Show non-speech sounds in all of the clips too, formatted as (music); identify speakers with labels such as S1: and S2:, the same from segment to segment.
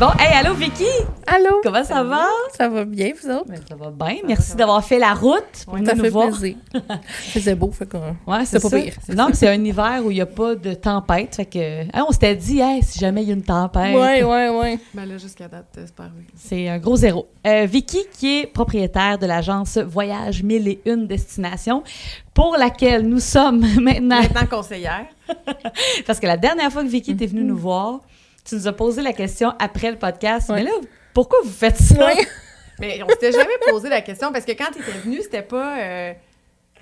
S1: Bon, hey, allô Vicky!
S2: Allô?
S1: Comment ça va?
S2: Ça va bien, vous autres?
S1: Ben, ça va bien. Merci d'avoir fait la route pour
S2: ça
S1: venir nous
S2: fait
S1: voir. (laughs)
S2: plaisir. C'était beau, fait qu'on...
S1: Ouais,
S2: C'est
S1: c'est
S2: pas
S1: ça.
S2: pire.
S1: Non, mais c'est un hiver où il n'y a pas de tempête. Fait que, Ah, on s'était dit, hey, si jamais il y a une tempête,
S2: Ouais,
S1: (laughs)
S2: ouais, ouais.
S3: Ben là, jusqu'à date, euh, c'est pas arrivé.
S1: c'est un gros zéro. Euh, Vicky, qui est propriétaire de l'agence Voyage 1001 Destinations, pour laquelle nous sommes (laughs) maintenant.
S3: Maintenant conseillère.
S1: Parce que la dernière fois que Vicky était venue nous voir, tu nous as posé la question après le podcast.
S2: Ouais.
S1: Mais là, pourquoi vous faites ça?
S2: Ouais.
S3: Mais on s'était jamais posé la question parce que quand tu étais venu, c'était pas. euh,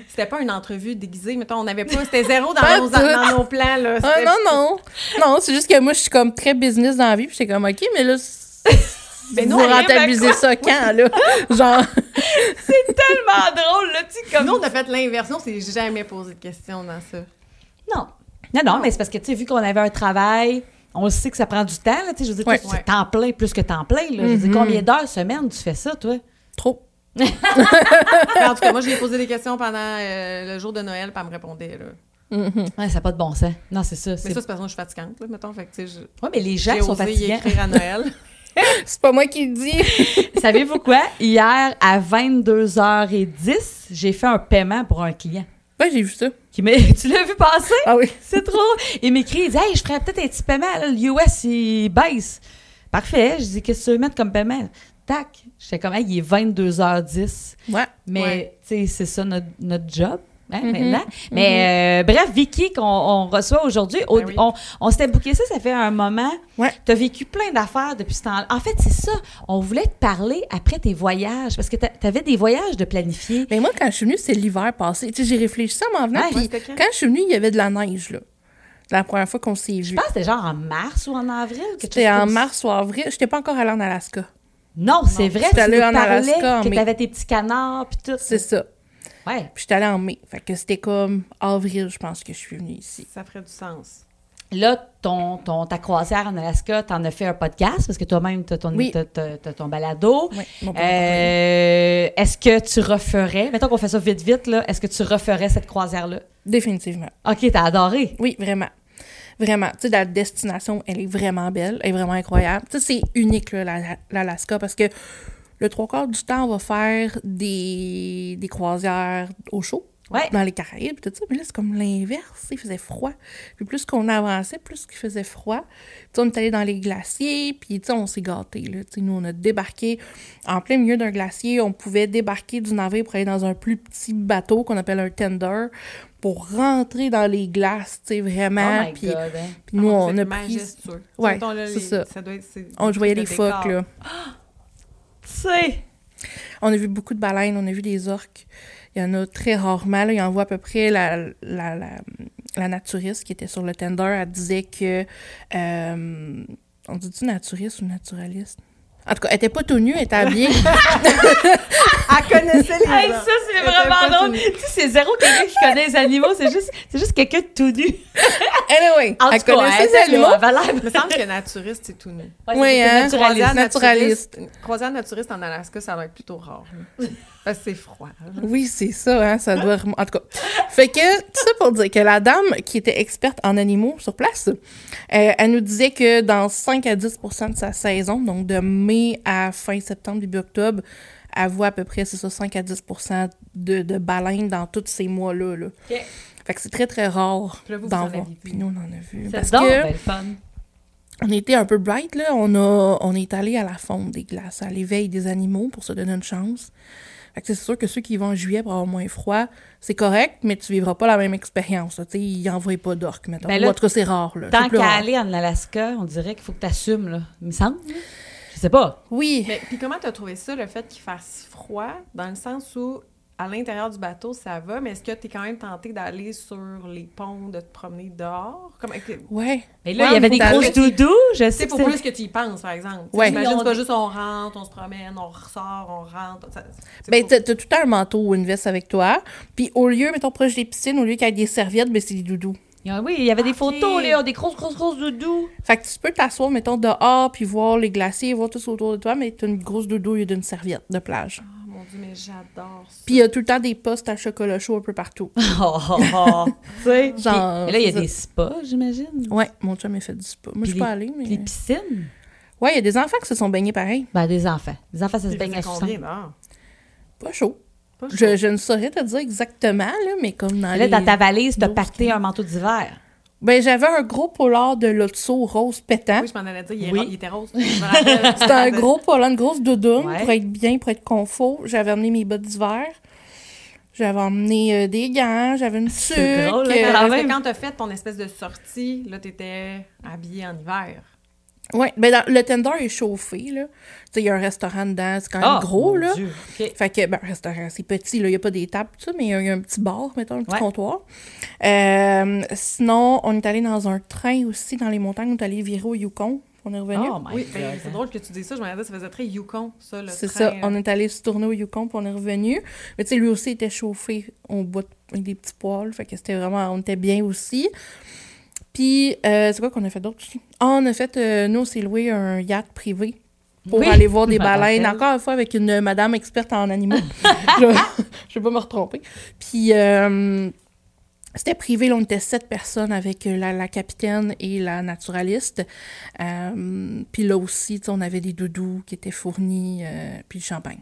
S3: c'était pas une entrevue déguisée, mettons, on n'avait pas, c'était zéro
S2: Pas
S3: dans, nos,
S2: tout.
S3: dans nos plans, là.
S2: Ah,
S3: C'était-
S2: non, non. Non, c'est juste que moi, je suis comme très business dans la vie, puis j'étais comme, OK, mais là, c-
S1: (laughs) Mais nous,
S2: vous
S1: on arrive à
S2: rentabilisez ça
S1: (laughs)
S2: quand, là? Genre,
S1: (laughs) Tellement drôle, là, tu sais, comme...
S3: Nous, on a fait l'inversion, c'est jamais posé de questions dans ça.
S1: Non. Non, non, mais c'est parce que, tu sais, vu qu'on avait un travail, on le sait que ça prend du temps, là, tu sais, je veux dire, toi,
S2: Ouais.
S1: tu fais temps plein plus que temps plein, là. Je veux dire, combien d'heures semaine tu fais ça, toi?
S2: trop.
S3: Mais en tout cas, moi, j'ai posé des questions pendant euh, le jour de Noël, puis elle me répondait, là.
S2: Mhm.
S1: Ouais, ça n'a pas de bon sens. Non, c'est ça.
S3: Mais
S1: c'est-
S3: ça, c'est parce que moi, je suis fatigante, là, mettons, fait que, tu sais, je-
S1: Ouais, mais les gens
S3: j'ai
S1: sont
S3: osé y
S1: fatigants.
S3: écrire à Noël.
S2: (laughs) C'est pas moi qui le dis.
S1: (laughs) Savez-vous quoi? Hier, à 22h10, j'ai fait un paiement pour un client.
S2: Ouais, Ben, j'ai vu ça.
S1: Qui m'a- (laughs) tu l'as vu passer?
S2: Ah oui.
S1: C'est trop. Il m'écrit, il dit Hey, je ferais peut-être un petit paiement, là, le US, il baisse. Parfait. Je dis Qu'est-ce que tu veux mettre comme paiement? Tac. J'étais comme Hey, il est 22h10.
S2: Ouais.
S1: Mais,
S3: Ouais.
S1: tu sais, c'est ça notre, notre job. hein,
S2: Mhm.
S1: maintenant. Mais euh, bref, Vicky, qu'on on reçoit aujourd'hui, au-
S3: Ben oui.
S1: on, on s'était bouqué ça, ça fait un moment.
S2: Ouais.
S1: Tu as vécu plein d'affaires depuis ce temps-là. En fait, c'est ça. On voulait te parler après tes voyages, parce que tu avais des voyages de planifier.
S2: Mais Ben, moi, quand je suis venue, c'est l'hiver passé. Tu sais, j'ai réfléchi ça en m'en venant,
S1: Ouais.
S2: puis
S3: Ouais, c'était quand?
S2: quand je suis venue, il y avait de la neige, là. C'est la première fois qu'on s'est
S1: Je
S2: vu.
S1: pense que c'était genre en mars ou en avril. quelque
S2: C'était
S1: chose
S2: en
S1: comme ça.
S2: mars ou avril. J'étais pas encore allée en Alaska.
S1: Non, c'est vrai,
S2: J'étais
S1: tu
S2: allée
S1: nous
S2: en
S1: parlais
S2: Alaska en
S1: que
S2: mai.
S1: tu avais tes petits canards puis tout.
S2: C'est ça.
S1: Ouais.
S2: Puis j'étais allée en mai. Fait que c'était comme avril, je pense, que je suis venue ici.
S3: Ça ferait du sens.
S1: Là, ton, ton, ta croisière en Alaska, t'en as fait un podcast parce que toi-même, t'as ton,
S2: Oui.
S1: t'as- t'as- t'as ton balado.
S2: Oui, mon balado,
S1: Euh, est-ce que tu referais, mettons qu'on fait ça vite, vite, là, est-ce que tu referais cette croisière-là?
S2: Définitivement.
S1: OK, t'as adoré.
S2: Oui, vraiment. Vraiment. Tu sais, la destination, elle est vraiment belle. Elle est vraiment incroyable. Tu sais, c'est unique, là, la- l'Alaska, parce que le trois quarts du temps, on va faire des, des croisières au chaud.
S1: Ouais.
S2: Dans les Caraïbes, tout ça. Mais là, c'est comme l'inverse. Il faisait froid. Puis plus qu'on avançait, plus qu'il faisait froid. Tu sais, on est allé dans les glaciers, puis tu sais, on s'est gâtés, là. Tu sais, nous, on a débarqué en plein milieu d'un glacier. On pouvait débarquer du navire pour aller dans un plus petit bateau qu'on appelle un tender pour rentrer dans les glaces, tu sais, vraiment.
S1: oh my
S2: puis,
S1: God. hein.
S2: puis nous,
S3: Ah,
S2: on
S3: c'est
S2: a pris...
S3: majestueux. Tu sais,
S2: Ouais,
S3: mettons, là,
S2: c'est
S3: les-
S2: ça.
S3: doit être- c'est-
S2: On voyait
S3: le
S2: les phoques,
S3: décor.
S2: là.
S1: Tu sais,
S2: On a vu beaucoup de baleines, on a vu des orques. Il y en a très rarement. Là. Il en voit à peu près la, la, la, la naturiste qui était sur le tender. Elle disait que. euh, on dit-tu naturiste ou naturaliste? En tout cas, elle était pas tout nue, elle était
S1: (laughs)
S2: habillée.
S3: Elle (laughs) connaissait les
S1: Hey,
S3: gens.
S1: ça, c'est
S3: C'était
S1: vraiment
S3: pas
S1: drôle.
S3: tout.
S1: Tu sais, c'est zéro quelqu'un qui connaît les animaux, c'est juste, c'est juste quelqu'un de tout nu.
S2: anyway,
S1: En
S2: elle
S1: tout cas,
S2: connaissait
S1: hein,
S2: les animaux.
S1: elle avait l'air-
S3: Il me semble que naturiste, c'est tout nu.
S1: Ouais,
S2: Oui,
S1: c'est- c'est
S2: hein.
S1: naturaliste.
S3: Croisière
S2: naturaliste.
S3: Croisière naturiste en Alaska, ça va être plutôt rare. là. Parce que c'est froid. là.
S2: Oui, c'est ça, hein, ça doit rem- En tout cas, fait que, tout ça pour dire que la dame qui était experte en animaux sur place, euh, elle nous disait que dans 5 à 10 de sa saison, donc de mai à fin septembre, début octobre, elle voit à peu près, c'est ça, 5 à 10 de, de baleines dans tous ces mois-là. Là.
S1: Ok.
S2: Fait que c'est très, très rare
S3: Puis là, vous, vous en
S2: d'en
S3: avez
S2: voir.
S3: vu.
S2: Puis nous, on en a vu.
S1: C'est
S2: Parce
S1: donc
S2: que
S1: ben, le fun.
S2: on était un peu bright, là. On, a, on est allé à la fonte des glaces, à l'éveil des animaux pour se donner une chance. Fait que c'est sûr que ceux qui vont en juillet pour avoir moins froid, c'est correct, mais tu vivras pas la même expérience. là. Tu sais, ils n'envoient pas d'orques, mettons.
S1: Ben là,
S2: Ou en tout cas, c'est rare, là.
S1: Tant
S2: C'est plus
S1: qu'à
S2: rare.
S1: aller en Alaska, on dirait qu'il faut que tu assumes, là. Il me semble. là. Je sais pas.
S2: Oui.
S3: Mais puis comment t'as trouvé ça, le fait qu'il fasse froid, dans le sens où à l'intérieur du bateau, ça va, mais est-ce que t'es quand même tenté d'aller sur les ponts, de te promener dehors? Comme, que-
S2: Ouais.
S1: Mais là, il
S2: Ouais,
S1: y avait des
S2: faut
S1: grosses
S2: aller-
S1: doudous. Je sais
S3: C'est
S1: pas.
S3: pour plus que tu y penses, par exemple.
S2: Ouais.
S3: T'sais,
S1: Oui,
S3: Imagine,
S1: on-
S3: c'est pas juste on rentre, on se promène, on ressort, on rentre. ça- c'est
S2: Ben,
S3: pas-
S2: t'as t'as tout le temps un manteau ou une veste avec toi. Puis au lieu, mettons, proche des piscines, au lieu qu'il y ait des serviettes, ben, c'est des doudous.
S1: Oui, il y avait des
S3: Ok.
S1: photos, là, des grosses, grosses, grosses doudous.
S2: Fait que tu peux t'asseoir, mettons, dehors, puis voir les glaciers, voir tout autour de toi, mais t'as une grosse doudou au lieu d'une serviette de plage.
S3: Oh, mon Dieu, mais j'adore ça.
S2: Puis il y a tout le temps des postes à chocolat chaud un peu partout.
S1: (laughs) Oh, oh, (laughs) oh. Tu sais?
S2: Genre,
S1: Puis- mais là, il y a
S2: c'est
S1: des spas, j'imagine.
S2: Ouais, mon chum a fait du spa. Moi,
S1: Puis
S2: je suis
S1: les-
S2: pas allée, mais...
S1: Puis les piscines.
S2: Ouais, il y a des enfants qui se sont baignés pareil.
S1: Ben, des enfants. Des enfants, ça se
S3: Il
S1: baigne
S3: faisait
S1: à sous
S3: combien d'heures?
S2: Pas chaud.
S3: Pas chaud.
S2: Je, je ne saurais te dire exactement, là, mais comme dans
S1: Là,
S2: les...
S1: dans ta valise, t'as
S2: douze,
S1: pacté un manteau d'hiver.
S2: Ben, j'avais un gros polar de Lotso rose pétant.
S3: Oui, je m'en allais dire, il, est
S1: Oui.
S3: ro- il
S2: (laughs)
S3: était rose. C'est
S2: C'était un gros polar, une grosse doudoune
S1: Ouais.
S2: pour être bien, pour être confort. J'avais emmené mes bottes d'hiver. J'avais emmené euh, des gants, j'avais une tuque.
S1: (laughs) C'est drôle, hein,
S2: euh,
S1: quand même.
S3: Quand t'as fait ton espèce de sortie, là, t'étais habillée en hiver.
S2: ouais, ben dans- le tender est chauffé, là. Tu sais, il y a un restaurant dedans, c'est quand même
S1: Ah,
S2: gros,
S1: mon
S2: là.
S1: Dieu. OK.
S2: Fait que, ben, restaurant, c'est petit, là. Il n'y a pas des tables, tout ça, mais il y, a- il y a un petit bar, mettons, un petit
S1: Ouais.
S2: comptoir. Euh, sinon, on est allé dans un train aussi, dans les montagnes. On est allé virer au Yukon. On est revenu.
S1: Oh my
S3: oui,
S1: God.
S3: ben, c'est drôle que tu dises ça. Je me dit, ça faisait très Yukon, ça, le
S2: C'est
S3: train, hein.
S2: ça,
S3: là.
S2: on est allé se tourner au Yukon puis on est revenu. Mais tu sais, lui aussi était chauffé au bout de- avec des petits poils, fait que c'était vraiment, on était bien aussi. Puis, euh, c'est quoi qu'on a fait d'autre aussi? Ah, on a fait, euh, nous, on s'est loué un yacht privé pour
S1: Oui,
S2: aller voir des
S1: je me
S2: baleines,
S1: rappelle.
S2: encore une fois avec une euh, madame experte
S1: (laughs)
S2: en animaux. je, je vais pas me retromper. Puis, euh, c'était privé, là, on était sept personnes avec euh, la, la capitaine et la naturaliste. Euh, puis là aussi, tu sais, on avait des doudous qui étaient fournis, euh, puis le champagne.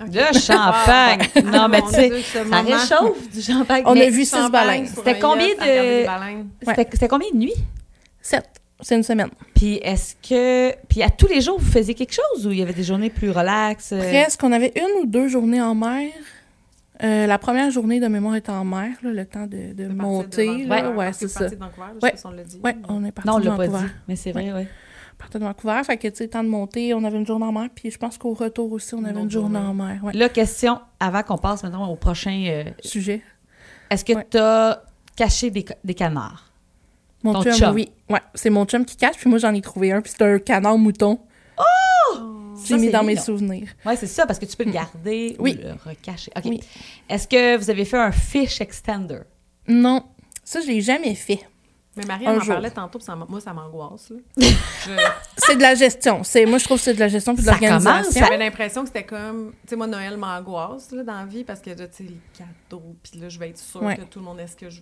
S3: Ok.
S1: Le
S3: (laughs)
S1: champagne.
S3: Ah,
S1: non, mais
S3: mon
S1: tu sais,
S3: Dieu, ce
S1: ça
S3: moment.
S1: réchauffe du champagne.
S2: On
S1: Mais
S2: a vu six
S3: Champagne
S2: baleines.
S3: sur
S1: C'était
S3: un
S1: combien
S3: yacht à regarder
S1: de-
S3: des baleines.
S1: C'était c'était combien de nuits?
S2: Sept. C'est une semaine.
S1: Puis est-ce que. Puis à tous les jours, vous faisiez quelque chose ou il y avait des journées plus relaxes? euh?
S2: Presque, on avait une ou deux journées en mer. Euh, la première journée de mémoire était en mer, là, le temps de, de
S3: De partir
S2: monter.
S3: de
S2: là. ouais,
S3: Vancouver,
S1: Ah,
S3: parce que
S2: c'est
S3: vous
S2: ça.
S3: partiez de Vancouver, je sais
S2: Ouais.
S3: pas si on l'a dit.
S2: Ouais, on est parti
S1: Non, on
S2: de
S1: l'a pas
S2: Vancouver.
S1: dit, mais c'est vrai, oui.
S2: parti de Vancouver, fait que, tu sais, temps de monter, on avait une journée en mer, puis je pense qu'au retour aussi, on
S3: Une
S2: avait
S3: autre
S2: une journée,
S3: journée.
S2: en mer. Ouais.
S1: Là, question, avant qu'on passe maintenant au prochain. euh,
S2: Sujet.
S1: Est-ce que
S2: Ouais.
S1: tu as caché des, ca- des canards?
S2: Mon
S1: Ton
S2: chum,
S1: chum.
S2: oui. Ouais, c'est mon chum qui cache, puis moi, j'en ai trouvé un, puis c'est un canard mouton. Oh!
S1: Ça,
S2: J'ai mis
S1: c'est
S2: dans mes
S1: mignon.
S2: souvenirs.
S1: Oui, c'est ça, parce que tu peux le garder
S2: Hmm. Oui.
S1: ou le recacher. OK.
S2: Oui.
S1: Est-ce que vous avez fait un fish extender?
S2: Non, ça, je l'ai jamais fait.
S3: Mais Marie,
S2: Un
S3: elle m'en
S2: jour.
S3: parlait tantôt, puis ça m- moi, ça m'angoisse. là. Je-
S2: C'est de la gestion. C'est, moi, je trouve que c'est de la gestion puis de
S1: Ça commence,
S2: l'organisation.
S1: ça-
S3: J'avais l'impression que c'était comme, tu sais, moi, Noël m'angoisse, là, dans la vie, parce que, là, tu sais, les cadeaux, puis là, je vais être sûre
S2: Ouais.
S3: que tout le monde est ce que je...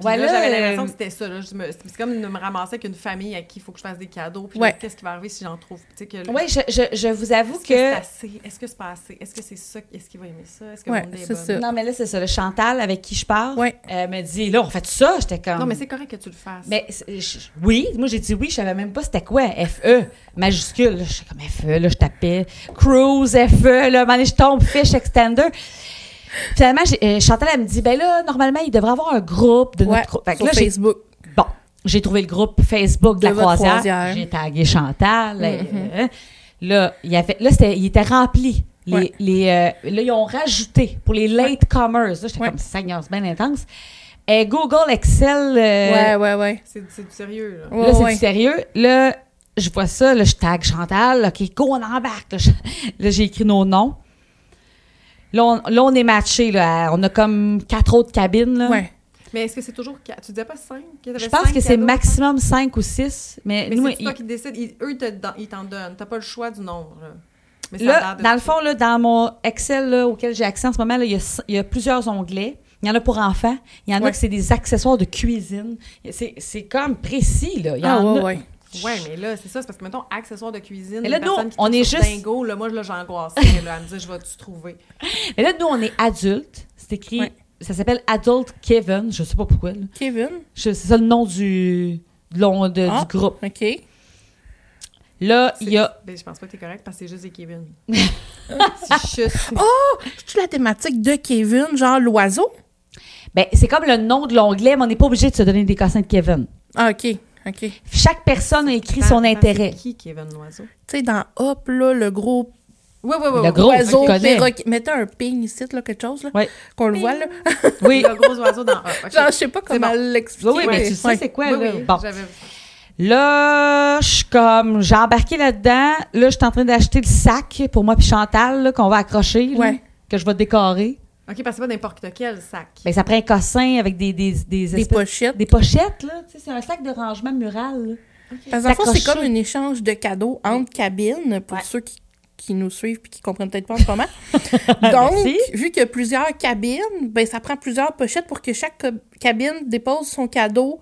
S3: Puis
S1: Ouais,
S3: là,
S1: là,
S3: j'avais l'impression
S1: euh,
S3: que c'était ça, là. Je me- C'est comme de me ramasser avec une famille à qui il faut que je fasse des cadeaux, puis
S2: Ouais.
S3: là, qu'est-ce qui va arriver si j'en trouve, tu sais, que...
S1: Oui, je, je- je vous avoue
S3: Est-ce que c'est
S1: que...
S3: assez? Est-ce que c'est pas assez? Est-ce que c'est ça? Est-ce qu'il va aimer ça? Est-ce que
S2: Ouais,
S3: mon dé est
S2: c'est
S3: bonne?
S2: ça.
S1: Non, mais là, c'est ça. Le Chantal, avec qui je parle,
S2: Ouais.
S1: elle me dit, là, on fait ça? J'étais comme...
S3: Non, mais c'est correct que tu le fasses.
S1: Mais c'est- je- je- oui, moi j'ai dit oui, je savais même pas c'était quoi FE majuscule. Là, je suis comme FE, là je tapais cruise FE, là à un moment donné, je tombe fish extender. Finalement, j'ai- euh, Chantal elle me dit ben là normalement il devrait avoir un groupe de
S2: Ouais,
S1: notre groupe. Fait que
S2: sur
S1: là, j'ai-
S2: Facebook.
S1: Bon, j'ai trouvé le groupe Facebook de,
S2: De
S1: la
S2: votre
S1: croisière.
S2: croisière. Mm-hmm.
S1: J'ai tagué Chantal. euh, là, il y avait, là, c'était, il était rempli. Les,
S2: Ouais.
S1: les, euh, là, ils ont rajouté pour les latecomers. Là, j'étais
S2: Ouais.
S1: comme, Seigneur, c'est bien intense. Et Google, Excel, euh,
S2: Ouais, ouais, ouais.
S3: C'est c'est du sérieux, là.
S2: Ouais,
S1: là, c'est
S2: ouais.
S1: du sérieux. Là, je vois ça, là, je tag Chantal, là, OK, go, on embarque. Là, je- là, j'ai écrit nos noms. Là, on, là, on est matchés. Là, à- on a comme quatre autres cabines. Là.
S2: Ouais.
S3: Mais est-ce que c'est toujours... quatre- Tu disais pas cinq? qu'il y avait
S1: Je pense
S3: cinq
S1: que c'est
S3: cadeaux, hein?
S1: maximum cinq ou six. Mais,
S3: Mais
S1: nous,
S3: c'est toi
S1: il-
S3: qui décides. Ils- eux, ils te don- ils t'en donnent. T'as pas le choix du nombre. là. Mais ça a
S1: Là,
S3: l'air de-
S1: dans le fond, là, dans mon Excel là, auquel j'ai accès en ce moment, là, il, y a, c- il y a plusieurs onglets. Il y en a pour enfants. Il y en a
S2: Ouais.
S1: que c'est des accessoires de cuisine. C'est c'est comme précis, là. Il y
S2: Ah,
S1: en
S2: ouais,
S1: a-
S2: ouais.
S3: Ouais, mais là, c'est ça. C'est parce que, mettons, accessoires de cuisine.
S1: Mais là,
S3: les
S1: nous,
S3: personnes qui
S1: on
S3: trippent
S1: est
S3: sur
S1: juste-
S3: Dingo, là, moi, je le j'angoissais. Là, elle me disait, je vais-tu trouver?
S1: Mais là, nous, on est adultes. C'est écrit...
S2: Ouais.
S1: Ça s'appelle Adult Kevin. Je sais pas pourquoi, là.
S2: Kevin.
S1: Je- C'est ça le nom du, de l'on- de-
S2: Ah.
S1: du groupe.
S2: OK.
S1: Là, (laughs) il y a...
S3: Ben, je pense pas que t'es correct parce que c'est juste
S1: (laughs)
S3: des Kevin. c'est juste.
S1: Oh,
S2: C'est-tu la thématique de Kevin, genre l'oiseau?
S1: Ben, c'est comme le nom de l'onglet, mais on n'est pas obligé de se donner des cossins de Kevin.
S2: Ah, OK. OK. Tu
S1: Chaque personne a écrit
S3: Attends,
S1: son
S3: attends,
S1: intérêt.
S3: (laughs) c'est Qui, Kevin Loiseau?
S2: sais, dans Hop, là, le gros
S3: Oui, oui, oui.
S1: Le gros,
S2: oiseau,
S1: tu le Oh, connais.
S2: perroquet- Mettez un ping ici, là, quelque chose, là.
S1: Ouais.
S2: Qu'on le voit, là.
S1: Oui.
S3: Le
S1: (laughs)
S3: gros oiseau dans Ah,
S2: (laughs)
S3: ok.
S2: Genre, je sais pas comment
S3: bon.
S2: l'expliquer.
S1: Oui, oui, mais tu sais
S2: Ouais.
S1: c'est quoi,
S3: Oui,
S1: là.
S3: oui,
S1: Bon.
S3: j'avais-
S1: Là, je suis comme, j'ai embarqué là-dedans. Là, je suis en train d'acheter le sac pour moi puis Chantal, là, qu'on va accrocher, là,
S2: Ouais.
S1: que je vais décorer.
S3: OK, parce que c'est pas n'importe quel sac.
S1: Mais ça prend un cossin avec des des des,
S2: Des
S1: espèces-
S2: pochettes.
S1: des pochettes là. Tu sais, c'est un sac de rangement mural. là.
S2: Parce que dans le fond, c'est
S1: T'accroches
S2: comme un échange de cadeaux entre cabines pour
S1: Ouais.
S2: ceux qui, qui nous suivent puis qui comprennent peut-être pas en
S1: (laughs)
S2: ce moment. Donc,
S1: Ah, Merci.
S2: vu qu'il y a plusieurs cabines, ben ça prend plusieurs pochettes pour que chaque co- cabine dépose son cadeau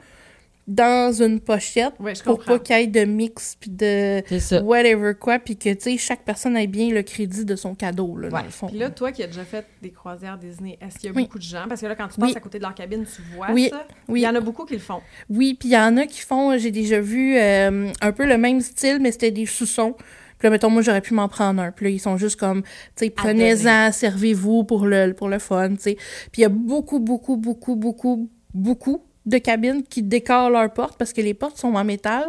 S2: dans une pochette
S3: Ouais, je
S2: pour
S3: comprends.
S2: pas qu'il y ait de mix puis de
S1: C'est ça.
S2: whatever quoi puis que tu sais chaque personne ait bien le crédit de son cadeau là,
S1: Ouais.
S2: dans le fond.
S3: Puis là, toi qui as déjà fait des croisières Disney, est-ce qu'il y a
S2: Oui.
S3: beaucoup de gens? Parce que là, quand tu passes
S2: Oui.
S3: à côté de leur cabine, tu vois
S2: Oui,
S3: ça.
S2: oui.
S3: Il y en a beaucoup qui le font.
S2: Oui, puis il y en a qui font, j'ai déjà vu euh, un peu le même style, mais c'était des sous-sons. Puis là, mettons, moi, j'aurais pu m'en prendre un. Puis là, ils sont juste comme, tu sais, prenez-en, servez-vous pour le, pour le fun, tu sais. Puis il y a beaucoup, beaucoup, beaucoup, beaucoup, beaucoup de cabines qui décorent leurs portes parce que les portes sont en métal.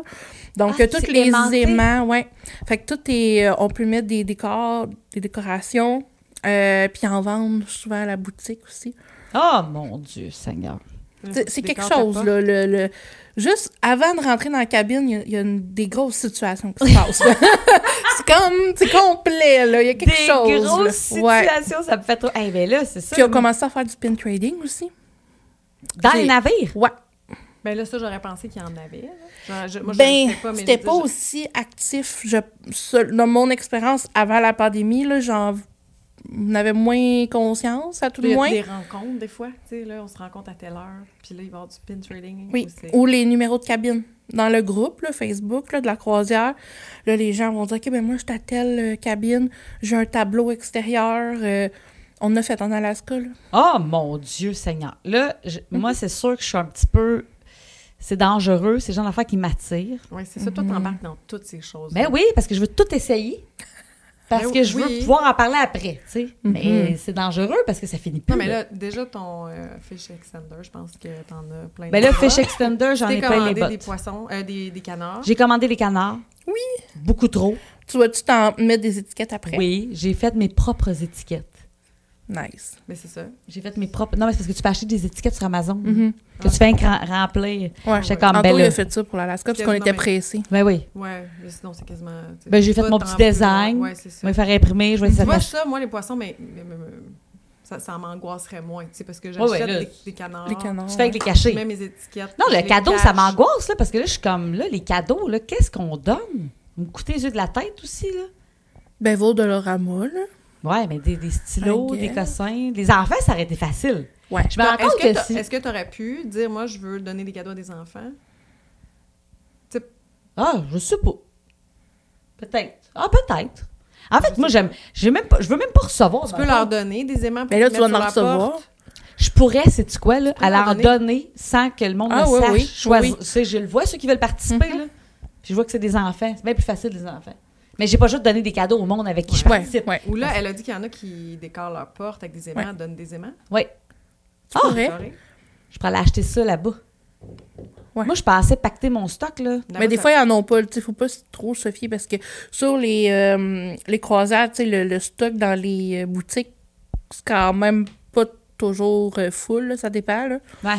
S2: Donc,
S1: Ah,
S2: euh, tous
S1: c'est
S2: les
S1: aimanté.
S2: aimants, ouais. Fait que tout est, euh, on peut mettre des décors, des décorations, euh, puis en vendre souvent à la boutique aussi.
S1: Oh mon Dieu, Seigneur.
S2: C'est- C'est
S3: Des
S2: quelque
S3: cartes à
S2: chose,
S3: pas.
S2: là. Le, le- Juste avant de rentrer dans la cabine, il y a- il y, a une- des grosses situations qui se passent. là. (laughs) c'est comme, c'est complet, là. Il y a quelque
S1: Des
S2: chose. là.
S1: grosses
S2: Ouais.
S1: situations, ça me fait trop. Eh ben là, c'est ça.
S2: Puis on commencé à faire du pin trading aussi.
S1: Dans les
S2: j'ai-
S1: navires.
S2: Ouais.
S3: Ben là, ça, j'aurais pensé qu'il y en avait. là. Genre, je- moi, je
S2: ben,
S3: le sais pas, mais je
S2: c'était
S3: veux
S2: pas
S3: dire,
S2: aussi actif. Je, seul- dans mon expérience avant la pandémie, là, j'en on avait moins conscience, à tout
S3: Il
S2: le
S3: y
S2: moins.
S3: a des rencontres, des fois. Tu sais, là, on se rencontre à telle heure, puis là, il va y avoir du pin trading.
S2: Oui,
S3: ou c'est-
S2: ou les numéros de cabine. Dans le groupe là, Facebook là, de la croisière, là, les gens vont dire OK, ben moi, je suis à telle euh, cabine, j'ai un tableau extérieur. euh, on a fait en Alaska. Là.
S1: Oh mon Dieu, Seigneur. Là, je-
S2: Mhm.
S1: moi, c'est sûr que je suis un petit peu. C'est dangereux, c'est le genre d'affaires qui m'attirent.
S3: Oui, c'est ça. Toi, t'embarques dans toutes ces choses.
S1: Mhm. Ben oui, parce que je veux tout essayer. Parce
S3: Ben
S1: que je veux
S3: oui.
S1: pouvoir en parler après, tu sais.
S2: Mhm.
S1: Mais c'est dangereux parce que ça finit plus.
S3: Non, mais là, déjà, ton euh, fish extender, je pense que t'en as plein.
S1: Ben
S3: de
S1: là,
S3: fois.
S1: Fish Extender, j'en ai
S3: T'es
S1: plein les
S3: commandé des
S1: bottes.
S3: poissons, euh, des, des canards.
S1: J'ai commandé les canards.
S2: Oui.
S1: Beaucoup trop.
S2: Tu vas-tu t'en mettre des étiquettes après?
S1: Oui, j'ai fait mes propres étiquettes.
S2: Nice.
S3: Mais c'est ça.
S1: J'ai fait mes propres. Non, mais c'est parce que tu peux acheter des étiquettes sur Amazon.
S2: Mhm.
S1: Que tu fais un cran- remplir.
S2: Ouais.
S1: J'étais
S2: Anto,
S1: comme belle.
S2: il a fait ça pour l'Alaska parce qu'on
S3: Non,
S2: était
S3: mais-
S2: pressés.
S1: Ben oui.
S3: Ouais, mais sinon, c'est quasiment. tu sais,
S1: Ben, j'ai fait
S3: tout
S1: mon
S3: en
S1: petit
S3: plus.
S1: design.
S3: Ouais, c'est
S1: Je
S3: ça.
S1: vais faire imprimer, je vais
S3: Tu
S1: essayer
S3: vois
S1: d'acheter.
S3: ça, moi, les poissons, mais, mais- mais- mais- ça, ça m'angoisserait moins, tu sais, parce que
S1: Ouais, ouais,
S3: j'achète
S1: là,
S3: des, des canards.
S2: Les canards.
S1: Tu fais avec les
S3: Je
S1: cachets.
S3: mets mes étiquettes.
S1: Non,
S3: je
S1: le
S3: les
S1: cadeau,
S3: cache.
S1: ça m'angoisse, là, parce que là, je suis comme, là, les cadeaux, là, qu'est-ce qu'on donne? Vous me coûtez les yeux de la tête aussi, là.
S2: Ben, vaut de l'orama, là.
S1: Ouais, mais des, des stylos,
S2: I
S1: des
S2: guess.
S1: cossins. Les enfants, ça aurait été facile.
S2: Ouais.
S1: Je me
S3: Non,
S1: rends compte que, si-
S3: Est-ce que tu aurais pu dire, moi, je veux donner des cadeaux à des enfants?
S1: Ah, je sais pas. Peut-être. Ah, peut-être. En fait, moi, j'aime, j'ai même pas, je veux même pas recevoir.
S3: Tu
S1: dans
S3: peux
S1: le
S3: leur
S1: fond.
S3: donner des aimants pour
S2: Ben là,
S3: qu'ils
S2: tu vas
S3: mettent
S2: en
S3: sur leur
S2: recevoir.
S3: porte.
S1: Je pourrais, sais-tu quoi, là,
S3: peux
S1: à
S3: leur
S1: leur
S3: donner.
S1: donner sans que le monde
S2: Ah,
S1: le
S2: oui,
S1: sache.
S2: oui,
S1: Choisi-
S2: oui. Mm-hmm.
S1: tu sais, je le vois, ceux qui veulent participer, là. Puis je vois que c'est des enfants. C'est bien plus facile, des enfants. Mais j'ai pas juste donné des cadeaux au monde avec qui je
S2: Ouais,
S1: participe.
S2: ouais.
S3: Ou là, elle a dit qu'il y en a qui décorent leur porte avec des aimants,
S2: Ouais.
S3: donnent des aimants.
S1: Ouais. Ah!
S2: Tu pourrais.
S3: Décorés.
S1: Je pourrais aller acheter ça là-bas.
S2: Ouais.
S1: Moi, je pensais pacter mon stock, là.
S3: Là-bas,
S2: Mais des
S3: ça-
S2: fois, ils en ont pas. Il faut pas s- trop se fier parce que sur les, euh, les croisades, tu sais, le, le stock dans les euh, boutiques, c'est quand même pas toujours euh, full, là, ça dépend. Là.
S1: Ouais.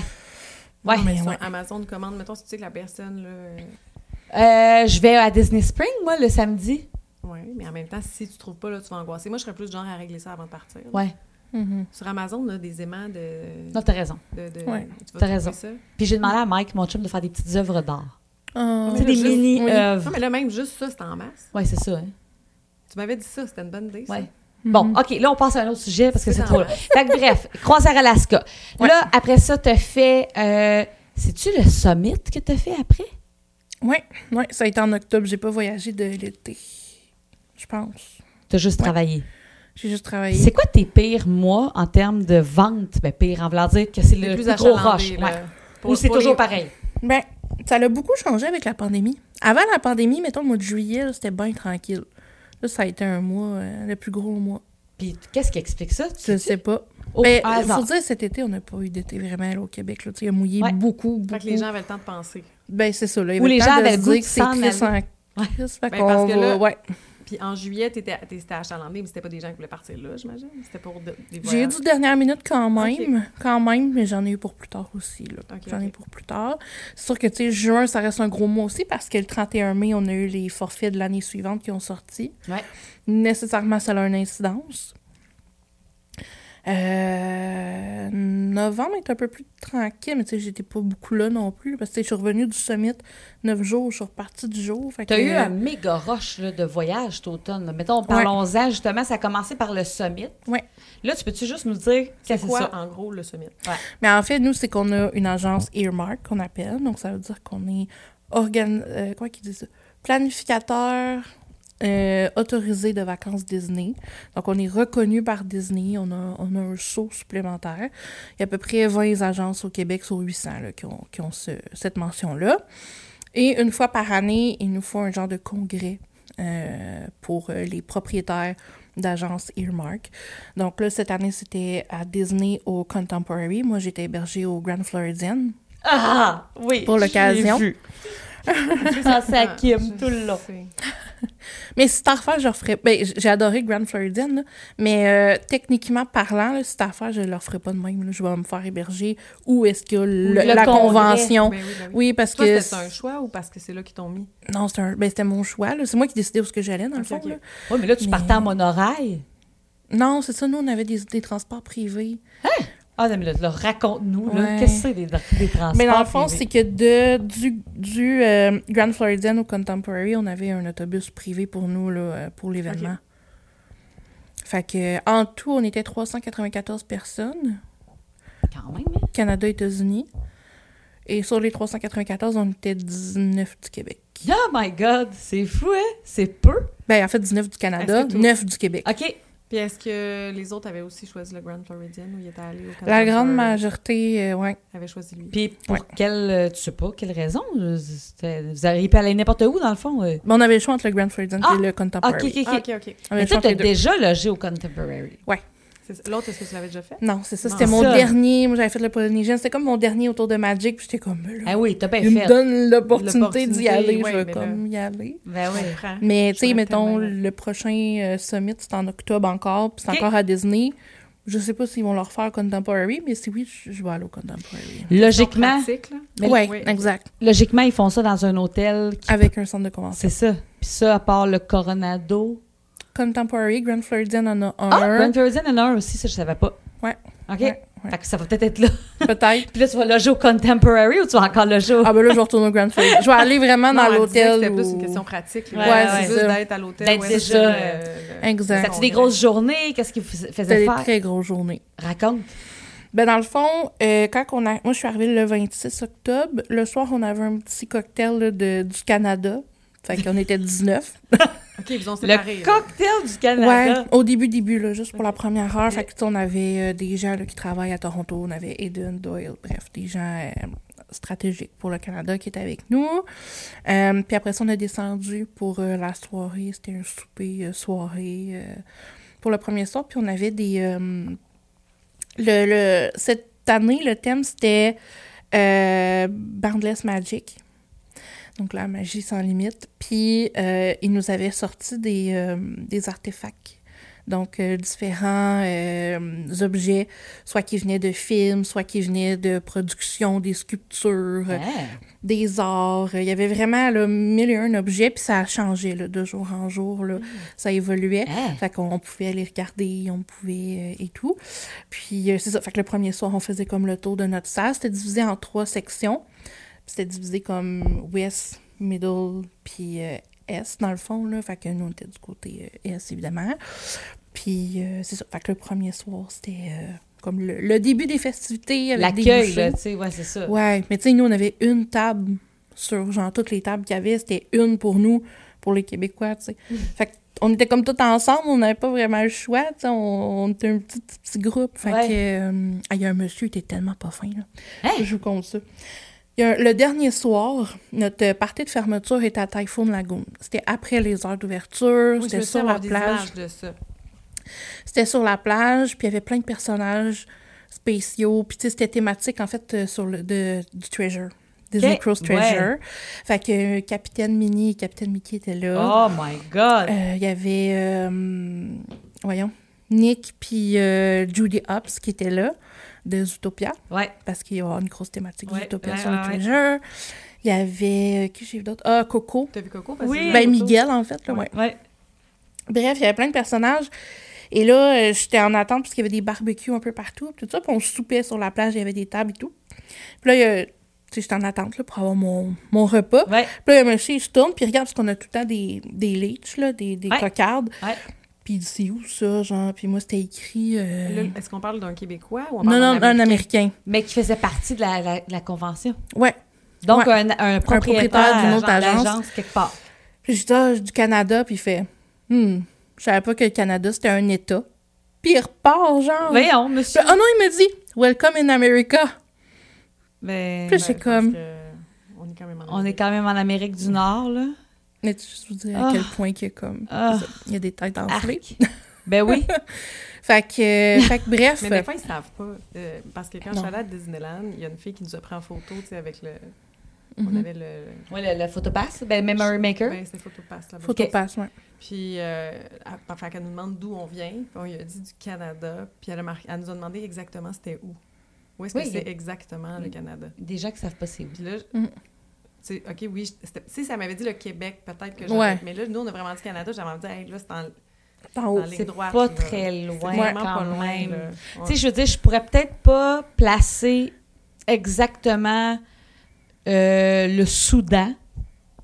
S1: Ouais.
S3: Non, mais
S2: Ouais.
S3: sur Amazon commande, mettons, si tu sais que la personne, là, euh,
S1: Euh, je vais à Disney Spring, moi, le samedi.
S3: ouais, mais en même temps, si tu trouves pas, là, tu vas angoisser. Moi, je serais plus du genre à régler ça avant de partir. là.
S1: Ouais.
S2: Mhm.
S3: Sur Amazon, on a des aimants de.
S1: Non, t'as raison.
S3: de, de
S2: Ouais.
S3: tu vas
S1: T'as
S3: trouver
S1: raison.
S3: Ça.
S1: Puis j'ai demandé à Mike, mon chum, de faire des petites œuvres d'art.
S2: Ah,
S1: Tu sais,
S3: là,
S1: des euh,
S3: juste-
S2: oui.
S1: mini-œuvres.
S3: Non, mais là, même juste ça, c'est en masse.
S1: Ouais, c'est ça, hein.
S3: Tu m'avais dit ça, c'était une bonne idée. ça.
S1: Ouais. Bon, OK, là, on passe à un autre sujet parce que
S3: C'est
S1: c'est trop
S3: dans
S1: long. Fait que bref, croisière Alaska. Là, après ça, t'as fait. euh, C'est-tu le summit que t'as fait après?
S2: Ouais, ouais, ça a été en octobre. J'ai pas voyagé de l'été, je pense.
S1: T'as juste
S2: Ouais.
S1: travaillé.
S2: J'ai juste travaillé.
S1: C'est quoi tes pires mois en termes de vente? Ben, pire, en voulant dire que c'est le,
S3: Les
S1: plus,
S3: plus
S1: gros rush.
S3: achalandés,
S1: ouais.
S3: là. Pour-
S1: Ou c'est
S3: pour les-
S1: toujours pareil?
S2: Ben, ça l'a beaucoup changé avec la pandémie. Avant la pandémie, mettons le mois de juillet, là, c'était bien tranquille. Là, ça a été un mois, euh, le plus gros mois.
S1: Puis qu'est-ce qui explique ça?
S2: Je sais pas.
S1: Au
S2: Mais ben, il
S1: hasard.
S2: faut dire, cet été, on n'a pas eu d'été vraiment là, au Québec. Là. Tu sais, Il a mouillé
S1: Ouais.
S2: beaucoup, beaucoup.
S3: Fait que les gens avaient le temps de penser.
S2: Ben, c'est ça. Là. Il y
S1: Ou
S2: avait
S1: les
S2: le
S1: gens
S2: temps de
S1: avaient
S2: se
S1: le goût
S2: dire
S1: de
S2: que c'est
S1: s'en
S2: Chris en
S1: aller.
S2: Chris. Fait
S3: Ben,
S2: qu'on
S3: parce que
S2: va-
S3: là,
S2: ouais.
S3: Puis en juillet, t'étais t'étais achalandé, mais c'était pas des gens qui voulaient partir là, j'imagine. C'était pour de- des
S2: J'ai eu
S3: voyages.
S2: du dernière minute quand même,
S3: Ok.
S2: quand même, mais j'en ai eu pour plus tard aussi. là.
S3: Ok,
S2: j'en ai
S3: ok.
S2: pour plus tard. C'est sûr que, tu sais, juin, ça reste un gros mois aussi parce que le 31 mai, on a eu les forfaits de l'année suivante qui ont sorti.
S1: Ouais.
S2: Nécessairement, ça a une incidence. Euh, novembre est un peu plus tranquille, mais tu sais, j'étais pas beaucoup là non plus, parce que tu sais, je suis revenue du summit neuf jours, je suis repartie du jour. fait
S1: Tu as
S2: que-
S1: eu un méga rush là, de voyage cet automne. là. Mettons, parlons-en justement. Ça a commencé par le summit.
S2: Ouais.
S1: Là, tu peux-tu juste nous dire
S3: C'est
S1: qu'est-ce que
S3: quoi,
S1: c'est ça?
S3: en gros, le summit? (laughs)
S2: Mais en fait, nous, c'est qu'on a une agence earmark qu'on appelle. Donc, ça veut dire qu'on est organ... euh, quoi qu'ils disent ça? planificateur euh, autorisé de vacances Disney. Donc, on est reconnu par Disney. On a, on a un saut supplémentaire. Il y a à peu près 20 agences au Québec sur 800 là, qui ont, qui ont ce- cette mention-là. Et une fois par année, il nous faut un genre de congrès euh, pour euh, les propriétaires d'agences Earmark. Donc là, cette année, c'était à Disney au Contemporary. Moi, j'étais hébergée au Grand Floridian.
S1: Ah! Oui.
S2: Pour
S1: je l'ai
S2: l'occasion.
S1: vu. J'ai pensé
S3: Ah,
S1: à Kim tout le long.
S3: long.
S2: Mais si t'as à refaire, je referais. Ben, j- j'ai adoré Grand Floridian, là, mais euh, techniquement parlant, là, si t'as à refaire, je le referais pas de même. là. Je vais me faire héberger. Où est-ce qu'il y a
S1: Le
S2: le- la
S1: congrès.
S2: convention?
S3: oui, ben oui.
S2: Oui, parce
S3: Toi,
S2: que.
S3: c'était un choix ou parce que c'est là qu'ils t'ont mis?
S2: Non, c'était un- ben, c'était mon choix. là. C'est moi qui décidais où ce que j'allais, dans le
S3: Ok,
S2: fond.
S3: ok.
S2: là.
S1: Oui, mais là, tu
S2: Mais-
S1: partais en monorail.
S2: Non, c'est ça. Nous, on avait des, des transports privés.
S1: Ah, non, mais là, là, raconte-nous. là,
S2: Ouais.
S1: Qu'est-ce que c'est des, des transports?
S2: Mais dans le fond, c'est
S1: privés?
S2: que de, du, du euh, Grand Floridian au Contemporary, on avait un autobus privé pour nous, là, euh, pour l'événement. Fait que, en tout, on était 394 personnes,
S1: Quand même, hein?
S2: Canada, États-Unis. Et sur les 394, on était 19 du Québec.
S1: Oh my God! C'est fou, hein? C'est peu.
S2: Ben, en fait, 19 du
S1: Ah,
S2: Canada,
S3: Est-ce que tout-
S2: 9 du Québec.
S1: OK.
S3: Puis est-ce que les autres avaient aussi choisi le Grand Floridian ou ils étaient allés au
S2: La
S1: Ah,
S3: Contemporary?
S2: grande majorité, euh, ouais.
S3: avaient choisi lui.
S1: Puis pour
S2: Ouais.
S1: quelle, euh, tu sais pas, quelle raison? euh, c'était- Vous auriez pu aller n'importe où, dans le fond. euh.
S2: Ben, on avait le choix entre le Grand Floridian
S1: Ah!
S2: et le
S1: OK,
S2: Contemporary.
S1: OK, OK.
S3: Ah, ok, ok.
S2: On avait
S1: Mais
S2: le choix
S1: toi,
S2: entre
S1: t'as
S2: les deux.
S1: déjà logé au Contemporary.
S3: C'est ça. L'autre, est-ce que tu l'avais déjà fait?
S2: Non, c'est ça.
S3: Non,
S2: C'était mon
S1: ça.
S2: dernier. Moi, j'avais fait le Polynésien. C'était comme mon dernier autour de Magic. Puis j'étais comme, là,
S1: Ah oui, t'as bien
S2: il me
S1: fait.
S2: donne l'opportunité d'y
S3: L'opportunité,
S2: aller.
S3: ouais,
S2: je veux
S3: mais
S2: comme y aller.
S1: Ben
S3: Je
S1: oui.
S3: comprends.
S2: Mais tu sais,
S3: J'aurais
S2: mettons,
S3: tellement-
S2: le prochain euh, summit, c'est en octobre encore. Puis c'est
S1: Ok.
S2: encore à Disney. Je sais pas s'ils vont le refaire au Contemporary, mais si oui, je je vais aller au Contemporary.
S1: Logiquement,
S3: Pratique, là.
S1: Mais-
S2: ouais,
S3: oui.
S2: exact.
S1: logiquement, ils font ça dans un hôtel. qui-
S2: Avec un centre de convention.
S1: C'est ça. Puis ça, à part le Coronado.
S2: Contemporary, Grand Floridian en a
S1: Ah, Grand
S2: un.
S1: Floridian en a un aussi, ça, je savais pas.
S2: Ouais.
S1: OK.
S2: Ouais, ouais.
S1: Fait que ça va peut-être être là.
S2: Peut-être.
S1: Puis là, tu vas loger au Contemporary ou tu vas encore loger au...
S2: Ah ben là, je vais retourner au Grand Floridian. Je vais aller vraiment
S3: Non,
S2: dans
S3: elle disait que
S2: l'hôtel.
S3: C'était plus
S2: où-
S3: une question pratique.
S1: Ouais,
S3: là.
S1: ouais,
S3: c'est
S2: c'est
S3: juste
S2: ça.
S3: d'être à l'hôtel.
S1: D'être
S3: ouais,
S1: déjà,
S3: c'est
S2: euh, exact.
S1: T'as-tu des grosses journées? Qu'est-ce qu'ils fais-
S2: C'était
S1: faisaient
S2: des
S1: faire?
S2: très grosses journées.
S1: Raconte.
S2: Ben dans le fond, euh, quand on a... moi je suis arrivée le 26 octobre, le soir on avait un petit cocktail là, de... du Canada. Fait qu'on était 19.
S3: OK, ils vous ont séparés.
S1: Le
S3: là.
S1: cocktail du
S2: ouais,
S1: (laughs) Canada.
S2: au début, début, là, juste pour la première heure.
S1: Ok.
S2: Fait que, tu sais, on avait euh, des gens là, qui travaillent à Toronto, on avait Eden, Doyle, bref, des gens euh, stratégiques pour le Canada qui étaient avec nous. Euh, puis après ça, on a descendu pour euh, la soirée. C'était un souper euh, soirée euh, pour le premier soir. Puis on avait des. euh, le, le- cette année, le thème, c'était euh, Boundless Magic. Donc la magie sans limite. Puis euh, ils nous avaient sorti des, euh, des artefacts. Donc, euh, différents euh, objets, soit qui venaient de films, soit qui venaient de productions, des sculptures,
S1: Ouais.
S2: des arts. Il y avait vraiment là, mille et un objets, puis ça a changé là, de jour en jour. là. Ça évoluait.
S1: Ah.
S2: Fait qu'on pouvait aller regarder, on pouvait euh, et tout. Puis euh, c'est ça. Fait que le premier soir, on faisait comme le tour de notre salle. C'était divisé en trois sections. Puis C'était divisé comme West, Middle, puis euh, Est, dans le fond. Là. Fait que nous, on était du côté euh, Est, évidemment. Puis euh, c'est ça. Fait que le premier soir, c'était euh, comme le, le début des festivités. avec des
S1: L'accueil,
S2: bouchées.
S1: là, tu sais, ouais, c'est ça.
S2: Ouais, mais tu sais, nous, on avait une table sur, genre, toutes les tables qu'il y avait, c'était une pour nous, pour les Québécois, tu sais.
S3: Mm.
S2: Fait que on était comme tout ensemble, on n'avait pas vraiment le choix, tu sais, on, on était un petit, petit, petit groupe. Fait
S1: Ouais.
S2: que, euh, ah, il y a un monsieur, il était tellement pas fin, là.
S1: Hey!
S2: Je vous compte ça. Il y a un- le dernier soir, notre euh, partie de fermeture était à Typhoon Lagoon. C'était après les heures d'ouverture,
S3: Oui, je
S2: c'était
S3: me
S2: sur
S3: souviens
S2: la
S3: avoir des
S2: plage.
S3: images de ça.
S2: C'était sur la plage, puis il y avait plein de personnages spéciaux, puis tu sais, c'était thématique, en fait, euh, sur le, de, du Treasure. Disney
S1: Ok,
S2: Cruise Treasure. Fait que euh, Capitaine Minnie et Capitaine Mickey étaient
S1: Oh
S2: là.
S1: my God!
S2: Euh, Il y avait, euh, voyons, Nick puis euh, Judy Hopps qui étaient là, de Zootopia,
S1: Ouais.
S2: parce qu'il y a une grosse thématique
S1: Ouais,
S2: Zootopia
S1: ouais,
S2: sur
S1: ouais,
S2: le
S1: ouais.
S2: Treasure. Il y avait, euh, qui j'ai vu d'autre? Ah, Coco.
S3: T'as vu Coco? Parce
S1: Oui.
S3: que
S2: Ben, Miguel, en fait, là, ouais.
S1: Ouais.
S2: Bref, il y avait plein de personnages. Et là, euh, j'étais en attente parce qu'il y avait des barbecues un peu partout, puis tout ça. Puis on soupait sur la plage, il y avait des tables et tout. Puis là, il y a- tu sais, j'étais en attente là, pour avoir mon, mon repas.
S1: Ouais.
S2: Puis là, il y a un monsieur, il se tourne, puis il regarde, parce qu'on a tout le temps des, des leeches, là, des, des
S1: Ouais.
S2: cocardes.
S1: Ouais.
S2: Puis il dit, c'est où ça, genre? Puis moi, c'était écrit... euh,
S3: Là, Est-ce qu'on parle d'un Québécois ou on
S2: Non,
S3: parle
S2: non,
S3: d'un
S2: un Américain.
S1: Mais qui faisait partie de la, la- de la convention.
S2: Ouais.
S1: Donc,
S2: Ouais.
S1: un, un propriétaire
S2: d'une autre
S1: d'agence-
S2: agence.
S1: d'agence quelque part.
S2: Puis je dis, ah, du Canada, puis il fait, hmm, je savais pas que le Canada, c'était un État. Puis il repart, genre.
S1: Voyons,
S2: Puis,
S1: monsieur.
S2: oh non, il me dit, welcome in America.
S3: Ben,
S2: Puis c'est
S3: parce
S2: comme-
S3: que On est quand même en
S1: On est quand même en Amérique du Nord, là.
S2: Mais tu juste vous dire à
S1: Ah.
S2: quel point qu'il y a comme,
S1: Ah.
S2: il y a des têtes enflées.
S1: Arc. Ben oui.
S2: Fait que, euh, fait que bref.
S3: (laughs) Mais des fois, ils savent pas. euh, parce que quand je
S2: Non.
S3: suis allée à Disneyland, il y a une fille qui nous a pris en photo, tu sais, avec le. On
S2: Mhm.
S3: avait le.
S1: Oui, le, le photopass, ben Memory Maker.
S3: Ben, c'était Photopass là-bas.
S2: Photo passe, ouais.
S3: Puis, euh, elle, enfin, qu'elle nous demande d'où on vient. Puis on lui a dit du Canada. Puis elle, a marqué- elle nous a demandé exactement c'était où. Où est-ce
S1: Oui.
S3: que c'est exactement le Canada?
S1: Des gens qui savent pas c'est où.
S3: Puis là, je-
S1: Mm.
S2: Mhm.
S3: tu sais, OK, oui, je- c'était- si ça m'avait dit le Québec, peut-être que j'aurais...
S2: Ouais.
S3: Mais là, nous, on a vraiment dit Canada, j'avais envie de dire, hey, là, c'est en,
S2: T'en haut.
S3: dans les
S1: C'est
S3: droites,
S1: pas
S3: là.
S1: très loin
S3: c'est vraiment
S1: quand
S3: pas loin,
S1: même.
S3: là.
S1: Tu
S3: Ouais.
S1: sais, je veux dire, je pourrais peut-être pas placer exactement euh, le Soudan.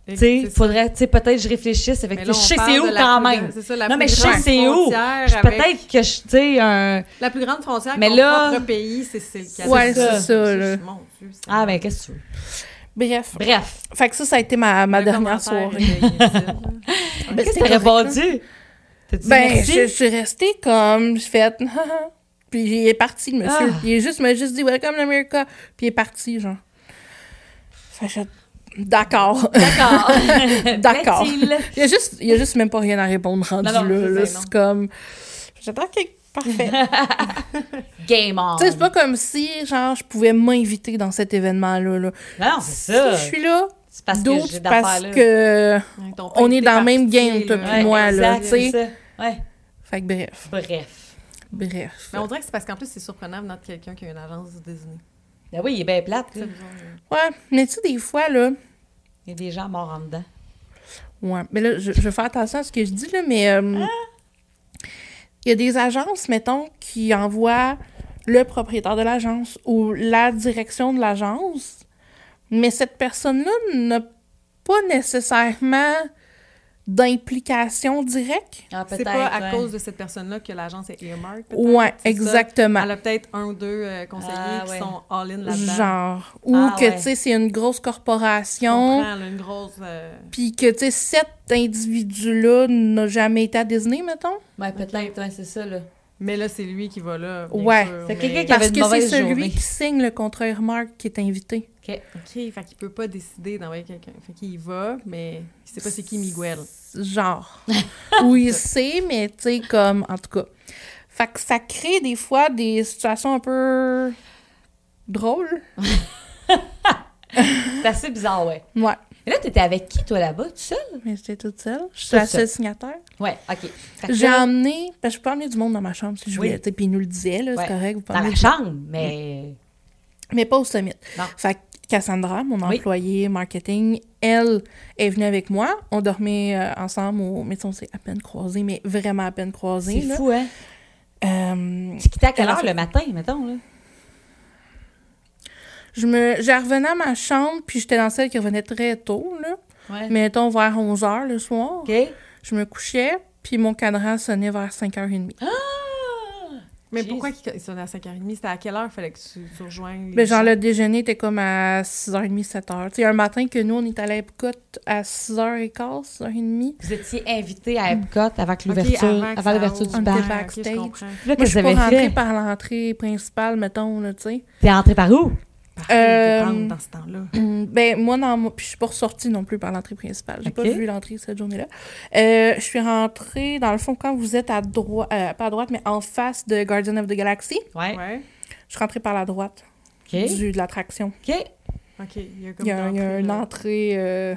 S1: Tu sais,
S3: C'est ça.
S1: faudrait, tu sais, peut-être je réfléchisse avec
S3: Mais
S1: je
S3: là, on
S1: sais
S3: parle
S1: c'est
S3: de
S1: où
S3: la
S1: quand
S3: plus grande-
S1: même.
S3: C'est ça, la
S1: Non,
S3: plus
S1: mais je sais
S3: grande
S1: c'est où.
S3: frontière
S1: Je-
S3: avec-
S1: Peut-être que je, tu sais, un.
S3: La plus grande frontière
S1: Mais
S3: mais
S1: là-
S3: propre pays, c'est c'est le Canada.
S2: Ouais,
S1: c'est ça,
S2: là.
S3: Mon Dieu, c'est-
S1: Ah, ben, qu'est-ce que tu veux?
S2: Bref.
S1: Bref.
S2: Fait que ça, ça a été ma, ma
S3: Le
S2: dernière
S3: commentaire
S2: soirée.
S3: est
S1: (laughs)
S3: inutile.
S2: Ben,
S1: Qu'est-ce
S2: c'était
S1: que t'as
S2: correct, là.
S1: répondu? T'as dit
S2: Ben,
S1: merci?
S2: je, je suis restée comme, j'ai fait, Ah, ah. (laughs) puis il est parti, le monsieur.
S1: Ah.
S2: Il est juste, il m'a juste dit Welcome to America, puis il est parti, genre. Fait que je- D'accord.
S1: D'accord.
S2: (laughs) D'accord.
S1: Plaît-il?
S2: il, y a juste, il y a juste même pas rien à répondre rendu
S1: Non, non,
S2: là.
S1: c'est
S2: là.
S3: ça, non.
S2: C'est comme. J'attends que. (laughs) Parfait.
S1: Game on.
S2: tu sais, c'est pas comme si, genre, je pouvais m'inviter dans cet événement-là. Là.
S1: Non, c'est ça.
S2: Si je suis là,
S1: C'est parce que j'ai
S2: d'autres,
S1: d'affaires
S2: parce
S1: là.
S2: que.
S3: Ils t'ont pas
S2: On est dans le
S3: éparpillé,
S2: même game, toi,
S3: là.
S2: puis moi, là,
S1: exact,
S2: tu sais.
S1: c'est ça. Ouais.
S2: Fait que bref.
S1: Bref.
S2: Bref.
S3: Mais on dirait que c'est parce qu'en plus, c'est surprenant venant de quelqu'un qui a une agence Disney.
S1: Ben oui, il est bien plate. là.
S3: C'est bizarre, là.
S2: Ouais, mais tu sais, des fois, là.
S1: Il y a des gens morts en dedans.
S2: Ouais, mais là, je, je vais faire attention à ce que je dis, là, mais euh, il y a des agences, mettons, qui envoient le propriétaire de l'agence ou la direction de l'agence, mais cette personne-là n'a pas nécessairement d'implication directe.
S1: Ah,
S3: C'est pas à cause de cette personne-là que l'agence est earmark. peut-être,
S2: Ouais,
S3: c'est ça?
S2: exactement.
S3: Elle a peut-être un ou deux euh, conseillers
S1: Ah,
S3: qui
S1: ouais.
S3: sont all-in là-dedans.
S2: Genre. Ou
S1: Ah,
S2: que,
S1: ouais.
S2: tu sais, c'est une grosse
S3: Je comprends,
S2: corporation,
S3: là, une grosse. euh,
S2: puis que, tu sais, cet individu-là n'a jamais été à Disney, mettons.
S1: Ouais, peut-être, ouais, c'est ça, là.
S3: Mais là, c'est lui qui va là. bien
S2: Ouais.
S3: sûr,
S1: C'est
S3: mais-
S1: quelqu'un qui avait
S2: Parce
S1: une
S2: que c'est
S1: mauvaise
S2: celui
S1: journée.
S2: qui signe le contrat Airmark qui est invité.
S1: OK.
S3: OK, fait qu'il peut pas décider d'envoyer quelqu'un. Fait qu'il y va, mais il sait pas c'est qui Miguel.
S1: (laughs)
S2: Genre. Ou il sait, mais tu sais, comme, en tout cas. Fait que ça crée des fois des situations un peu drôles.
S1: C'est assez bizarre, ouais.
S2: Ouais.
S1: Mais là, t'étais avec qui, toi, là-bas? Tout seul?
S2: Mais j'étais toute seule. Je suis la
S1: Toute seule.
S2: seule signataire.
S1: Ouais, OK. Fait que
S2: J'ai
S1: là,
S2: emmené. Parce que je peux emmener du monde dans ma chambre si je
S1: Oui.
S2: voulais. tu sais, Puis il nous le disait, là,
S1: Ouais.
S2: c'est correct. Vous pouvez
S1: Dans
S2: emmener
S1: la
S2: du-
S1: chambre, mais...
S2: Mais pas au summit.
S1: Non.
S2: Fait que Cassandra, mon
S1: Oui.
S2: employée marketing, elle est venue avec moi. On dormait euh, ensemble au. Mais tu sais, on s'est à peine croisés, mais vraiment à peine croisés.
S1: C'est
S2: là.
S1: fou, hein?
S2: Euh,
S1: Tu quittais à quelle
S2: Elle a
S1: heure
S2: fait-
S1: le matin, mettons, là?
S2: je me je revenais à ma chambre, puis j'étais dans celle qui revenait très tôt, là.
S1: Ouais.
S2: Mettons vers 11h le soir.
S1: OK.
S2: Je me couchais, puis mon cadran sonnait vers 5h30.
S1: Ah,
S3: Mais
S1: Jeez.
S3: pourquoi qu'il- il sonne à 5h30? C'était à quelle heure fallait que tu, tu rejoignes les
S2: Mais Ben, genre,
S3: gens?
S2: le déjeuner était comme à 6h30, 7h. Tu sais, un matin que nous, on est allé à Epcot à 6h15, 6h30.
S1: Vous étiez invité à Epcot avant que
S3: Ok,
S1: l'ouverture
S3: que
S1: avant
S3: ça
S1: l'ouverture
S3: ouvre.
S1: du bar.
S2: On
S3: Ah,
S2: était
S3: ok,
S2: backstage.
S3: je comprends.
S1: Là, qu'est-ce
S2: Moi, je
S1: que
S2: suis
S1: vous
S2: pas
S1: avez
S2: rentrée
S1: fait?
S2: par l'entrée principale, mettons, là, tu sais.
S1: T'es rentré par où?
S3: Par contre,
S2: Euh,
S3: il rentre dans ce temps-là.
S2: Hum, Ben, moi, dans mon- puis je suis pas ressortie non plus par l'entrée principale. J'ai
S1: Ok.
S2: pas vu l'entrée cette journée-là. Euh, je suis rentrée, dans le fond, quand vous êtes à droite, pas à droite, mais en face de Guardian of the Galaxy,
S1: Ouais.
S3: Ouais.
S2: je suis rentrée par la droite
S1: OK.
S2: du, de l'attraction.
S1: OK.
S3: OK, il y a comme
S2: Il y a, il y a
S3: une
S2: une
S3: entrée,
S2: entrée... euh,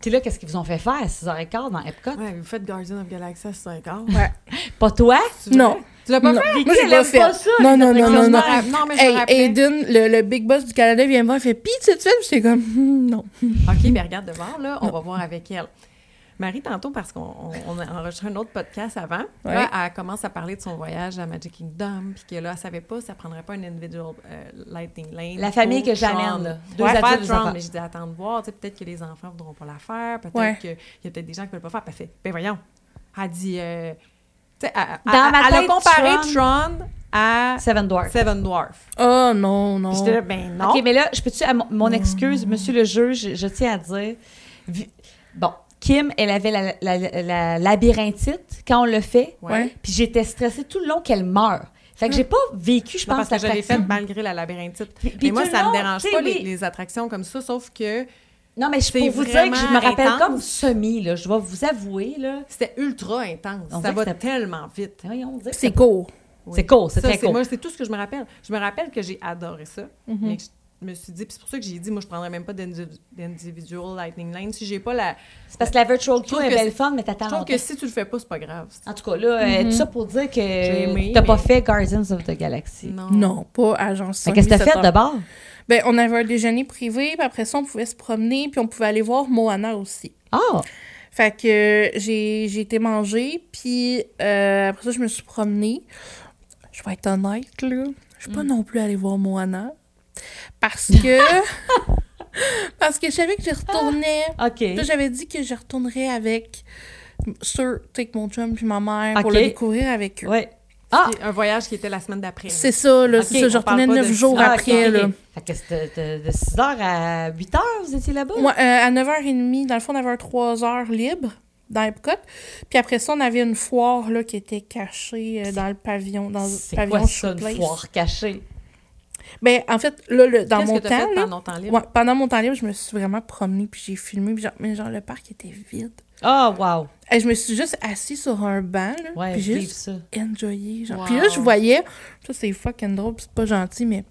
S1: T'es là, qu'est-ce qu'ils vous ont fait faire à 6h15 dans Epcot?
S3: là. Ouais, vous faites Guardian of Galaxy à 5h.
S1: Pas toi?
S2: Non.
S3: Tu l'as pas
S2: Non.
S3: fait?
S1: Vicky,
S2: Moi, j'ai
S1: elle
S2: pas
S1: aime
S2: fait.
S1: ça,
S2: Non,
S1: les
S2: non, non,
S1: attractions
S2: non, non.
S1: de
S3: Ah, non, mais je
S2: Hey,
S3: me rappelle.
S2: Aiden, le, le big boss du Canada, vient me voir, il fait « Pis, tu te fais? » J'étais comme Hum, Non.
S3: OK, mais regarde devant, là, on va voir avec elle. Marie, tantôt, parce qu'on on- on a enregistré un autre podcast avant,
S2: Ouais.
S3: là, elle commence à parler de son voyage à Magic Kingdom, puis que là, elle savait pas, ça prendrait pas une individual euh, lightning lane.
S1: La famille
S3: pour
S1: que j'amène,
S3: Tron.
S1: là. Deux
S3: Deux ouais,
S1: adultes,
S3: faire
S1: deux
S3: Tron,
S1: enfants.
S3: mais j'ai dit, attends de voir, tu sais, peut-être que les enfants voudront pas la faire, peut-être
S2: Ouais.
S3: qu'il y a peut-être des gens qui veulent pas faire. Puis elle fait, ben voyons. Elle dit, euh, tu sais,
S1: Dans
S3: elle, elle-
S1: ma
S3: elle a
S1: tête,
S3: comparé
S1: Tron-
S3: Tron, à
S1: Seven Dwarfs.
S3: Seven Dwarfs.
S2: Oh non, non.
S3: Puis j'étais là, ben non. Hmm.
S1: OK, mais là, je peux-tu, à mon- mon excuse, monsieur le juge, je, je tiens à dire. vi- Bon, Kim, elle avait la, la- la- la labyrinthite quand on le fait,
S2: Ouais.
S1: puis j'étais stressée tout le long qu'elle meure. Fait que j'ai pas vécu, je
S3: Non,
S1: pense,
S3: parce que je l'ai
S1: l'attraction.
S3: faite malgré la labyrinthite.
S1: Puis- puis
S3: Mais moi,
S1: tout le
S3: ça
S1: long,
S3: me dérange
S1: tu sais,
S3: pas, les,
S1: oui.
S3: les attractions comme ça, sauf que
S1: Non, mais je
S3: C'est
S1: peux vous dire que je me
S3: vraiment
S1: rappelle
S3: intense.
S1: comme semi, là. Je vais vous avouer, là.
S3: c'était ultra intense.
S1: On dirait
S3: ça
S1: que
S3: va
S1: c'était-
S3: tellement vite.
S1: Voyons, on dirait que
S2: C'est court.
S3: Oui.
S1: C'est court, c'est
S3: Ça,
S1: très court. Mm-hmm.
S3: moi, C'est tout ce que je me rappelle. Je me rappelle que j'ai adoré ça. Mais que je me suis dit, puis c'est pour ça que j'ai dit, moi, je prendrais même pas d'indiv- d'individual lightning lane. Si j'ai pas la.
S1: C'est parce que la virtual
S3: trouve
S1: queue est
S3: que
S1: belle
S3: c'est-
S1: fun, mais t'attends
S3: Je trouve
S1: longtemps.
S3: que si tu le fais pas, c'est pas grave.
S1: En tout cas, là, euh, tout ça pour dire que
S3: aimé,
S1: t'as pas
S3: mais-
S1: fait Guardians of the Galaxy.
S3: Non.
S2: Non, pas agence.
S1: Ah. Fait qu'est-ce que t'as fait de bord?
S2: Ben, on avait un déjeuner privé, puis après ça, on pouvait se promener, puis on pouvait aller voir Moana aussi.
S1: Ah!
S2: Fait que euh, j'ai j'ai été manger, puis euh, après ça, je me suis promenée. Je vais être honnête, là. Je suis pas non plus allée voir Moana. Parce que. (laughs) parce que je savais que je retournais.
S1: OK.
S2: Puis là, j'avais dit que je retournerais avec. Sur, tu sais, avec mon chum puis ma mère pour
S1: Ok.
S2: le découvrir avec eux.
S1: Ouais. Ah!
S3: C'est Un voyage qui était la semaine d'après.
S2: C'est ça, là.
S3: Ok,
S2: c'est ça. Je
S3: on parle
S2: retournais
S3: pas de
S2: neuf jours
S1: Ah, ok,
S2: après,
S1: ok, ok.
S2: là.
S1: Fait que c'était de, 6h à 8h, vous étiez là-bas?
S2: Moi, euh, à 9h30, dans le fond, on avait un 3 heures libre dans Epcot. Puis après ça, on avait une foire là, qui était cachée euh, dans le pavillon, dans le
S1: C'est
S2: pavillon
S1: quoi ça, une
S2: Showplace.
S1: foire cachée?
S2: Ben, en fait, là, le- dans
S3: Qu'est-ce
S2: mon
S3: que t'as
S2: temps,
S3: fait
S2: là,
S3: pendant ton temps libre?
S2: ouais, pendant mon temps libre, je me suis vraiment promenée, puis j'ai filmé, puis genre, mais genre, le parc était vide.
S1: Ah, wow!
S2: Et je me suis juste assise sur un banc, là,
S1: Ouais,
S2: puis
S1: vive
S2: juste
S1: ça.
S2: enjoyé. Genre.
S3: Wow.
S2: Puis là, je voyais, ça c'est fucking drôle, puis c'est pas gentil, mais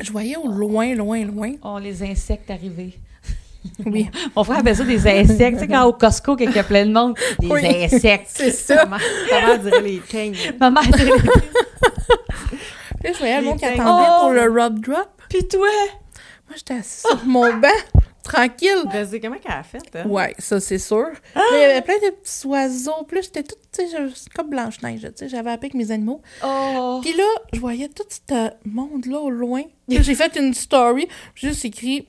S2: je voyais au loin, loin, loin,
S1: Oh, les insectes arrivés. (laughs)
S2: oui,
S1: Mon frère appelle ça des insectes. tu sais, quand au Costco, qu'il y a plein de monde, des
S2: Oui.
S1: insectes.
S2: (laughs) c'est ça.
S3: Comment, comment dirait les kings?
S1: Ma mère dit,
S2: Puis là, je voyais le monde qui
S3: Les
S2: attendait
S1: Oh!
S2: pour le rub drop.
S1: Pis toi?
S2: Moi, j'étais assise sur mon (laughs) banc, tranquille.
S3: Vas-y, comment qu'elle a fait? hein?
S2: Ouais, ça, c'est sûr. Puis là, il y avait plein de petits oiseaux. Puis là, j'étais toute, tu sais, je- c'est comme Blanche-Neige, là, tu sais, j'avais avec mes animaux.
S1: Oh!
S2: Puis là, je voyais tout ce euh, monde-là au loin. Puis là, j'ai fait une story, j'ai juste écrit...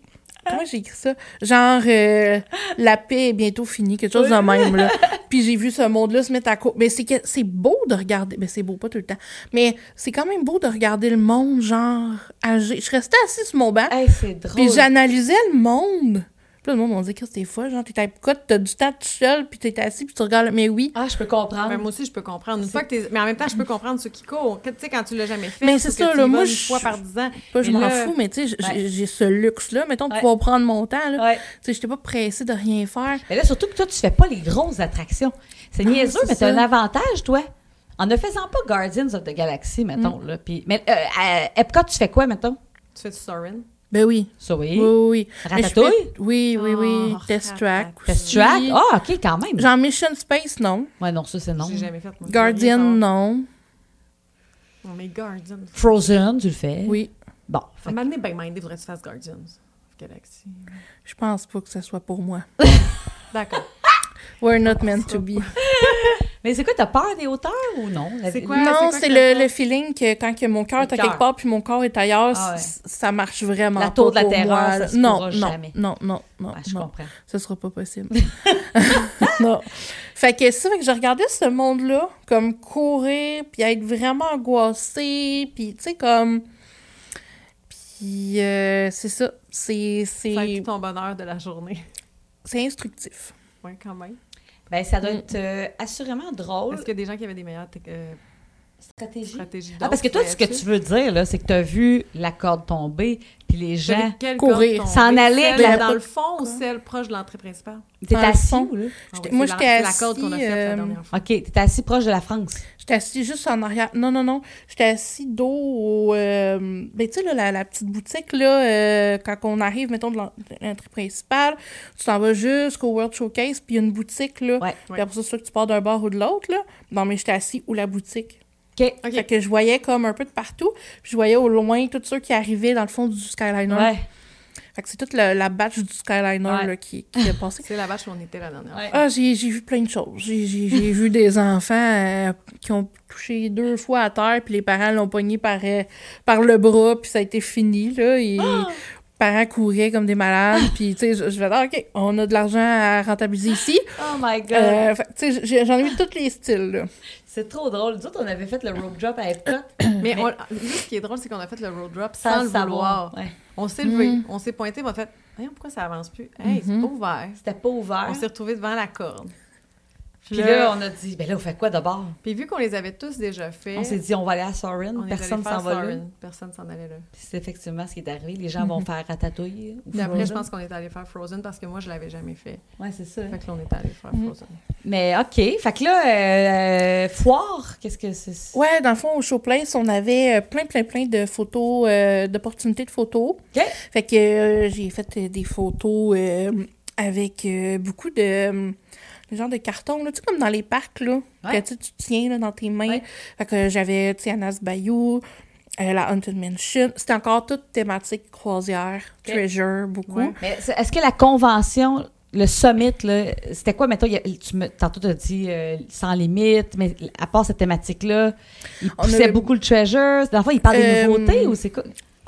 S2: Comment j'ai écrit ça? Genre, euh, la paix est bientôt finie, quelque chose de même, là. Puis j'ai vu ce monde-là se mettre à court. Mais c'est que- c'est beau de regarder. Mais c'est beau, pas tout le temps. Mais c'est quand même beau de regarder le monde, genre, âgé. Je restais assise sur mon banc.
S1: Hey, c'est drôle.
S2: Puis j'analysais le monde. Puis là, le monde m'a dit que t'es folle, genre, t'es à Epcot, t'as du temps tout seul, puis t'es assis, puis tu regardes. Mais oui.
S1: Ah, je peux comprendre.
S3: Ben, moi aussi, je peux comprendre. Une fois que t'es- Mais en même temps, je peux comprendre ceux qui courent. Que- Tu sais, quand tu l'as jamais fait,
S2: Mais c'est
S3: ou que
S2: ça,
S3: tu
S2: là,
S3: y vas
S2: moi,
S3: une
S2: je-
S3: fois par dix ans.
S2: Pas, je
S3: Mais
S2: m'en
S3: là-
S2: fous, mais tu sais, j-
S1: Ouais.
S2: j'ai j'ai ce luxe-là, mettons, de
S1: Ouais.
S2: pouvoir prendre mon temps, là.
S1: Ouais.
S2: Tu sais, j'étais pas pressée de rien faire.
S1: Mais là, surtout que toi, tu fais pas les grosses attractions. C'est niaiseux,
S2: c'est
S1: mais t'as
S2: ça.
S1: un avantage, toi. En ne faisant pas Guardians of the Galaxy, mettons, là. Puis, mais euh, à Epcot, tu fais quoi, mettons?
S3: Tu fais du soarin?
S2: Ben oui.
S1: Ça, oui.
S2: Oui, oui. oui. Mais je fais-
S1: Ratatouille?
S2: Oui, oui, oui.
S3: Oh,
S2: Test track.
S3: Ratatouille.
S1: Test
S2: aussi.
S1: track? Ah, OK, quand même.
S2: Genre Mission Space, non.
S1: Ouais, non, ça, c'est non.
S3: J'ai jamais fait. moi.
S2: Guardian,
S3: Je veux rien
S2: non.
S3: savoir. Non, mais Guardian.
S1: Frozen, tu le fais.
S2: Oui.
S1: Bon.
S3: À un moment donné, ben mindé, faudrait que tu fasses Guardians of Galaxy.
S2: Je pense pas que ce soit pour moi.
S3: D'accord.
S2: We're not meant to be.
S1: Mais c'est quoi, t'as peur des hauteurs ou non? La-
S3: C'est quoi?
S2: Non,
S3: c'est
S2: c'est
S3: que
S2: le,
S3: t'as?
S2: le feeling que quand que mon cœur
S3: Le
S2: est à
S3: cœur.
S2: quelque part puis mon corps est ailleurs,
S1: Ah ouais.
S2: c- ça marche vraiment
S1: La tour
S2: pas
S1: de la
S2: pour
S1: terreur,
S2: moi,
S1: ça
S2: là.
S1: se
S2: non,
S1: pourra
S2: non,
S1: jamais.
S2: non, non, non,
S1: Ah, je
S2: non.
S1: comprends.
S2: Ce sera
S1: (laughs)
S2: pas possible. (laughs) non. Fait que ça, fait que je regardais ce monde-là comme courir puis être vraiment angoissée puis tu sais comme puis euh, c'est ça, c'est
S3: (laughs) Ça a été
S2: c'est
S3: ton bonheur de la journée. (laughs)
S2: c'est instructif.
S3: Oui, quand même.
S1: Ben, ça doit être euh, assurément drôle.
S3: Est-ce qu'il y a des gens qui avaient des meilleures tec- euh,
S1: Stratégie.
S3: stratégies
S1: Ah, parce que toi,
S3: d'autres
S1: ce que tu
S3: là-dessus?
S1: veux dire, là, c'est que t'as vu la corde tomber, puis les gens...
S3: J'avais quel
S2: courir,
S3: corde
S1: s'en
S3: tomber?
S1: aller avec
S3: Celle
S2: la-
S3: dans le fond ou celle proche de l'entrée principale?
S1: T'es
S2: Dans le
S1: assis,
S2: fond.
S1: où, là?
S3: Ah oui,
S2: J'étais-
S3: c'est
S2: moi,
S3: la-
S2: j'étais
S3: c'est la corde qu'on a
S2: assis,
S3: faite la
S2: euh,
S3: dernière fois.
S1: OK, t'es assis proche de la France.
S2: J'étais assis juste en arrière. Non, non, non. J'étais assis dos au. euh, ben, tu sais, là, la, la petite boutique, là, euh, quand on arrive, mettons, de l'en- de l'entrée principale, tu t'en vas jusqu'au World Showcase, puis il y a une boutique, là.
S1: Ouais.
S2: Puis après ça, c'est sûr que tu pars d'un bord ou de l'autre, là. Non, mais j'étais assis où la boutique.
S1: OK.
S3: OK.
S2: Fait que je voyais comme un peu de partout, puis je voyais au loin tous ceux qui arrivaient dans le fond du Skyliner.
S1: Ouais.
S2: Fait que c'est toute la, la batch du Skyliner
S1: Ouais.
S2: là, qui, qui a passé.
S3: C'est la vache où on était la dernière.
S1: Ouais.
S2: Ah, j'ai j'ai vu plein de choses. J'ai- J'ai (laughs) j'ai vu des enfants euh, qui ont touché deux fois à terre, puis les parents l'ont pogné par, euh, par le bras, puis ça a été fini, là. Et les parents couraient comme des malades, puis, tu sais, je, je vais dire, OK, on a de l'argent à rentabiliser (laughs) ici.
S1: Oh my God!
S2: Euh, fait que, tu sais, j'ai- j'en ai vu tous les styles, là.
S1: C'est trop drôle. Nous autres, on avait fait le road drop à Epcot
S3: Mais, on- nous, ce qui est drôle, c'est qu'on a fait le road drop (coughs) sans,
S1: sans
S3: le
S1: le
S3: vouloir.
S1: savoir. Ouais.
S3: On s'est levé,
S2: Mm.
S3: on s'est pointé, on a fait Voyons pourquoi ça avance plus. Hey, c'est
S2: Mhm.
S1: Mm-hmm.
S3: pas ouvert.
S1: C'était pas ouvert.
S3: On s'est retrouvés devant la corde.
S1: Puis là, on a dit, ben là, on fait quoi d'abord?
S3: puis vu qu'on les avait tous déjà fait,
S1: On s'est dit, on va aller à Sorin.
S3: on est allé
S1: Personne
S3: faire
S1: s'en va là.
S3: Soarin'. Personne s'en allait là.
S1: Puis C'est effectivement ce qui est arrivé. Les gens
S3: (laughs)
S1: vont faire ratatouille. ou
S3: Puis après, je
S1: Frozen.
S3: pense qu'on est allé faire Frozen parce que moi, je l'avais jamais fait.
S1: Ouais, c'est ça.
S3: Fait que là, on est allé faire
S1: Mm-hmm.
S2: Mhm.
S3: Frozen.
S1: Mais OK. Fait que là, euh, foire, qu'est-ce que c'est?
S2: Ouais, dans le fond, au showplace, on avait euh, plein, plein, plein de photos, euh, d'opportunités de photos.
S1: OK.
S2: Fait que euh, j'ai fait euh, des photos euh, avec euh, beaucoup de euh, le genre de carton, là, tu sais, comme dans les parcs, là,
S1: Ouais.
S2: que tu sais, tu tiens là, dans tes mains.
S1: Ouais.
S2: Fait que euh, j'avais, tu sais, Anas Bayou, euh, la Haunted Mansion. C'était encore toute thématique croisière,
S1: Ok.
S2: treasure, beaucoup.
S3: Ouais.
S1: Mais c'est- est-ce que la convention, le summit, là, c'était quoi? Mettons, il y a- tu me, tantôt, tu as dit euh, sans limite, mais à part cette thématique-là, il
S2: On
S1: poussait
S2: avait-
S1: beaucoup le treasure. Dans le fond, il parle des
S2: Euh,
S1: nouveautés ou c'est quoi?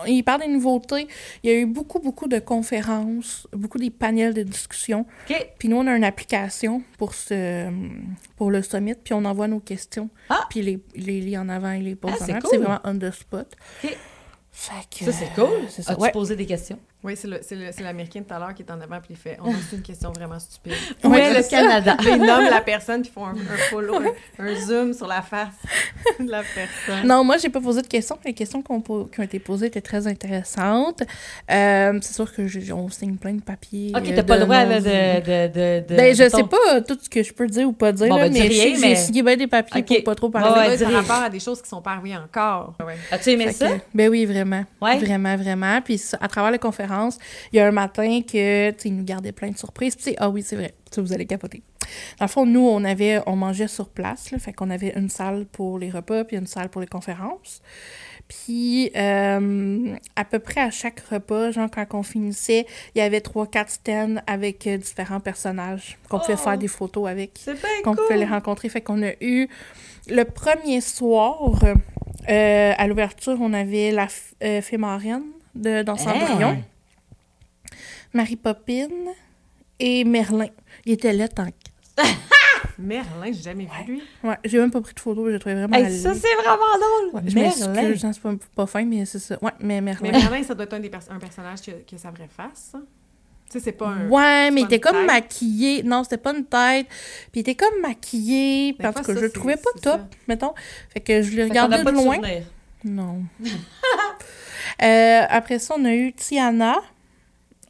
S2: Il parle des nouveautés. Il y a eu beaucoup, beaucoup de conférences, beaucoup des panels de discussion.
S1: OK.
S2: Puis nous, on a une application pour ce pour le summit, puis on envoie nos questions.
S1: Ah!
S2: Puis les, les lit en avant et les pose
S1: Ah,
S2: en
S1: c'est
S2: avant.
S1: cool!
S2: C'est vraiment on the spot.
S1: OK.
S2: Fait
S1: Ça,
S2: que,
S1: c'est cool.
S2: c'est ça,
S1: As-tu
S2: Euh, ouais.
S1: posé des questions?
S3: Oui, c'est le- c'est le- c'est l'Américain de tout à l'heure qui est en avant, puis il fait On a reçu une question vraiment stupide.
S1: Où
S2: Ouais,
S1: est le
S2: c'est ça. (laughs)
S1: Canada?
S3: Puis là, ils nomment la personne, puis ils font un, un follow, un, un zoom sur la face de la personne.
S2: Non, moi, j'ai pas posé de questions. Les questions qu'on po- qui ont été posées étaient très intéressantes. Euh, c'est sûr que j'ai- on signe plein de papiers.
S1: OK,
S2: euh,
S1: t'as pas
S2: de
S1: le droit
S2: nos-
S1: là, de, de, de, de-
S2: Ben, je
S1: mettons-
S2: sais pas tout ce que je peux dire ou pas dire,
S1: Bon,
S2: là,
S1: ben, dis
S2: mais je
S1: rien,
S2: sais que
S1: mais-
S2: j'ai signé bien des papiers
S1: Ok.
S2: pour pas trop
S3: Ça
S1: Ouais,
S2: parler.
S3: doit être
S1: direct.
S3: par rapport à des choses qui sont pas arrivées encore. Ouais.
S1: As-tu aimé
S2: Fait
S1: ça?
S2: que, ben oui, vraiment.
S1: Ouais.
S2: Vraiment, vraiment. Puis ça, à travers les conférences, il y a un matin que, tu sais, ils nous gardaient plein de surprises. Puis, tu sais, ah oui, c'est vrai. Ça, vous allez capoter. Dans le fond, nous, on avait, on mangeait sur place, là. Fait qu'on avait une salle pour les repas, puis une salle pour les conférences. Puis, euh, à peu près à chaque repas, genre, quand on finissait, il y avait trois, quatre stands avec euh, différents personnages qu'on pouvait
S1: Oh!
S2: faire des photos avec
S1: C'est bien
S2: qu'on pouvait les rencontrer. Fait qu'on a eu le premier soir, euh, à l'ouverture, on avait la f- euh, fée marraine de, dans Cendrillon, Marie Poppine et Merlin. Il était là tant que.
S3: Merlin, j'ai jamais vu lui.
S2: Ouais, j'ai même pas pris de photo, je le trouvais vraiment.
S1: Hey, ça,
S2: laid.
S1: c'est vraiment drôle!
S2: Ouais, je
S1: Merlin.
S2: m'excuse, hein, c'est pas, pas fin, mais c'est ça. Ouais, mais
S3: Mais
S2: Merlin.
S3: Merlin, ça doit être un, des pers- un personnage qui a, qui a sa vraie face. ça. Tu sais, c'est pas un.
S2: Ouais, mais il était
S3: pas une
S2: comme
S3: tête.
S2: maquillé. Non, c'était pas une tête. Puis il était comme maquillé.
S3: Des
S2: Puis en
S3: fois,
S2: tout cas, je
S3: ça,
S2: le
S3: c'est-
S2: trouvais pas
S3: c'est
S2: top,
S3: ça.
S2: mettons. Fait que je le
S1: Fait qu'on n'a
S2: regardais
S1: pas
S2: de loin.
S1: souvenir.
S2: Non. (laughs) Euh, après ça, on a eu Tiana.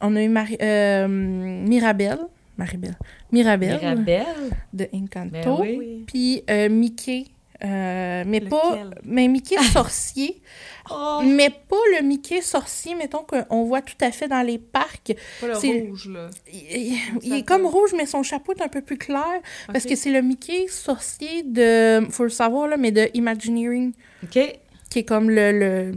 S2: On a eu Mari- euh, Mirabelle. Maribel. Mirabelle,
S1: Mirabelle.
S2: de
S1: Ben
S2: Encanto.
S1: oui.
S2: Puis euh, Mickey. euh, mais
S3: Lequel?
S2: pas mais
S3: (laughs)
S2: Mickey sorcier
S1: Oh!
S2: mais pas le Mickey sorcier mettons qu'on voit tout à fait dans les parcs
S3: Pas le
S2: C'est-
S3: rouge, là.
S2: il, il- il
S3: s'appelle?
S2: est comme rouge mais son chapeau est un peu plus clair parce
S3: Ok.
S2: que c'est le Mickey sorcier de faut le savoir là mais de Imagineering
S1: OK. Ouais.
S2: qui est comme le, le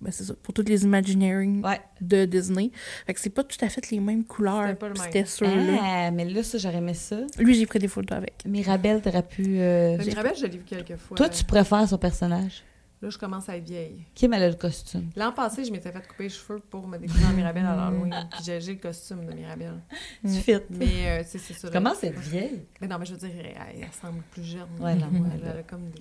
S2: ben c'est ça pour toutes les Imagineering de Disney. Fait que c'est pas tout à fait les mêmes couleurs.
S3: C'était pas le
S2: puis
S3: même.
S2: C'était sûr. là.
S1: Ah, mais là, ça, j'aurais aimé ça.
S2: Lui, j'ai pris des photos avec.
S1: Mirabelle, t'aurais pu... euh,
S3: Le Mirabelle, je l'ai vu quelques fois.
S1: Toi, tu préfères son personnage.
S3: Là, je commence à être vieille.
S1: Kim, elle a le costume.
S3: L'an passé, je m'étais fait couper les cheveux pour me découvrir en Mirabelle à l'Halloween. Puis j'ai j'ai le costume de Mirabelle.
S2: Mm.
S1: Tu fit.
S3: Mais, euh, tu sais, c'est sûr.
S1: Comment c'est vieille?
S3: Mais non, mais je veux dire, elle, elle semble plus jeune.
S1: Ouais, non,
S3: Elle,
S1: ouais,
S3: elle a comme des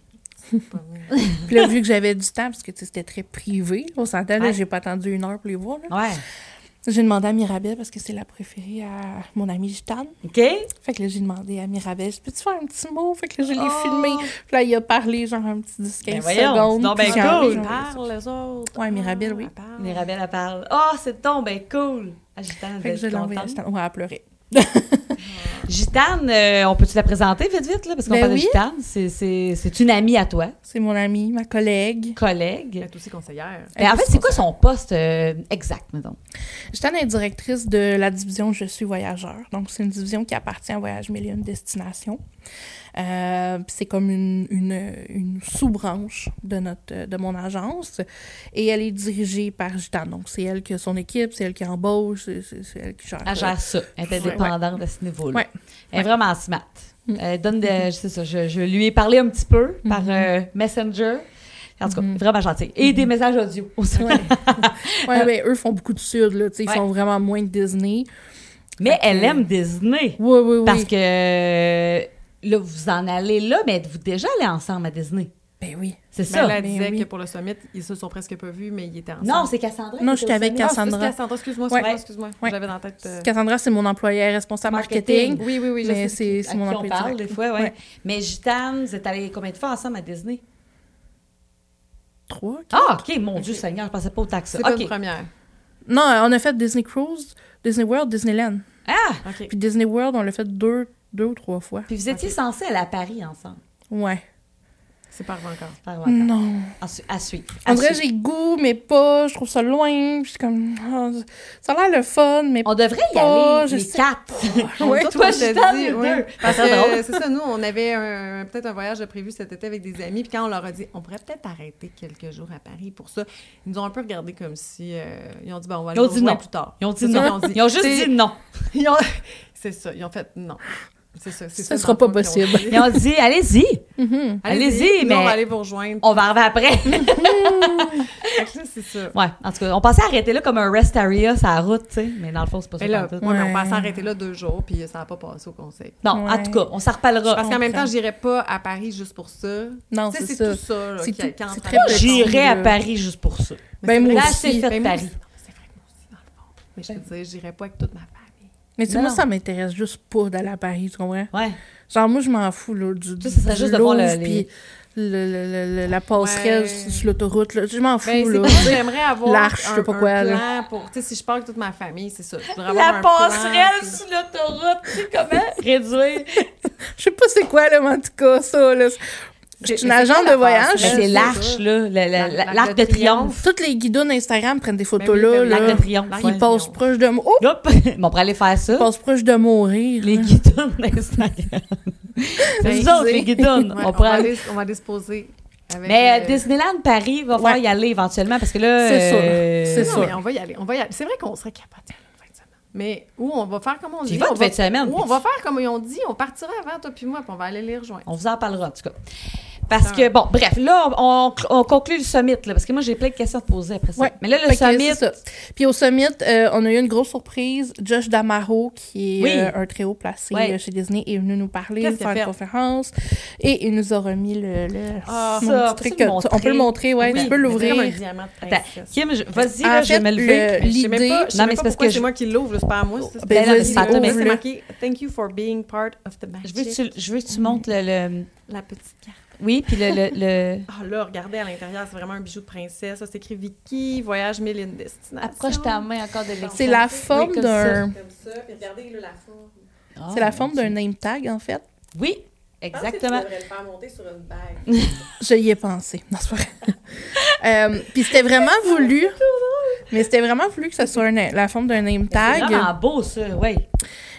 S3: petites pommettes.
S2: Puis là, vu que j'avais du temps, parce que tu sais, c'était très privé, là, on s'entend, là,
S1: Ouais.
S2: j'ai pas attendu une heure pour les voir. là.
S1: Ouais.
S2: J'ai demandé à Mirabelle, parce que c'est la préférée à mon amie Gitane.
S1: OK?
S2: Fait que là, j'ai demandé à Mirabelle, peux-tu faire un petit mot? Fait que là, je l'ai
S1: Oh!
S2: filmé. Puis là, il a parlé, genre, un petit 10-15
S1: Ben voyons, c'est
S2: secondes.
S1: donc ben
S2: puis j'ai
S1: cool.
S2: enlevé,
S3: Elle
S2: genre,
S3: parle, les autres. Ah,
S2: Ouais, Mirabelle, oui.
S3: Elle parle.
S1: Mirabelle, elle parle. Oh, c'est donc ben cool! Ah, j'étais-
S2: Fait que je
S1: j'étais
S2: l'ai envoyé à
S1: contente.
S2: Gitane. Ouais, elle pleurait.
S1: Gitane, euh, on peut-tu la présenter vite, vite, là? Parce qu'on
S2: Ben
S1: parle de
S2: oui.
S1: Gitane. C'est- C'est c'est une amie à toi,
S2: C'est mon amie, ma collègue.
S1: collègue.
S3: est aussi conseillère.
S1: Mais en fait, c'est quoi son poste euh, exact, mettons?
S2: J'étais la directrice de la division Je suis voyageur. Donc, c'est une division qui appartient à Voyage Million Destination. Euh, puis c'est comme une, une, une sous-branche de, notre, de mon agence. Et elle est dirigée par Gitane. Donc, c'est elle qui a son équipe, c'est elle qui embauche, c'est, c'est- c'est elle qui gère.
S1: Elle gère ça. Elle est
S2: Ouais.
S1: indépendante à ce niveau-là.
S2: Ouais.
S1: Elle est vraiment smart. Euh,
S2: Mm.
S1: Elle donne des- c'est ça, je, je lui ai parlé un petit peu par
S2: Mm-hmm.
S1: euh, Messenger. En tout cas, vraiment gentille. Et des messages audio aussi.
S2: Ouais. Ouais, ben, eux font beaucoup de sud, là. tu sais, Ils
S1: Ouais.
S2: font vraiment moins que Disney.
S1: Mais elle aime Disney.
S2: Oui, oui, oui.
S1: Parce que euh, là, vous en allez là, mais êtes-vous déjà allés ensemble à Disney?
S2: Ben oui.
S1: C'est
S3: Mais
S1: ça?
S3: elle elle
S2: mais
S3: disait
S2: oui.
S3: que pour le summit, ils se sont presque pas vus, mais ils étaient ensemble.
S1: non, c'est Cassandra.
S2: Non,
S1: qui
S2: j'étais
S1: était au
S2: avec
S1: sommet.
S3: Ah, c'est
S2: Cassandra.
S3: Cassandra, excuse-moi,
S2: Ouais.
S3: excuse-moi, excuse-moi.
S2: Ouais.
S3: J'avais dans la tête. euh,
S2: Cassandra, c'est mon employée responsable marketing.
S3: Oui, oui, oui, je
S2: mais
S3: sais.
S2: c'est,
S1: À
S2: c'est
S1: qui
S2: mon
S1: on
S2: employé
S1: parle des
S2: direct.
S1: fois, ouais.
S2: Ouais.
S1: Mais Gitane, vous êtes allés combien de fois ensemble à Disney?
S2: Trois,
S1: Ah, OK, mon Dieu Seigneur, je pensais pas autant que ça.
S3: C'est pas
S1: OK.
S3: une première.
S2: Non, on a fait Disney Cruise, Disney World, Disneyland.
S1: Ah!
S3: OK.
S2: Puis Disney World, on l'a fait deux, deux ou trois fois.
S1: Puis vous étiez censés aller à Paris ensemble.
S2: Ouais.
S3: C'est pas arrivé encore.
S1: Par vacances.
S2: Non.
S1: À, su- à suivre.
S2: Mm. En
S1: À
S2: vrai,
S1: suivre.
S2: j'ai le goût, mais pas. Je trouve ça loin. puis Je suis comme. ah, ça a l'air le fun, mais.
S1: on devrait y
S2: Oh,
S1: aller
S2: je
S1: les
S2: sais
S1: quatre.
S3: Ouais,
S1: toi,
S3: on s'est
S1: Gitane,
S3: dit,
S1: nous
S3: ouais.
S1: deux.
S3: Parce
S1: Ça serait drôle.
S3: que c'est ça, nous, on avait un- peut-être un voyage de prévu cet été avec des amis. Puis quand on leur a dit, on pourrait peut-être arrêter quelques jours à Paris pour ça, ils nous ont un peu regardé comme si. euh, ils ont dit, bon, on va
S1: Ils
S3: aller
S1: ont
S3: vous
S1: dit
S3: rejoindre
S1: non.
S3: plus tard.
S1: Ils ont dit
S3: C'est ça,
S1: non.
S3: ils ont dit-
S1: Ils ont juste
S3: c'est-
S1: dit non.
S3: Ils ont- (laughs) C'est ça, ils ont fait non. C'est ça. c'est
S2: Ça
S3: dans
S2: sera
S3: le
S2: pas
S3: fond qu'ils ont
S2: possible.
S3: dit.
S1: Ils ont dit, allez-y,
S2: Mhm.
S1: Allez-y,
S3: Nous, on
S1: mais-
S3: va aller vous rejoindre.
S1: on va arriver après.
S3: Fait que là, C'est (laughs) ça.
S1: ouais, en tout cas, on pensait arrêter là comme un rest area sur la route, tu sais, mais dans le fond, c'est pas ça.
S3: Mais là,
S1: pantoute.
S3: ouais, mais on
S2: Ouais.
S3: pensait arrêter là deux jours, puis ça n'a pas passé au conseil.
S1: Non, en
S2: Ouais.
S1: tout cas, on s'en reparlera.
S3: Parce qu'en même
S2: comprends.
S3: temps, j'irais pas à Paris juste pour ça.
S2: Non,
S3: Tu sais,
S2: c'est
S3: c'est
S2: ça.
S3: tout ça. là,
S2: C'est
S3: qui-
S2: tout-
S3: qui entre
S2: c'est très
S3: en-
S2: petit.
S1: J'irai à
S2: là.
S1: Paris juste pour ça.
S3: Mais
S2: Ben, moi
S3: c'est
S2: Ben.
S3: vrai
S1: Là,
S3: que-
S1: c'est fait
S3: ben, moi
S1: Paris.
S3: aussi. Non, mais C'est vrai que moi aussi, dans le fond. Mais je te dis, j'irais pas avec toute ma famille.
S2: Mais tu sais,
S1: Non,
S2: moi,
S1: non.
S2: ça m'intéresse juste pas d'aller à Paris, tu comprends?
S1: Ouais.
S2: Genre, moi, je m'en fous, là, du.
S1: Ça, ça serait
S2: du
S1: juste de voir le-
S2: Louvre,
S1: les-
S2: Puis le- le- le- le- la passerelle
S3: Ouais.
S2: sur sur l'autoroute, là. Je m'en fous,
S3: Ben, c'est
S2: là.
S3: vrai que j'aimerais avoir
S2: L'arche, je
S3: un,
S2: sais pas quoi,
S3: un
S2: là.
S3: plan pour... Tu sais, si je pars avec toute ma famille, c'est ça. Je voudrais avoir
S1: La
S3: un plan, Ben
S1: passerelle
S3: puis-
S1: sur l'autoroute, tu sais comment? (laughs) Réduire.
S2: (laughs) Je sais pas c'est quoi, là, mais en tout cas, ça, là. Je suis une agente de
S1: Mais
S2: voyage.
S1: c'est
S3: c'est
S1: l'arche,
S3: ça.
S1: là, la- la-
S3: L'arc
S1: la- l'arc de triomphe.
S2: Toutes les guidons Instagram prennent des photos,
S3: Ben oui, ben
S2: là.
S3: oui.
S2: là.
S1: L'arc de triomphe.
S3: L'arc
S1: ouais.
S2: Ils passent
S3: Voyons.
S2: proche de mou- Oh!
S1: Hop! (laughs) Bon, on pourrait aller faire ça.
S2: Ils passent proche de mourir.
S1: Les guidons (laughs) d'Instagram. C'est nous autres, les guidons.
S3: Ouais,
S1: on pourrait
S3: va
S1: aller.
S3: aller- on va aller se poser avec...
S1: Mais euh,
S3: euh,
S1: Disneyland Paris, va falloir
S2: Ouais.
S1: y aller éventuellement parce que là.
S2: C'est sûr.
S1: euh,
S2: C'est
S3: Non,
S2: sûr.
S3: mais on va y aller. On va y aller. C'est vrai qu'on serait capable d'y aller une fin de semaine. Mais où on va faire comme on
S1: Tu
S3: dit.
S1: y vas
S3: on
S1: une fin de semaine,
S3: où
S1: puis
S3: on va faire comme ils ont dit. On partira avant, toi puis moi, puis on va aller les rejoindre.
S1: On vous en parlera, en tout cas. Parce que, bon, bref, là, on, on conclut le summit, là, parce que moi, j'ai plein de questions à te poser après ça.
S2: Ouais.
S1: Mais là, le
S2: Fait que
S1: summit,
S2: c'est ça. Puis au summit, euh, on a eu une grosse surprise. Josh Damaro, qui est
S1: Oui.
S2: euh, un très haut placé
S1: Ouais.
S2: euh, chez Disney, est venu nous parler,
S3: Qu'est-ce qu'il
S2: faire
S3: a
S2: une
S3: fait?
S2: conférence. Et il nous a remis le, le
S3: Ah,
S2: mon
S1: ça,
S2: petit
S1: peux-tu
S2: truc.
S1: le
S2: que-
S1: montrer?
S2: on peut le montrer, ouais,
S1: Oui,
S2: tu peux
S1: mais
S3: C'est comme un
S2: l'ouvrir.
S3: diamant de
S1: Attends,
S3: princesse.
S1: Kim, je- vas-y,
S2: En
S1: là, je vais
S2: fait,
S1: me lever.
S2: le-
S3: Mais je sais même
S2: l'idée-
S3: pas, je sais
S1: Non, mais
S3: même
S1: c'est parce
S3: pas pourquoi
S1: que
S3: c'est
S1: je- Oh,
S3: moi qui l'ouvre, là, c'est pas à moi. c'est-
S2: Ben
S1: là,
S3: c'est-
S1: mais c'est
S3: c'est-
S1: à toi,
S3: c'est
S1: mais-
S3: c'est marqué « Thank you for being part of the
S1: Je veux, que
S3: magic
S1: tu, je veux que tu montres le. le-
S3: La petite carte.
S1: Oui, puis le. le- le-
S3: Ah là, regardez à l'intérieur, c'est vraiment un bijou de princesse. Ça, c'est écrit Vicky, voyage mille et une destination.
S1: (laughs) Approche ta main encore de
S2: C'est la forme
S1: comme
S2: d'un.
S3: Comme ça, puis regardez là, la forme.
S1: Ah,
S2: C'est la
S1: mon
S2: forme
S1: Dieu.
S2: d'un name tag, en fait.
S1: Oui, exactement. Ah,
S3: Je pense que tu devrais le faire monter sur une bague.
S2: Je y ai pensé. Non, c'est pas vrai. (laughs) Euh, Puis c'était vraiment voulu. Mais c'était vraiment voulu que ça soit un- la forme d'un name
S1: C'est
S2: tag.
S1: vraiment beau, ça, oui.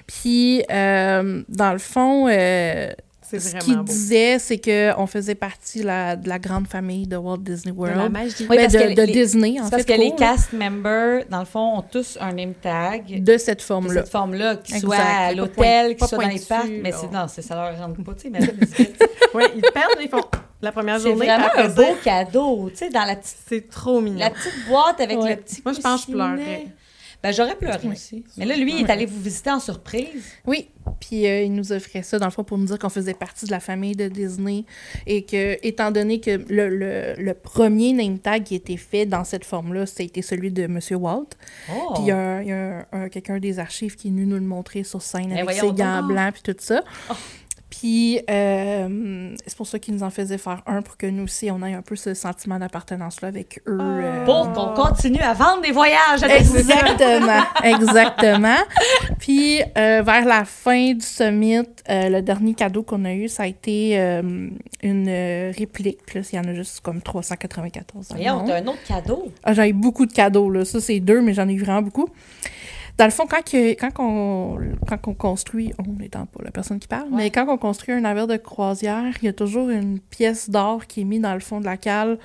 S2: Puis, euh, dans le fond, euh,
S3: C'est
S2: ce
S3: vraiment
S2: qu'il
S3: beau.
S2: disait, c'est qu'on faisait partie la- de la grande famille de Walt Disney
S3: De la
S2: World.
S3: magie.
S1: Oui,
S2: Ben,
S1: parce
S2: de,
S1: que les-
S2: de
S1: les-
S2: Disney, en
S1: C'est
S2: fait.
S1: parce que les
S2: cool,
S1: cast members, dans le fond, ont tous un name tag.
S2: De cette
S1: De
S2: forme-là.
S1: cette forme-là, qu'ils
S2: Exact.
S1: soient à
S3: Pas
S1: l'hôtel,
S3: point-
S1: qu'ils
S3: pas
S1: soient dans les
S3: pointu,
S1: parcs. Mais c'est,
S3: là.
S1: non, c'est, ça leur rentre pas, tu sais,
S2: (laughs)
S1: mais là,
S3: Oui, ils perdent, ils font la première
S1: c'est
S3: journée.
S1: vraiment
S3: puis
S1: un
S3: après ça,
S1: beau cadeau, tu sais, dans la petite,
S3: C'est trop mignon.
S1: la petite boîte avec
S2: Ouais.
S1: le petit
S3: Moi, je pense que je
S1: coussinet.
S3: pleurais.
S1: Ben, j'aurais pleuré aussi. Mais là, lui, il est allé vous visiter en surprise.
S2: Oui. Puis euh, il nous offrait ça, dans le fond, pour nous dire qu'on faisait partie de la famille de Disney. Et que, étant donné que le, le- le premier name tag qui était fait dans cette forme-là, c'était celui de Monsieur Walt.
S1: Oh!
S2: Puis il y a, un- il y a un- un- quelqu'un des archives qui est venu nous le montrer sur scène
S1: Ben
S2: avec
S1: voyons
S2: ses
S1: donc. Oh.
S2: gants blancs puis tout ça. Puis euh, c'est pour ça qu'ils nous en faisaient faire un pour que nous aussi, on ait un peu ce sentiment d'appartenance-là avec eux. euh,
S1: Oh. Pour qu'on continue à vendre des voyages. à des- (laughs)
S2: Exactement, exactement. Puis euh, vers la fin du summit, euh, le dernier cadeau qu'on a eu, ça a été euh, une euh, réplique. Puis là, il y en a juste comme 394 dans le
S1: Voyons,
S2: monde.
S1: t'as un autre cadeau.
S2: Ah, j'en ai beaucoup de cadeaux, là. Ça, c'est deux, mais j'en ai eu vraiment beaucoup. Dans le fond, quand, que- quand, on, quand on construit, on n'étant pas la personne qui parle, mais quand on construit un navire de croisière, il y a toujours une pièce d'or qui est mise dans le fond de la cale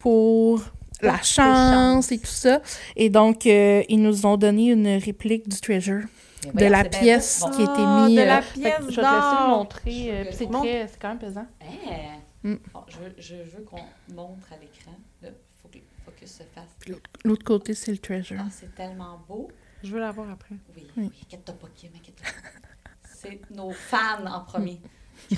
S2: pour la
S1: Porte
S2: chance et tout ça. Et donc, euh, ils nous ont donné une réplique du treasure.
S1: Mais
S2: de
S1: voyons,
S2: la
S1: c'est bien
S2: pièce
S1: bon.
S2: qui a été
S3: Ah,
S2: mise.
S3: de la
S2: euh,
S3: pièce
S2: fait que
S3: d'or.
S2: montrer. euh, puis c'est
S3: Montre.
S2: très- c'est quand même pesant.
S1: Hein?
S2: Mm.
S1: Bon, je, veux- je veux qu'on montre à l'écran. Il faut que le focus se fasse.
S2: L'autre côté, c'est le treasure. (laughs)
S1: Ah, c'est tellement beau.
S3: Je veux la voir après.
S1: Oui, oui, inquiète-toi pas, Kim, inquiète-toi pas. C'est nos fans en premier.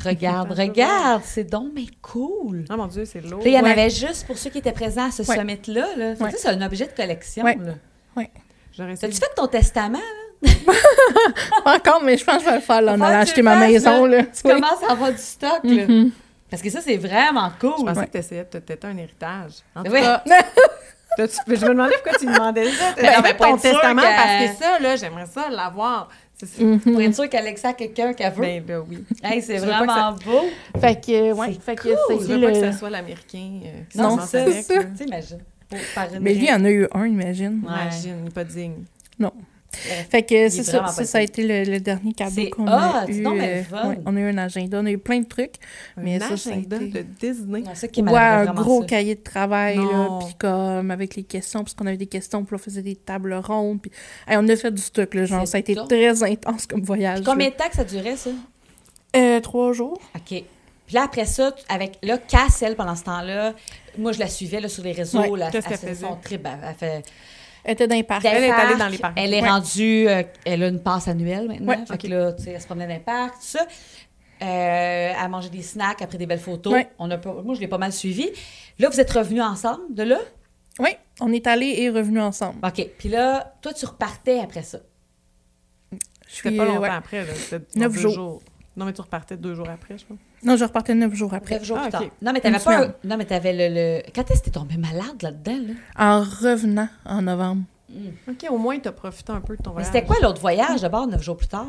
S1: Regarde, regarde, c'est donc mais cool.
S3: Ah mon Dieu, c'est lourd.
S1: Là, il y en
S2: Oh, Ouais.
S1: avait juste pour ceux qui étaient présents à ce
S2: Ouais.
S1: summit-là. Là. Fait que
S2: Ouais.
S1: Ça, c'est un objet de collection.
S2: Ouais.
S1: là.
S3: J'aurais essayé.
S1: T'as-tu fait ton testament? là?
S2: Pas encore, mais je pense que je vais le faire là, en
S1: Faut
S2: allant
S1: que tu
S2: acheter
S1: le
S2: ma
S1: fasses,
S2: maison. Là.
S1: Tu
S2: Oui. Mm-hmm.
S1: commences à avoir du stock. là. Parce que ça, c'est vraiment
S3: Je
S1: cool.
S3: pensais
S2: Ouais.
S3: que t'essayais de te têter un héritage. En tout
S1: Oui.
S3: cas, t'as-tu- je me demandais pourquoi tu demandais ça.
S1: Ben,
S3: T'as
S1: ben,
S3: fait
S1: pour
S3: ton
S1: être sûr
S3: testament
S1: que-
S3: parce que ça, là, j'aimerais ça l'avoir. C'est
S2: Mm.
S3: c'est-
S1: Pour être sûr qu'Alexa a quelqu'un qu'elle veut.
S3: Ben, là, oui.
S1: Hey, c'est
S3: je veux pas que
S1: vraiment beau.
S2: (laughs) Fait que, ouais,
S1: C'est
S2: fait que
S1: cool.
S2: c'est
S3: Je veux
S2: le-
S3: pas que ça soit l'américain. euh, qui
S2: Non,
S1: Non,
S3: commence
S1: c'est
S3: avec,
S2: ça.
S3: là.
S1: T'imagines. Pour- par une
S2: Mais lui, il
S1: raison.
S2: en a eu un, imagine.
S1: Ouais.
S3: Imagine, pas digne.
S1: Bref.
S2: Fait que c'est
S1: est
S2: ça,
S1: vraiment
S2: ça,
S1: pas
S2: ça a été le, le dernier cadeau
S1: C'est
S2: qu'on a
S1: hot,
S2: eu.
S1: non, mais
S2: euh,
S1: fun.
S2: ouais, on a eu un agenda, on a eu plein de trucs. Mais
S3: un
S2: ça, ça a
S3: agenda
S2: été-
S3: de Disney.
S1: Non, ça qui
S2: Ouais,
S1: m'arrive
S2: un
S1: vraiment
S2: gros
S1: ça.
S2: cahier de travail, là,
S3: Non.
S2: puis comme avec les questions, parce qu'on avait des questions, puis on faisait des tables rondes, puis Hey, on a fait du truc, là, genre,
S1: C'est
S2: ça a été
S1: donc-
S2: très intense comme voyage.
S1: Combien de temps que ça durait, ça? OK.
S2: là. Euh, Trois jours.
S1: Puis là, après ça, tu- avec là, Cass, elle, pendant ce temps-là, moi, je la suivais là, sur les réseaux.
S2: Ouais,
S1: là,
S3: qu'est-ce
S1: elle
S3: qu'elle
S1: fait son
S3: faisait?
S1: trip. Elle, elle fait-
S2: Elle était dans les parcs.
S1: dans les
S3: Elle est
S1: parcs,
S3: allée dans les parcs.
S1: Elle est
S2: Ouais.
S1: rendue... euh, elle a une passe annuelle, maintenant.
S2: Ouais,
S1: fait que
S2: ok.
S1: là, tu sais, elle se promenait dans les parcs, tout ça. Euh, elle mangeait des snacks, elle a pris des belles photos.
S2: Ouais.
S1: On a pas- moi, je l'ai pas mal suivie. Là, vous êtes revenus ensemble de là?
S2: Oui, on est allés et revenus ensemble.
S1: OK. Puis là, toi, tu repartais après ça.
S2: Je
S3: C'était
S2: suis,
S3: pas
S2: euh,
S3: longtemps
S2: ouais.
S3: après. là. C'était dans
S2: Neuf
S3: deux
S2: jours.
S3: Non, mais tu repartais deux jours après, je crois.
S2: Non, je repartais neuf jours après.
S1: Bref, jours plus
S3: Ah, ok.
S1: tard. Non, mais t'avais
S2: Une
S1: pas...
S2: semaine.
S1: un- Non, mais t'avais le... le- Quand est-ce que t'es tombée malade là-dedans, là?
S2: En revenant en novembre.
S3: OK, au moins, tu as profité un peu de ton
S1: Mais
S3: voyage.
S1: c'était quoi l'autre voyage d'abord, neuf jours plus tard?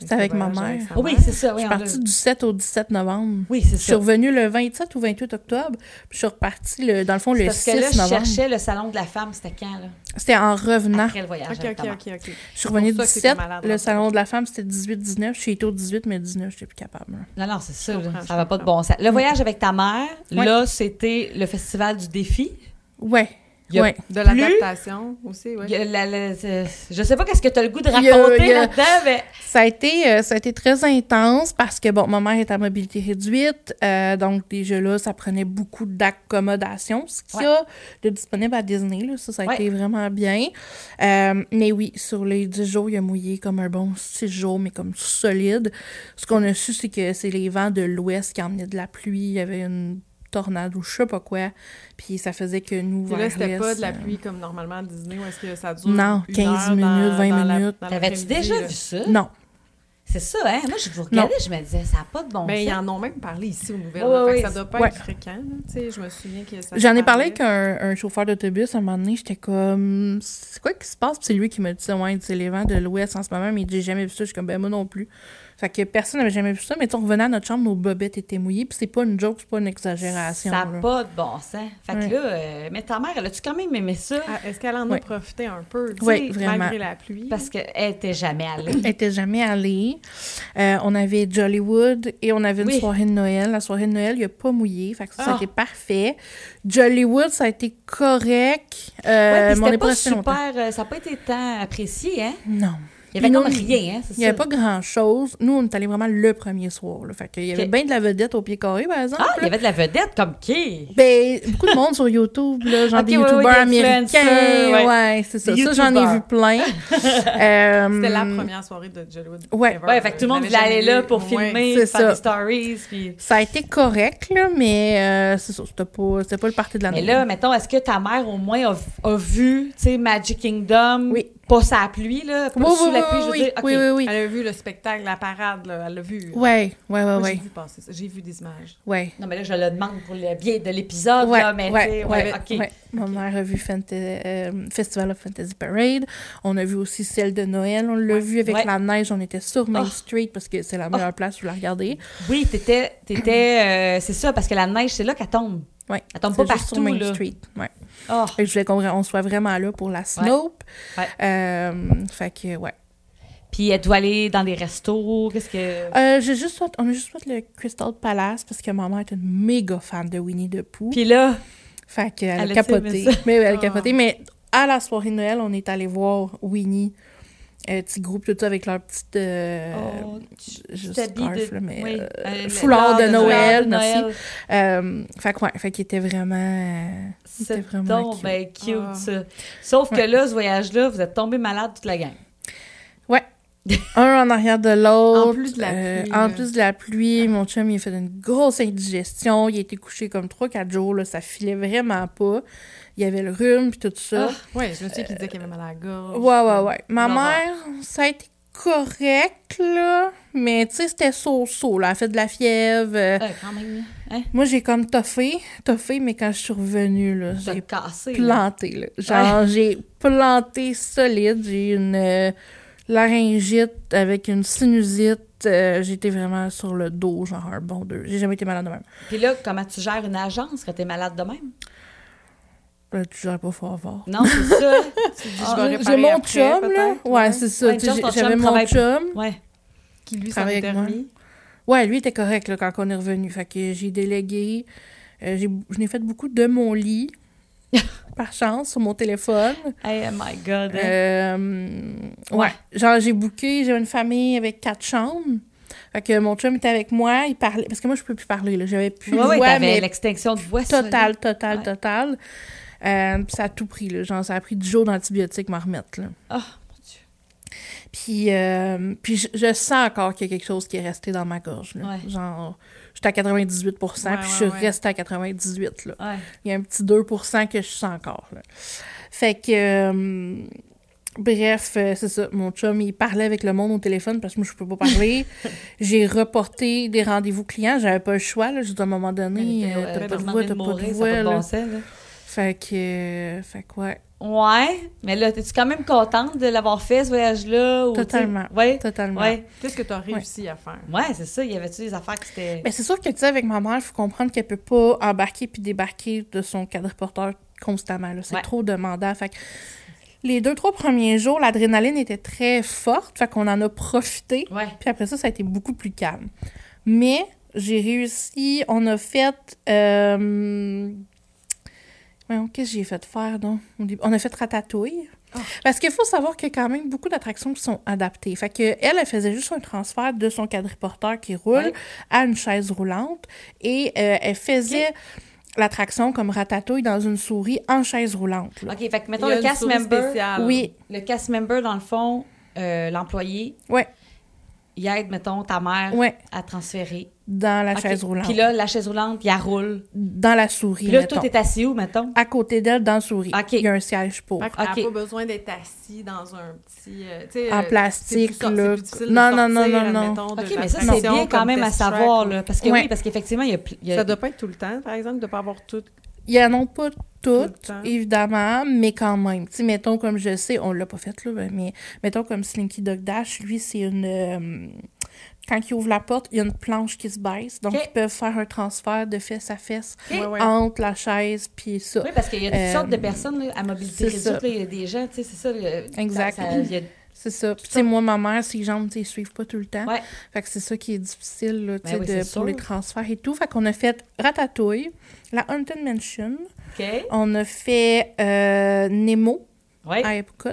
S2: C'était avec ma
S3: voyage avec
S2: mère.
S3: sa
S1: Oh oui, c'est ça.
S2: Je
S1: Oui,
S2: suis
S1: en
S2: partie
S1: deux.
S2: du 7 au 17 novembre.
S1: oui c'est
S2: Je suis
S1: ça.
S2: revenue le 27 ou 28 octobre, puis je suis repartie, le, dans le fond,
S1: C'est
S2: le
S1: Parce
S2: 6
S1: que là, je
S2: novembre. Ah.
S1: cherchais le salon de la femme, c'était quand, là?
S2: C'était en revenant.
S1: Après le voyage,
S3: OK, OK,
S1: notamment.
S3: OK, OK.
S2: Je suis revenue
S3: pour
S2: du
S3: ça que t'étais
S2: 7,
S3: malade,
S2: le
S3: là.
S2: salon de la femme, c'était 18-19. Je suis été au 18, mais 19, j'étais plus capable. là.
S1: Non, non, c'est ça, là.
S3: comprends,
S1: ça
S3: je
S1: va pas de bon sens. Le voyage avec ta mère,
S2: Ouais.
S1: là, c'était le festival du défi.
S2: Ouais,
S1: Il y a-
S2: ouais.
S3: De
S1: Plus-
S3: l'adaptation aussi, oui.
S1: Il y a la- la- euh, je sais pas qu'est-ce que t'as le goût de
S2: Il y a-
S1: raconter
S2: il y a-
S1: là-dedans,
S3: (laughs)
S1: mais...
S2: Ça a, été, euh, ça a été très intense parce que, bon, ma mère est à mobilité réduite, euh, donc déjà là, ça prenait beaucoup d'accommodation, ce qu'il y a de disponible à Disney, là, ça, ça a
S1: Ouais.
S2: été vraiment bien. Euh, mais oui, sur les 10 jours, il a mouillé comme un bon 6 jours, mais comme solide. Ce qu'on a su, c'est que c'est les vents de l'ouest qui emmenaient de la pluie, il y avait une tornade ou je sais pas quoi, puis ça faisait que nous,
S3: Puis là,
S2: vers
S3: c'était pas
S2: l'est,
S3: de la
S2: euh,
S3: pluie comme normalement à Disney, où est-ce que ça dure
S2: Non,
S3: une
S2: 15
S3: heure dans-
S2: minutes, 20
S3: dans la-
S2: minutes.
S3: dans
S1: T'avais-tu
S3: l'après-midi,
S1: déjà
S3: là?
S1: vu ça?
S2: Non.
S1: C'est ça, hein? Moi, je vous regardais, je me disais, ça n'a pas de bon
S3: Ben, ils
S1: sens.
S3: en ont même parlé ici aux Nouvelles.
S1: Ouais,
S3: là.
S1: ouais,
S3: Fait que
S1: ouais,
S3: ça doit pas
S2: ouais.
S3: être fréquent. là. Tu sais, je me souviens que ça. se
S2: J'en ai parlé
S3: parlait.
S2: avec un, un chauffeur d'autobus à un moment donné. J'étais comme, c'est quoi qui se passe? Puis c'est lui qui me dit, ouais, c'est les vents de l'Ouest en ce moment, mais j'ai jamais vu ça. Je suis comme, ben moi non plus. Fait que personne n'avait jamais vu ça. Mais tu sais, on revenait à notre chambre, nos bobettes étaient mouillées. Puis c'est pas une joke, c'est pas une exagération.
S1: Ça
S2: là.
S1: n'a pas de bon sens. Fait que
S2: Ouais.
S1: là, euh, mais ta mère, elle a-tu quand même aimé ça?
S3: Ah, Est-ce qu'elle en a
S2: Ouais.
S3: profité un peu, tu
S2: Ouais,
S3: sais,
S2: vraiment.
S3: malgré la pluie?
S1: Parce qu'elle était jamais allée.
S2: Elle était jamais allée. Euh, on avait Jollywood et on avait une
S1: Oui.
S2: soirée de Noël. La soirée de Noël, il a pas mouillé. Fait que ça, ça a
S1: Ah.
S2: été parfait. Jollywood, ça a été correct. Euh,
S1: Ouais, puis
S2: mais on
S1: c'était
S2: est
S1: pas
S2: resté longtemps.
S1: super, euh, ça n'a pas été tant apprécié, hein?
S2: Non.
S1: Il y avait
S2: Puis
S1: comme
S2: nous,
S1: rien, hein, c'est ça?
S2: Il n'y avait pas grand-chose. Nous, on est allés vraiment le premier soir. Là. Fait qu'il y avait
S1: Ok.
S2: bien de la vedette au pied carré, par exemple.
S1: Ah, il y
S2: là.
S1: avait de la vedette comme qui?
S2: Ben, beaucoup de monde sur YouTube, là, genre
S1: Ok,
S2: des
S1: ouais, ouais,
S2: youtubeurs
S1: des
S2: américains.
S1: influenceurs, ouais.
S2: Ouais, c'est ça.
S1: Des
S2: Ça, j'en ai vu
S1: youtubeurs. (laughs)
S2: plein. Euh,
S3: C'était la première soirée de Jollywood.
S2: Hmm. Ouais.
S3: ever.
S1: Ouais, fait que tout le monde
S3: Je
S1: voulait aller
S3: l'avais
S1: là
S3: jamais
S1: pour
S3: vue. Ouais.
S1: filmer,
S2: c'est
S1: faire
S2: ça.
S1: des stories, puis...
S2: Ça a été correct, là, mais euh, c'est ça. C'était pas, c'était pas le parti de l'année.
S1: Mais là, mettons, est-ce que ta mère, au moins, a, a vu, tu sais, Magic Kingdom?
S2: Oui.
S1: Pas sous la pluie, là.
S2: Oui,
S1: sous
S2: oui,
S1: la pluie, je veux
S2: oui,
S1: dire.
S2: oui,
S1: OK.
S2: oui, oui.
S3: Elle a vu le spectacle, la parade, là, elle l'a vu.
S2: Ouais, ouais, ouais,
S3: Moi, J'ai
S2: ouais.
S3: vu passer ça. J'ai vu des images.
S2: Ouais.
S1: Non, mais là, je le demande pour le biais de l'épisode, là, Ah, mais tu sais, ouais, OK.
S2: ouais. Ma mère a vu Fanta- euh, Festival of Fantasy Parade. On a vu aussi celle de Noël. On l'a
S1: Ouais,
S2: vu avec
S1: ouais.
S2: la neige. On était sur Main
S1: Oh.
S2: Street parce que c'est la meilleure place où la regarder.
S1: Oui, t'étais, t'étais, euh, c'est ça, parce que la neige, c'est là qu'elle tombe.
S2: Ouais.
S1: Elle tombe
S2: C'est
S1: pas
S2: juste
S1: partout,
S2: sur Main
S1: là.
S2: Street. Ouais.
S1: Oh.
S2: Fait que je voulais qu'on on soit vraiment là pour la snope.
S1: Ouais.
S2: Euh, fait que, ouais.
S1: Puis elle doit aller dans des restos, qu'est-ce que...
S2: Euh, j'ai juste fait- on a juste fait le Crystal Palace parce que maman est une méga fan de Winnie the Pooh.
S1: Puis là,
S2: Fait qu'elle
S1: Elle
S2: a
S1: a-tu
S2: capoté.
S1: aimé ça?
S2: Mais oui, elle a
S3: Ah.
S2: capoté. Mais à la soirée de Noël, on est allé voir Winnie, euh, petit groupe, tout ça, avec leur petite. euh,
S1: oh,
S2: je-
S1: tu t'habilles
S2: scarf, là, mais,
S1: oui,
S2: euh,
S1: euh,
S2: foulard de Noël,
S1: de
S2: merci. euh, fait que, ouais, fait qu'il était vraiment. euh, il était
S1: C'est
S2: vraiment
S1: donc
S2: cute.
S1: bien cute,
S3: Ah.
S1: ça. Sauf que
S2: Ouais. Euh,
S1: là, ce voyage-là, vous êtes tombé malade toute la gang.
S2: Un en arrière de l'autre. euh,
S3: En plus de la pluie,
S2: En
S3: là.
S2: plus de la pluie, mon chum, il a fait une grosse indigestion. Il a été couché comme 3-4 jours, là, ça filait vraiment pas. Il y avait le rhume, puis tout
S1: Ah.
S2: ça.
S3: Ouais, je me souviens qu'il disait qu'il avait mal à la gorge.
S2: Ouais, ouais, ouais. Ma
S1: Non,
S2: mère, ça a été correct, là. Mais, tu sais, c'était so-so, là. Elle a fait de la fièvre. euh.
S1: Ouais, quand même, hein?
S2: Moi, j'ai comme toffé, toffé, mais quand je suis revenue, là,
S1: Vous
S2: j'ai
S1: êtes cassé. là.
S2: planté, là. Genre, j'ai planté solide. J'ai une euh, laryngite avec une sinusite. Euh, J'étais vraiment sur le dos, genre un bon deux. J'ai jamais été malade de même.
S1: Puis là, comment tu gères une agence quand t'es malade de même?
S2: Là, Euh, tu dirais pas fort fort.
S1: Non, c'est
S2: (laughs)
S1: ça.
S3: Tu dis,
S1: Ah,
S3: je vais
S2: J'ai
S3: réparer
S2: mon
S3: après,
S2: chum, là.
S3: peut-être,
S2: Ouais,
S3: ouais.
S2: c'est ça.
S1: Ouais,
S2: Tu
S1: une
S2: sais,
S1: chance, ton
S2: J'avais
S1: chum
S2: mon
S1: travaille-
S2: chum.
S1: Ouais.
S3: Qui lui, ça
S2: Travaille
S3: m'a
S2: avec moi.
S3: permis.
S2: Ouais, lui était correct là, quand on est revenu. Fait que j'ai délégué. Euh, j'ai- je n'ai fait beaucoup de
S1: (laughs)
S2: mon lit, par chance, sur mon téléphone.
S1: Hey, oh my God. hein.
S2: Euh, ouais.
S1: Ouais.
S2: Genre, j'ai booké, j'ai une famille avec quatre chambres. Fait que mon chum était avec moi, il parlait. Parce que moi, je peux plus parler, là. J'avais plus
S1: Ouais,
S2: de
S1: ouais,
S2: voix,
S1: t'avais
S2: mais
S1: l'extinction de voix. ça, là.
S2: total, total,
S1: Ouais.
S2: total. Euh, puis ça a tout pris, là. Genre, ça a pris 10 jours d'antibiotiques, m'en remettre, là.
S1: Ah, mon Dieu.
S2: Puis, euh, puis je, je sens encore qu'il y a quelque chose qui est resté dans ma gorge. là.
S1: Ouais.
S2: Genre, j'étais à 98 puis
S3: Ouais,
S2: je
S3: ouais,
S2: suis
S3: ouais.
S2: restée à 98 là.
S1: Ouais.
S2: Il y a un petit 2 que je sens encore. là. Fait que, euh, bref, euh, c'est ça. Mon chum, il parlait avec le monde au téléphone parce que moi, je peux
S1: (laughs)
S2: pas parler. J'ai reporté des rendez-vous clients. J'avais pas le choix. Là, juste à un moment donné,
S1: Elle était,
S2: euh,
S1: euh,
S2: t'as pas de
S1: demandée
S2: voix,
S1: de
S2: t'as pas de
S1: mourir, ça
S2: voix.
S1: a pas de
S2: là.
S1: bon sens, là.
S2: Fait que, euh, fait que, ouais,
S1: Ouais, mais là, t'es-tu quand même contente de l'avoir fait, ce voyage-là? ou,
S2: Totalement.
S1: tu sais, Ouais,
S2: totalement.
S1: ouais.
S3: Qu'est-ce que tu as réussi à faire?
S1: Ouais, c'est ça. Il y avait-tu des affaires qui étaient...
S2: Mais c'est sûr que, tu sais, avec ma mère, il faut comprendre qu'elle peut pas embarquer puis débarquer de son quadriporteur constamment. là. C'est
S1: Ouais.
S2: trop demandant. Fait que les deux, trois premiers jours, l'adrénaline était très forte. Fait qu'on en a profité.
S1: Ouais.
S2: Puis après ça, ça a été beaucoup plus calme. Mais j'ai réussi. On a fait. Euh... voyons, Qu'est-ce que j'ai fait faire, donc? au début? On a fait ratatouille.
S1: Ah.
S2: Parce qu'il faut savoir qu'il y a quand même beaucoup d'attractions qui sont adaptées. Fait que elle, elle faisait juste un transfert de son quadriporteur qui roule
S1: Ouais.
S2: à une chaise roulante et euh, elle faisait l'attraction comme ratatouille dans une souris en chaise roulante. là.
S1: OK, fait que, mettons,
S3: Il y a
S1: le
S3: une
S1: cast
S3: souris
S1: member...
S3: spéciale.
S2: Oui,
S1: Le cast member, dans le fond, euh, l'employé,
S2: ouais,
S1: il aide, mettons, ta mère
S2: ouais,
S1: à transférer.
S2: dans la
S1: Ah. OK.
S2: chaise roulante.
S1: Puis là, la chaise roulante, il la roule.
S2: dans la souris.
S1: Puis là,
S2: mettons.
S1: toi, t'es assis où, mettons?
S2: à côté d'elle dans le souris.
S1: OK.
S2: Il y a un siège pour.
S3: Fait que t'as
S1: Ok.
S3: pas besoin d'être assis dans un petit. euh, tu sais,
S2: En
S3: euh,
S2: plastique,
S3: c'est plus sor-
S2: là.
S3: c'est plus difficile de
S2: Non, non, non,
S3: sortir,
S2: non, non.
S3: admettons, de
S1: OK, mais ça, c'est
S3: l'attraction
S1: bien quand
S3: comme
S1: même à
S3: test track,
S1: savoir,
S3: ou-
S1: là. Parce que
S2: Ouais.
S1: oui, parce qu'effectivement, il y a... pl- il y a-
S3: Ça doit pas être tout le temps, par exemple, de pas avoir tout.
S2: Il y en a pas
S3: le
S2: toutes,
S3: temps.
S2: évidemment, mais quand même. Tu sais, mettons comme je sais, on l'a pas fait là, ben, mais mettons comme Slinky Dog Dash, lui, c'est une. euh, quand il ouvre la porte, il y a une planche qui se baisse. Donc,
S1: OK.
S2: ils peuvent faire un transfert de fesse à fesse
S3: Ouais, ouais.
S2: entre la chaise puis ça.
S1: Oui, parce qu'il y a toutes
S2: Euh,
S1: sortes de personnes là, à mobilité
S2: c'est ça.
S1: réduite. là, Il y a des gens, tu sais, c'est ça. le-
S2: Exact.
S1: ça- ça- il y a-
S2: C'est ça. Puis, tu sais, moi, ma mère, ses jambes, tu sais, ils suivent pas tout le temps.
S1: Ouais.
S2: Fait que c'est ça qui est difficile, là, tu sais,
S1: Ben oui,
S2: de-
S1: c'est
S2: pour
S1: sûr.
S2: les transferts et tout. Fait qu'on a fait Ratatouille, la Haunted Mansion,
S1: OK.
S2: on a fait euh, Nemo.
S1: Ouais.
S2: à Epcot.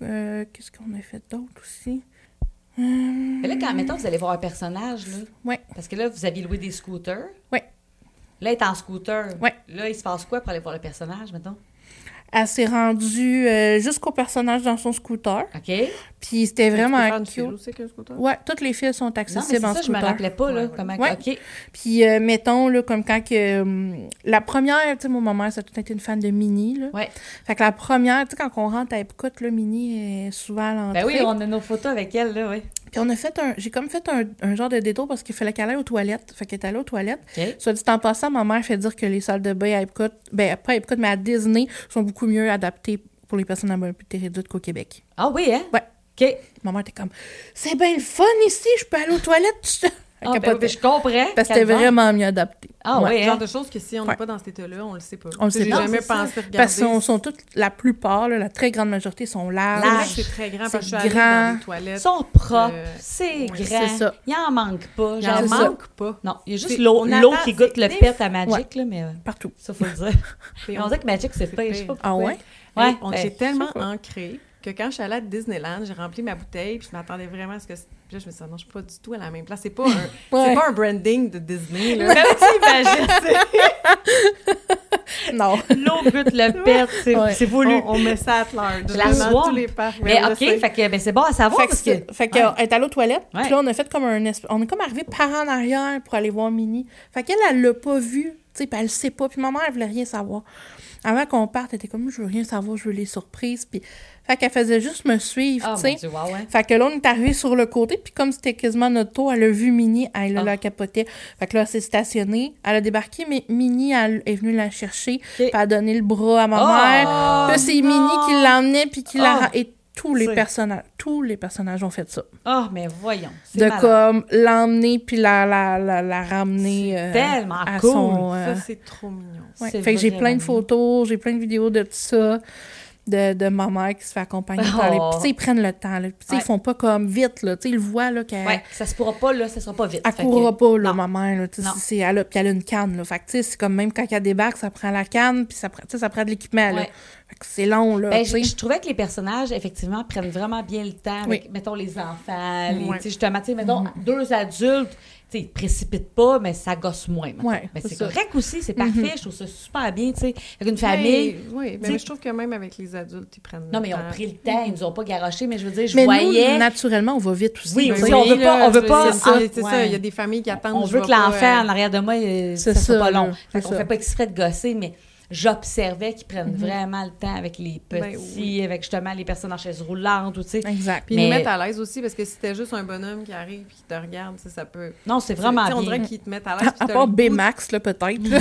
S2: Euh, Qu'est-ce qu'on a fait d'autre aussi?
S1: Mais là, quand, mettons, vous allez voir un personnage, là.
S2: Ouais.
S1: Parce que là, vous aviez loué des scooters.
S2: Ouais.
S1: Là, il est en scooter.
S2: Ouais.
S1: Là, il se passe quoi pour aller voir le personnage, mettons?
S2: Elle s'est rendue euh, jusqu'au personnage dans son scooter.
S1: OK? Non,
S2: Puis c'était
S3: Tu peux
S2: vraiment
S3: faire du
S2: cute.
S3: vélo, c'est qu'un scooter?
S2: Ouais, toutes les filles sont
S1: mais
S2: accessibles
S1: c'est
S2: en
S1: ça, je me
S2: scooter.
S1: rappelais pas, là,
S3: Ouais,
S1: comment...
S2: ouais.
S1: OK.
S2: Puis euh, mettons là comme quand que hum, la première, tu sais mon maman, ça a tout été une fan de Mini là.
S1: Ouais.
S2: Fait que la première, tu sais quand on rentre à Epcot là, Mini est souvent à l'entrée.
S1: Ben oui, on a nos photos avec elle, là, oui.
S2: Puis on a fait un j'ai comme fait un, un genre de détour parce qu'il fallait qu'elle aille aux toilettes. Fait qu'elle est allée aux toilettes.
S1: OK.
S2: Soit dit en passant, ma mère fait dire que les salles de bain à Epcot, ben pas à Epcot mais à Disney sont beaucoup mieux adaptées pour les personnes à mobilité réduite qu'au Québec.
S1: Ah oui, hein?
S2: Ouais.
S1: OK.
S2: Ma mère était comme c'est bien le fun ici, je peux aller aux toilettes. tout seul. Elle
S1: Ah, ben
S2: capotait.
S1: oui, je comprends.
S2: parce que c'était
S1: Calvaire.
S2: vraiment mieux adapté.
S1: Ah
S2: Ouais.
S1: oui,
S3: Le
S1: hein?
S3: genre de choses que si on n'est
S2: Ouais.
S3: pas dans cet état-là, on le sait pas.
S2: On le sait
S3: J'ai
S2: pas.
S3: jamais
S1: Non, c'est
S3: pensé regarder.
S2: Parce qu'ils sont toutes, la plupart, là, la très grande majorité sont larges.
S3: C'est vrai
S1: Large.
S3: que c'est très grand
S2: C'est
S3: parce que je suis allée
S2: grand.
S3: dans les toilettes.
S1: Ils sont propres,
S3: Euh,
S1: c'est
S3: oui,
S1: grand.
S2: c'est ça.
S1: Il en manque pas.
S3: J'en
S1: J'en
S2: c'est ça.
S1: manque.
S3: manque pas.
S1: Non, il y a juste
S3: C'est-
S1: l'eau
S3: on
S1: l'eau
S3: attend,
S1: qui goûte
S3: c'est
S1: le
S3: des-
S1: pète à Magic, là, mais euh,
S2: Partout.
S1: ça, faut le dire.
S3: (laughs) Et
S1: on dirait que Magic, c'est pas. Je sais pas
S3: pire.
S2: Ah
S1: pourquoi.
S2: ouais?
S1: Ouais,
S3: Hey, on
S1: ben,
S3: s'est tellement
S2: je sais pas.
S3: ancré que quand je suis allée à Disneyland, j'ai rempli ma bouteille, puis je m'attendais vraiment à ce que. Puis là, je me suis dit, non, je suis pas du tout à la même place. C'est pas un,
S2: Ouais.
S3: c'est pas un branding de Disney. Là.
S1: Même t'imagines, (laughs)
S2: Non.
S1: l'eau goûte le pète, c'est
S2: Ouais. Oh,
S1: c'est
S3: On,
S1: voulu.
S3: on met ça à large.
S1: La
S3: Vraiment,
S1: swamp.
S3: tous les parcs.
S1: mais
S3: Ouais, on le
S1: OK,
S3: sait.
S1: fait que ben, c'est bon à savoir
S2: fait que,
S1: parce que.
S2: c'est- fait que, euh, elle est allée aux toilettes.
S1: Ouais.
S2: Puis là, on a fait comme un esp- On est comme arrivé par en arrière pour aller voir Minnie. Fait qu'elle, elle l'a pas vu. Tu sais, puis elle le sait pas. Puis maman, elle voulait rien savoir. Avant qu'on parte, elle était comme, je veux rien savoir, je veux les surprises. Puis, fait qu'elle faisait juste me suivre,
S1: Ah,
S2: tu
S1: mon
S2: sais.
S1: Dieu, wow, ouais.
S2: Fait que là, on est arrivé sur le côté, puis comme c'était quasiment notre tour, elle a vu Minnie, elle a
S1: Ah.
S2: la capotait. Fait que là, elle s'est stationnée, elle a débarqué, mais Minnie elle est venue la chercher, puis elle a donné le bras à ma
S1: Ah,
S2: mère. Puis c'est
S1: non.
S2: Minnie qui l'emmenait, puis qui la...
S1: Ah.
S2: ra- Et tous les
S1: C'est-
S2: personnages, tous les personnages ont fait ça.
S1: Ah, mais voyons. c'est
S2: De euh,
S1: malade.
S2: comme l'emmener, puis la, la, la, la ramener euh,
S1: tellement
S2: à
S1: cool.
S2: son... euh,
S3: Ça, c'est trop mignon.
S2: ouais.
S1: c'est
S2: Fait que j'ai plein de
S1: vraiment
S2: photos, j'ai plein de vidéos de tout ça. De, de ma mère qui se fait accompagner par les...
S1: Oh.
S2: Puis, tu sais, ils prennent le temps, là. Puis, tu sais,
S1: Ouais.
S2: ils font pas comme vite, là. Tu sais, ils le voient, là, qu'elle...
S1: Ouais, ça se pourra pas, là, ça sera pas vite.
S2: Elle
S1: Fait
S2: courra
S1: que-
S2: pas, là,
S1: Non.
S2: ma mère. Là, tu sais,
S1: Non.
S2: c'est- elle a, puis elle a une canne. Là, fait que, tu sais, c'est comme même quand elle débarque, ça prend la canne, puis ça prend, tu sais, ça prend de l'équipement. là.
S1: Ouais.
S2: Fait que c'est long. Là,
S1: Ben,
S2: tu
S1: je,
S2: sais.
S1: je trouvais que les personnages, effectivement, prennent vraiment bien le temps avec, mettons, les enfants, les,
S3: Ouais.
S1: tu sais, justement, tu sais, mettons,
S2: Mm-hmm.
S1: deux adultes, tu sais, ils ne précipitent pas, mais ça gosse moins. mettons.
S2: Ouais,
S1: Ben,
S2: c'est
S1: c'est
S2: ça. Mm-hmm.
S1: correct aussi, c'est parfait, je trouve ça super bien, tu sais. Avec une famille,
S3: Mais- oui, mais,
S1: T'sais-
S3: je trouve que même avec les adultes, ils prennent.
S1: non,
S3: le
S1: mais ils ont
S3: temps.
S1: pris le temps, ils nous ont pas garoché, mais je veux dire, je
S2: euh, mais
S1: voyais,
S2: nous, naturellement, on va vite aussi.
S1: Oui,
S3: Ben
S2: là,
S1: oui,
S2: tu sais.
S1: on veut pas- on veut pas-
S3: C'est ça,
S1: ah,
S3: c'est ça.
S1: ouais.
S3: Il y a des familles qui attendent.
S1: on
S3: je
S1: veut
S3: vais
S1: que
S3: pas,
S1: l'enfant
S3: euh,
S1: en arrière de moi, euh,
S2: c'est
S1: ça soit
S2: ça,
S1: pas long.
S2: là,
S1: Fait
S2: c'est
S1: qu'on
S2: ça.
S1: fait pas exprès de gosser, mais j'observais qu'ils prennent vraiment le temps avec les petits,
S3: Ben oui.
S1: avec justement les personnes en chaise roulante, ou tu sais.
S2: Exact.
S3: Puis ils
S1: Mais-
S3: nous mettent à l'aise aussi, parce que si t'es juste un bonhomme qui arrive et qui te regarde, tu sais, ça peut.
S1: Non, c'est vraiment
S3: Tu sais,
S1: bien.
S3: On dirait qu'ils te mettent à l'aise.
S2: à,
S3: puis
S2: à
S3: t'as
S2: part
S3: le goût de-
S2: B-Max, là, peut-être.
S1: (laughs)
S2: là.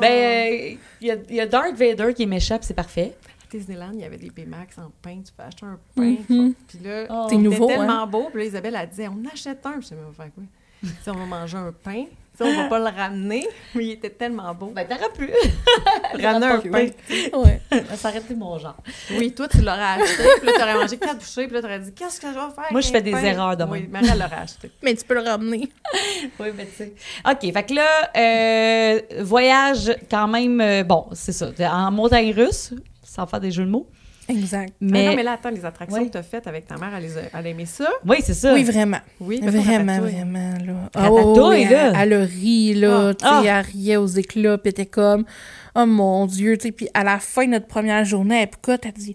S1: Ben, il y, a Darth Vader qui est méchant, c'est parfait.
S3: À Disneyland, il y avait des B-Max en pain. Tu peux acheter un pain. Puis là,
S1: Oh.
S2: C'est
S3: c'était
S2: nouveau,
S3: tellement
S2: hein?
S3: beau. Puis là, Isabelle, elle disait, on achète un. Puis je sais, mais on va faire quoi? Tu sais, on va manger un pain. Tu sais, on va pas le ramener. Mais il était tellement beau.
S1: Ben, t'aurais (laughs) pu.
S3: ramener un pain.
S2: Ouais.
S1: Ça aurait été mon genre.
S3: Oui, toi, tu l'aurais acheté. Puis là, t'aurais mangé quatre bouchées. Puis là, t'aurais dit, qu'est-ce que je vais faire?
S1: Moi, je
S3: avec
S1: fais
S3: un
S1: des
S3: pain?
S1: erreurs de
S3: Oui,
S1: même.
S3: Marie, elle l'aurait acheté.
S2: Mais tu peux le ramener.
S1: Oui, mais tu sais. OK, fait que là, euh, voyage quand même, euh, bon, c'est ça, de- en montagne russe, sans faire des jeux de mots.
S2: Exact.
S1: (laughs) Mais,
S3: Ah non, mais là, attends, les attractions
S1: Oui.
S3: que t'as faites avec ta mère, elle, les a- elle aimait ça?
S1: oui, c'est ça.
S2: Oui, vraiment.
S3: Oui, parce qu'on
S2: Vraiment,
S3: ratatouille.
S2: vraiment, là.
S1: Ratatouille,
S2: oui,
S1: là.
S2: Elle, elle a ri, là.
S1: Ah.
S2: tu sais,
S1: Ah.
S2: elle riait aux éclats, puis elle était comme, oh mon Dieu, tu sais. Puis à la fin de notre première journée à Epcot, elle dit,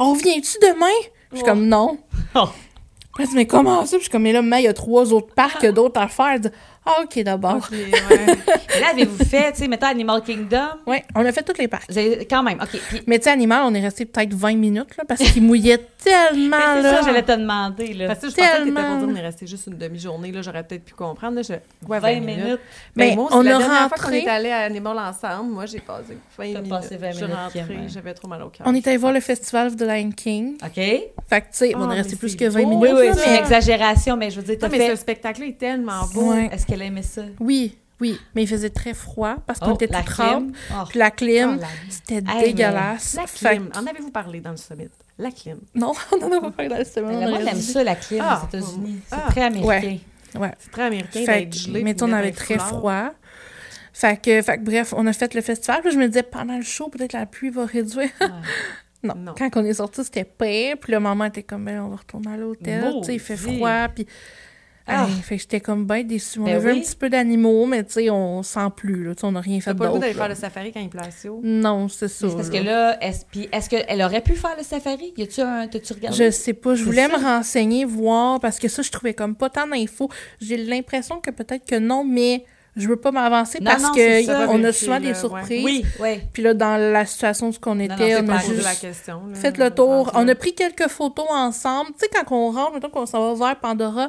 S2: on revient-tu demain? Je suis
S1: Oh.
S2: comme, non.
S1: Oh. (laughs)
S2: Puis elle dit, mais comment ça? Puis je suis comme, mais là, mais il y a trois autres parcs, il y a d'autres affaires. Elle dit, ah, OK, d'abord.
S3: Ok,
S1: (laughs)
S3: ouais.
S1: Mais là, avez-vous fait, tu sais, mettons Animal Kingdom?
S2: Ouais, on a fait tous les parcs.
S1: Vous avez- Quand même, OK. Puis,
S2: Mais tu sais, Animal, on est resté peut-être 20 minutes, là, parce
S1: (laughs)
S2: qu'il mouillait tellement,
S1: c'est
S2: là.
S1: ça, j'allais te demander, là.
S3: Parce que je pensais que t'étais
S2: Tellement.
S3: pour dire on est resté juste une demi-journée, là, j'aurais peut-être pu comprendre. Là, je... ouais,
S1: 20 minutes.
S2: Mais
S3: Ben, moi,
S2: on
S3: c'est la
S2: a
S3: dernière fois qu'on
S2: rentré-
S3: est allé à Animal ensemble, moi, j'ai passé
S1: T'as
S3: 20 minutes.
S1: passé 20
S3: je suis
S1: minutes,
S3: rentrée,
S1: Kim, ouais.
S3: j'avais trop mal au cœur.
S2: On est allé voir le festival de Lion King.
S1: OK? Oui,
S2: Fait que, tu sais,
S3: Ah,
S2: on est
S3: mais
S2: resté plus
S3: c'est
S2: que 20
S3: beau,
S2: minutes.
S1: oui,
S2: là,
S1: c'est une
S2: mais-
S1: exagération, mais je veux dire,
S3: Non,
S1: t'as
S3: mais ce
S1: fait...
S3: spectacle-là est tellement beau.
S2: Ouais.
S1: Est-ce qu'elle aimait ça?
S2: Oui, oui, mais il faisait très froid parce qu'on
S1: Oh,
S2: était
S1: la
S2: tout trempe.
S1: clim. Oh.
S2: Puis la clim,
S1: Oh, la-
S2: c'était
S1: Hey,
S2: dégueulasse.
S3: La
S2: Fait
S3: clim.
S2: que-
S3: En avez-vous parlé dans le summit? La clim.
S2: Non, (laughs) on n'en a pas parlé dans la semaine.
S1: Mais
S2: on
S1: Le monde
S2: aurait
S1: aime
S2: dû.
S1: ça, la clim
S3: Ah,
S1: aux États-Unis. C'est
S3: ah,
S1: très américain.
S2: Ouais.
S3: C'est très américain
S2: Fait
S3: d'être
S2: que,
S3: gelé.
S2: mettons, on
S3: puis
S2: avait
S3: d'être
S2: très
S3: dans le
S2: froid. Fait que, fait que, bref, on a fait le festival. Puis je me disais, pendant le show, peut-être la pluie va réduire. (laughs) non.
S3: Non.
S2: Quand on est sorti, c'était pire. Puis le maman était comme, ben, on va retourner à l'hôtel. Tu sais, il fait
S1: Maudit.
S2: froid. Puis
S1: Ah.
S2: Hey, fait que j'étais comme bête déçue. On
S1: Ben
S2: avait
S1: oui.
S2: un petit peu d'animaux, mais tu sais, on sent plus. Là, Tu sais, on n'a rien fait
S3: T'as pas le
S2: d'autre.
S3: goût d'aller faire
S2: là.
S3: le safari quand il pleut assez haut.
S2: Non, c'est ça.
S1: C'est parce que
S2: là.
S1: là, est-ce, puis est-ce qu'elle aurait pu faire le safari? Y a-tu un. T'as-tu regardé?
S2: Je sais pas, je
S1: C'est
S2: voulais
S1: ça.
S2: me renseigner, voir, parce que ça, je trouvais comme pas tant d'infos. J'ai l'impression que peut-être que non, mais je veux pas m'avancer
S1: Non,
S2: parce
S1: non, c'est ça.
S2: qu'on a
S3: Vérifier,
S2: souvent
S3: là,
S2: des
S3: ouais.
S2: surprises.
S1: Oui, oui.
S2: Puis là, dans la situation où on
S1: non,
S2: était,
S1: c'est
S2: on
S1: pas
S2: a
S1: à cause de
S2: juste
S3: la question. là.
S2: fait le tour. On a
S3: Rendu là.
S2: pris quelques photos ensemble. Tu sais, quand on rentre, mettons qu'on s'en va vers Pandora,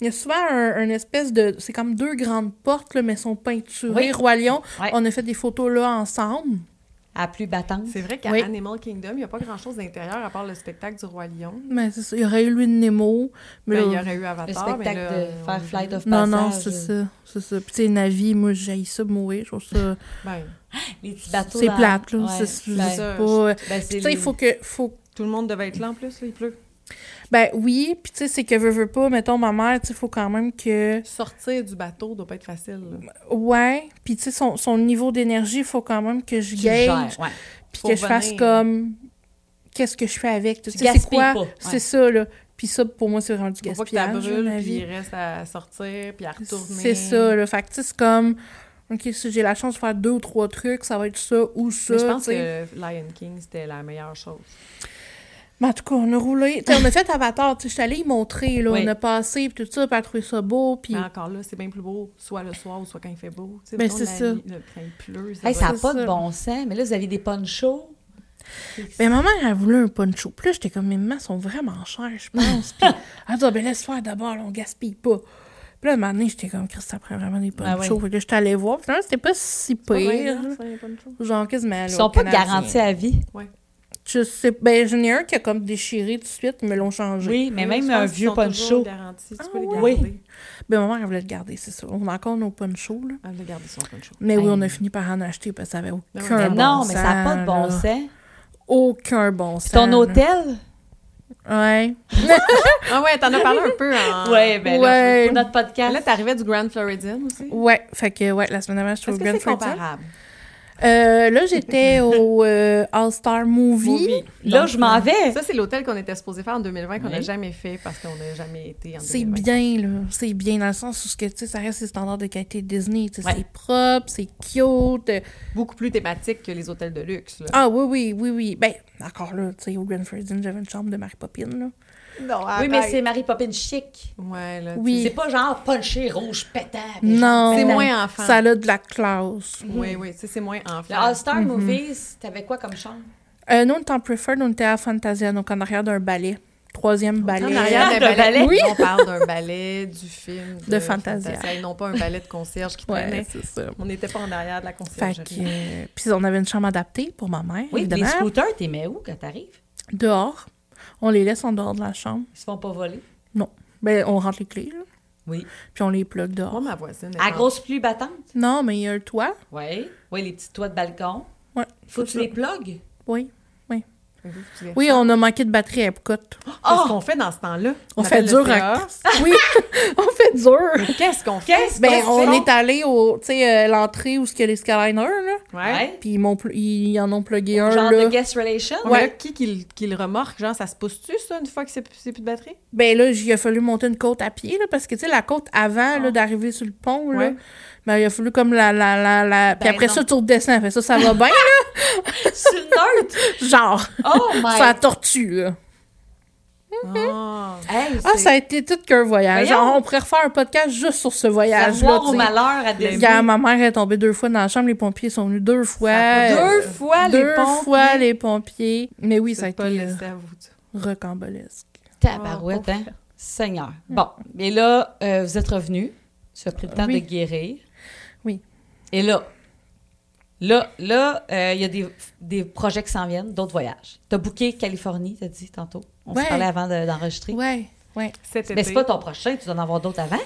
S2: il y a souvent un, une espèce de... C'est comme deux grandes portes, là, mais sont peinturées,
S1: Oui.
S2: Roi Lion.
S1: Ouais.
S2: On a fait des photos là ensemble.
S1: À plus battante.
S3: C'est vrai qu'à
S2: Oui.
S3: Animal Kingdom, il n'y a pas grand-chose d'intérieur à part le spectacle du Roi Lion.
S2: Mais c'est ça, il y aurait eu lui de Nemo. Mais
S3: Ben,
S2: là,
S3: il y aurait eu
S1: Le
S3: Avatar, mais
S1: spectacle
S3: là,
S1: de faire Flight of Passage. euh,
S2: Non, non, c'est ça. C'est ça. Puis, tu sais, Navi, moi, j'ai ça mourir. Je trouve ça.
S3: ben,
S1: Les petits bateaux.
S2: C'est
S1: dans-
S2: plate, là.
S1: Ouais,
S2: c'est c'est
S1: ben,
S3: ça,
S2: pas. euh,
S1: ben, c'est
S2: Tu sais, il
S1: les-
S2: faut que. Faut...
S3: tout le monde devait être là en plus, là, il pleut.
S2: Ben oui, puis, tu sais, c'est que veut, veut pas, mettons, ma mère, tu sais, faut quand même que.
S3: Sortir du bateau doit pas être facile. là.
S2: Ouais. Puis, tu sais, son, son niveau d'énergie, faut quand même que je
S1: tu
S2: gage.
S1: gères, ouais.
S2: Puis
S3: Faut
S2: que je fasse
S3: venir.
S2: comme. Qu'est-ce que je fais avec? Tu sais, c'est
S1: gaspilles
S2: quoi?
S1: pas, ouais.
S2: C'est ça, là. Puis, ça, pour moi, c'est vraiment du
S3: Faut pas que ça
S2: gaspillage.
S3: brûle,
S2: la
S3: puis
S2: vie.
S3: il reste à sortir, puis à retourner.
S2: C'est ça, là. Fait que, tu sais, c'est comme. Ok, si j'ai la chance de faire deux ou trois trucs, ça va être ça ou ça.
S3: Mais je pense
S2: tu sais.
S3: que Lion King, c'était la meilleure chose.
S2: Mais en tout cas, on a roulé. T'sais, on a fait Avatar. Je suis allée y montrer. Là,
S1: Oui. Ah.
S2: On a passé, puis tout ça, puis elle a trouvé ça beau. Puis...
S3: Mais encore là, c'est bien plus beau, soit le soir ou soit quand il fait beau. Tu sais,
S2: Ben,
S3: mettons,
S2: c'est
S3: la
S2: ça.
S3: nuit, là, quand il pleut, ça
S1: Hey, ça
S3: doit
S1: n'a
S2: Ouais,
S1: pas
S2: c'est
S1: de
S2: ça.
S1: bon sens. Mais là, vous avez des ponchos.
S2: Mais ma mère, elle voulait un poncho. Puis là, j'étais comme, mes mamans sont vraiment chères, je pense.
S1: (laughs)
S2: puis elle dit, Ah, ben laisse faire d'abord, là, on gaspille pas. Puis là, un moment donné, j'étais comme, Chris, ça prend vraiment des
S1: Ah
S2: ponchos. Fait que là, j'étais allée voir. Finalement, c'était pas si
S3: pas vrai,
S2: pire.
S3: là,
S2: là.
S3: c'est pas une chose.
S2: Genre, quasiment.
S1: hein? Ils sont pas garantis à vie.
S2: Je sais. Ben, j'en ai un qui a comme déchiré tout de suite, mais l'ont changé.
S1: Oui, mais
S3: Oui,
S1: même
S3: je
S1: un
S3: pense qu'ils
S1: vieux
S3: sont toujours
S1: poncho.
S3: garantis, tu
S2: Ah
S3: peux les
S2: ouais?
S3: garder.
S2: Ben, ma mère, elle voulait le garder, c'est ça. On a encore nos ponchos, là.
S3: Elle veut garder son poncho.
S2: Mais oui,
S1: Hey. Ben
S2: on a fini par en acheter parce que ça avait
S3: Mais
S2: aucun
S1: Mais
S2: bon
S1: non, mais ça n'a pas de
S2: sens,
S1: bon
S2: là.
S1: sens.
S2: aucun bon
S1: Puis
S2: sens.
S1: ton
S2: là.
S1: hôtel?
S2: Ouais.
S3: Ah ouais, t'en as parlé un peu en...
S1: Ouais, ben là,
S2: (laughs) Ouais.
S1: pour notre podcast.
S3: Là, t'arrivais du Grand Floridian aussi.
S2: Ouais, fait que ouais, la semaine dernière, je suis au
S3: Est-ce que
S2: Grand
S3: c'est
S2: Floridian.
S3: comparable?
S2: Euh, là, j'étais au euh, All-Star Movie.
S3: Movie.
S1: Là,
S2: Donc,
S1: je m'en vais.
S3: Ça, c'est l'hôtel qu'on était supposé faire en 2020 qu'on n'a
S1: Oui.
S3: jamais fait parce qu'on n'a jamais été en 2020.
S2: C'est bien, là. C'est bien dans le sens où ce que, tu sais, ça reste les standards de qualité de Disney. Tu sais,
S1: Ouais.
S2: C'est propre, c'est cute. euh,
S3: Beaucoup plus thématique que les hôtels de luxe. Là.
S2: Ah oui, oui, oui, oui. Ben, encore là, tu sais, au Grand Floridian, j'avais une chambre de Mary Poppins, là.
S3: Non,
S1: Oui, mais c'est Mary Poppins chic.
S3: Ouais, là,
S2: Oui.
S1: C'est pas genre punché, rouge, pétant. mais genre-
S2: Non.
S3: C'est moins enfant.
S2: Ça a de la classe.
S3: tu- Oui, oui, tu sais, c'est moins
S1: Le
S3: enfant.
S1: All-Star Movies, t'avais quoi comme chambre?
S2: Euh, nous, on était en preferred, on était à Fantasia, donc en arrière d'un ballet. Troisième ballet.
S3: En arrière d'un
S1: D'un
S3: ballet.
S1: ballet.
S3: On parle d'un ballet du film
S2: De Fantasia.
S3: et non pas un ballet de concierge qui traînait.
S2: Ouais, c'est ça.
S3: On n'était pas en arrière de la
S2: Fait
S3: conciergerie.
S2: que, euh, puis on avait une chambre adaptée pour ma mère,
S1: Oui, les
S2: évidemment.
S1: scooters, t'es mets où quand t'arrives?
S2: Dehors, on les laisse en dehors de la chambre.
S1: Ils se font pas voler.
S2: Non, ben on rentre les clés, là,
S1: Oui.
S2: puis on les plug dehors.
S3: Moi, ma voisine. est
S1: À
S3: en-
S1: grosse pluie battante?
S2: Non, mais il y a un toit.
S1: Oui. Oui, les petits toits de balcon.
S2: Ouais,
S1: Faut que tu
S2: c'est ça.
S1: les plugues.
S2: Oui, oui.
S3: Vous, vous pouvez-
S2: Oui, on a manqué de batterie à Epcot.
S3: Qu'est-ce qu'on fait dans ce temps-là?
S2: On fait
S3: appelle le
S2: dur
S3: CA.
S2: à... (laughs) Oui, on fait dur.
S3: Qu'est-ce qu'on fait?
S1: Qu'est-ce
S2: Ben,
S1: qu'on
S2: on
S1: fait?
S2: est allé au, tu sais, euh, l'entrée où ce qu'il y a les Skyliners, là.
S3: Ouais.
S2: Puis ils, m'ont pl- ils en ont plugué un,
S1: Genre
S2: là.
S1: de guest relation.
S3: Ouais. Mais là, qui, qui, le- qui le remorque? Genre, ça se pousse-tu, ça, une fois que c'est c'est plus de batterie?
S2: Ben là, il a fallu monter une côte à pied, là, parce que, tu sais, la côte avant,
S1: Ah.
S2: là, d'arriver sur le pont, là,
S3: Ouais.
S2: ben, il a fallu comme la... la, la, la... Puis
S1: Ben
S2: après
S1: non.
S2: ça, tu redescends. Fait ça,
S1: (laughs)
S2: ça va bien, là.
S1: C'est une neutre.
S2: Genre, (laughs)
S1: Oh my.
S2: ça tortue, là.
S3: Ah.
S1: Hey,
S2: Ah,
S1: c'est-
S2: ça a été tout qu'un voyage.
S1: Voyons.
S2: Genre, on pourrait refaire un podcast juste sur ce voyage-là,
S1: Savoir
S2: tu
S1: au
S2: sais.
S1: malheur à des
S2: Regarde, ma mère est tombée deux fois dans la chambre, les pompiers sont venus deux fois.
S3: Ça coûte
S2: Euh,
S1: Deux fois
S2: deux
S1: les ponts.
S2: fois les pompiers. Mais oui, ça a
S3: C'est
S2: été
S3: pas le
S2: euh,
S3: cerveau. ça.
S2: rocambolesque.
S1: Tabarouette, hein? Seigneur. Bon, et là, euh, vous êtes revenu. Tu as pris le temps
S2: Oui.
S1: de guérir.
S2: Oui.
S1: Et là, là, là, euh, il y a des, des projets qui s'en viennent, d'autres voyages. T'as booké Californie, t'as dit tantôt. On
S2: Ouais.
S1: se parlait avant de- d'enregistrer.
S2: Ouais, ouais.
S3: Cet
S1: Mais
S3: été.
S1: c'est pas ton prochain, tu dois en avoir d'autres avant.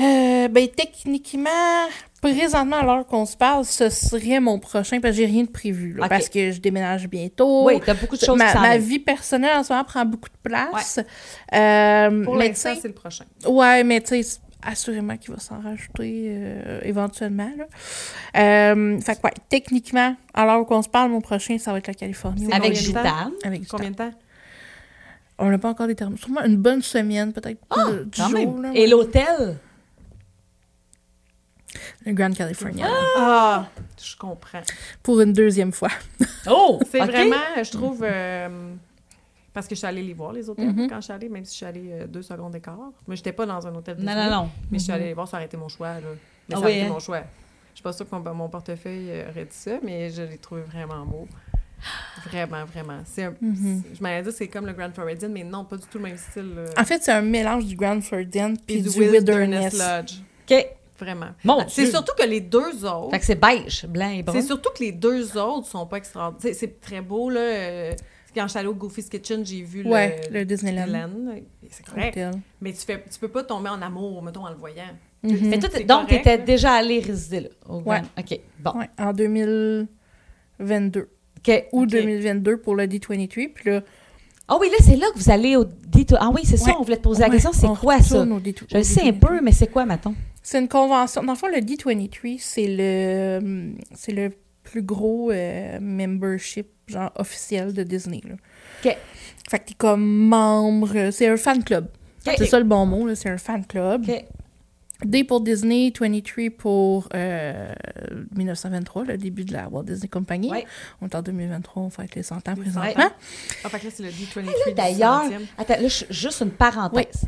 S2: Euh, ben, techniquement, présentement, à l'heure qu'on se parle, ce serait mon prochain, parce que j'ai rien de prévu, là,
S1: Ok.
S2: parce que je déménage bientôt.
S1: Oui, t'as beaucoup de choses
S2: Oh. ma,
S1: qui s'en
S2: ma
S1: viennent.
S2: vie personnelle, en ce moment, prend beaucoup de place. Euh,
S3: Pour
S2: mais
S3: l'instant,
S2: tu sais-
S3: c'est le prochain.
S2: Ouais, mais tu sais, assurément qu'il va s'en rajouter euh, éventuellement. Là. Euh, fait que, ouais, techniquement, à l'heure où on se parle, mon prochain, ça va être la Californie.
S3: C'est
S1: Avec
S3: combien de temps?
S1: Gitane.
S2: Avec du
S3: Combien de temps?
S2: temps. On n'a pas encore déterminé. Sûrement une bonne semaine, peut-être
S1: Ah,
S2: euh, du
S1: quand
S2: jour.
S1: même.
S2: là,
S1: Et
S2: ouais.
S1: l'hôtel?
S2: Le Grand California.
S3: Ah, je comprends.
S2: Pour une deuxième fois.
S1: Oh!
S3: C'est
S1: ok.
S3: vraiment, je trouve, euh, parce que je suis allée les voir, les hôtels,
S1: Mhm.
S3: quand je suis allée, même si je suis allée euh, deux secondes d'écart. Mais j'étais pas dans un hôtel.
S1: Non,
S3: Disney,
S1: non, non.
S3: Mais je suis allée les voir, ça aurait été mon choix, là.
S1: Ah
S3: Mais ça aurait
S1: oui,
S3: été
S1: hein?
S3: mon choix. Je suis pas sûre que mon, mon portefeuille euh, aurait dit ça, mais je l'ai trouvé vraiment beau. Vraiment, vraiment. C'est un-
S2: Mhm.
S3: c'est- Je m'allais dire c'est comme le Grand Floridian, mais non, pas du tout le même style. là.
S1: Ah,
S2: En fait, c'est un mélange du Grand Floridian
S3: Puis
S2: puis du, Wilderness.
S3: Lodge.
S1: OK.
S3: Vraiment.
S1: Mon
S3: Ah, C'est
S1: Dieu.
S3: surtout que les deux autres.
S1: Fait que c'est beige, blanc et brun.
S3: C'est surtout que les deux autres sont pas extraordinaires. C'est- C'est très beau, là. euh, Quand je suis allée au Goofy's Kitchen, j'ai vu
S2: Ouais,
S3: le,
S2: le Disneyland.
S3: C'est correct.
S2: Hôtel.
S3: Mais tu, fais, tu peux pas tomber en amour, mettons, en le voyant.
S2: Mhm.
S1: Mais toi, t'es-
S3: C'est
S1: donc, tu
S3: correct,
S1: étais
S3: là.
S1: déjà allé résider là. au
S2: Ouais.
S1: Grand- OK. Bon.
S2: Ouais, en 2022
S1: OK.
S2: ou
S3: Ok.
S2: 2022 pour le D23. Puis là,
S1: Ah oui, là, c'est là que vous allez au D2. Ah oui, c'est ça,
S2: Ouais.
S1: on voulait te poser la question. C'est
S2: on
S1: quoi ça?
S2: retourne au D-
S1: Je
S2: au
S1: le sais un
S2: D23.
S1: peu, mais c'est quoi, maintenant?
S2: C'est une convention. Dans le fond, le D23, c'est le, hum, c'est le plus gros euh, membership genre officiel de Disney. Là.
S1: OK.
S2: Fait que t'es comme membre. euh, C'est un fan club.
S1: OK.
S2: C'est ça le bon mot, là, c'est un fan club.
S1: OK.
S2: D pour Disney, 23 pour euh, 1923, le début de la Walt Disney Company.
S1: Ouais.
S2: On est en 2023, on fête les 100 ans
S3: Les 100 ans.
S2: présentement.
S3: Ah, fait que là, c'est le D23
S1: Là,
S3: du
S1: D'ailleurs,
S3: centième.
S1: attends, là, je- juste une parenthèse.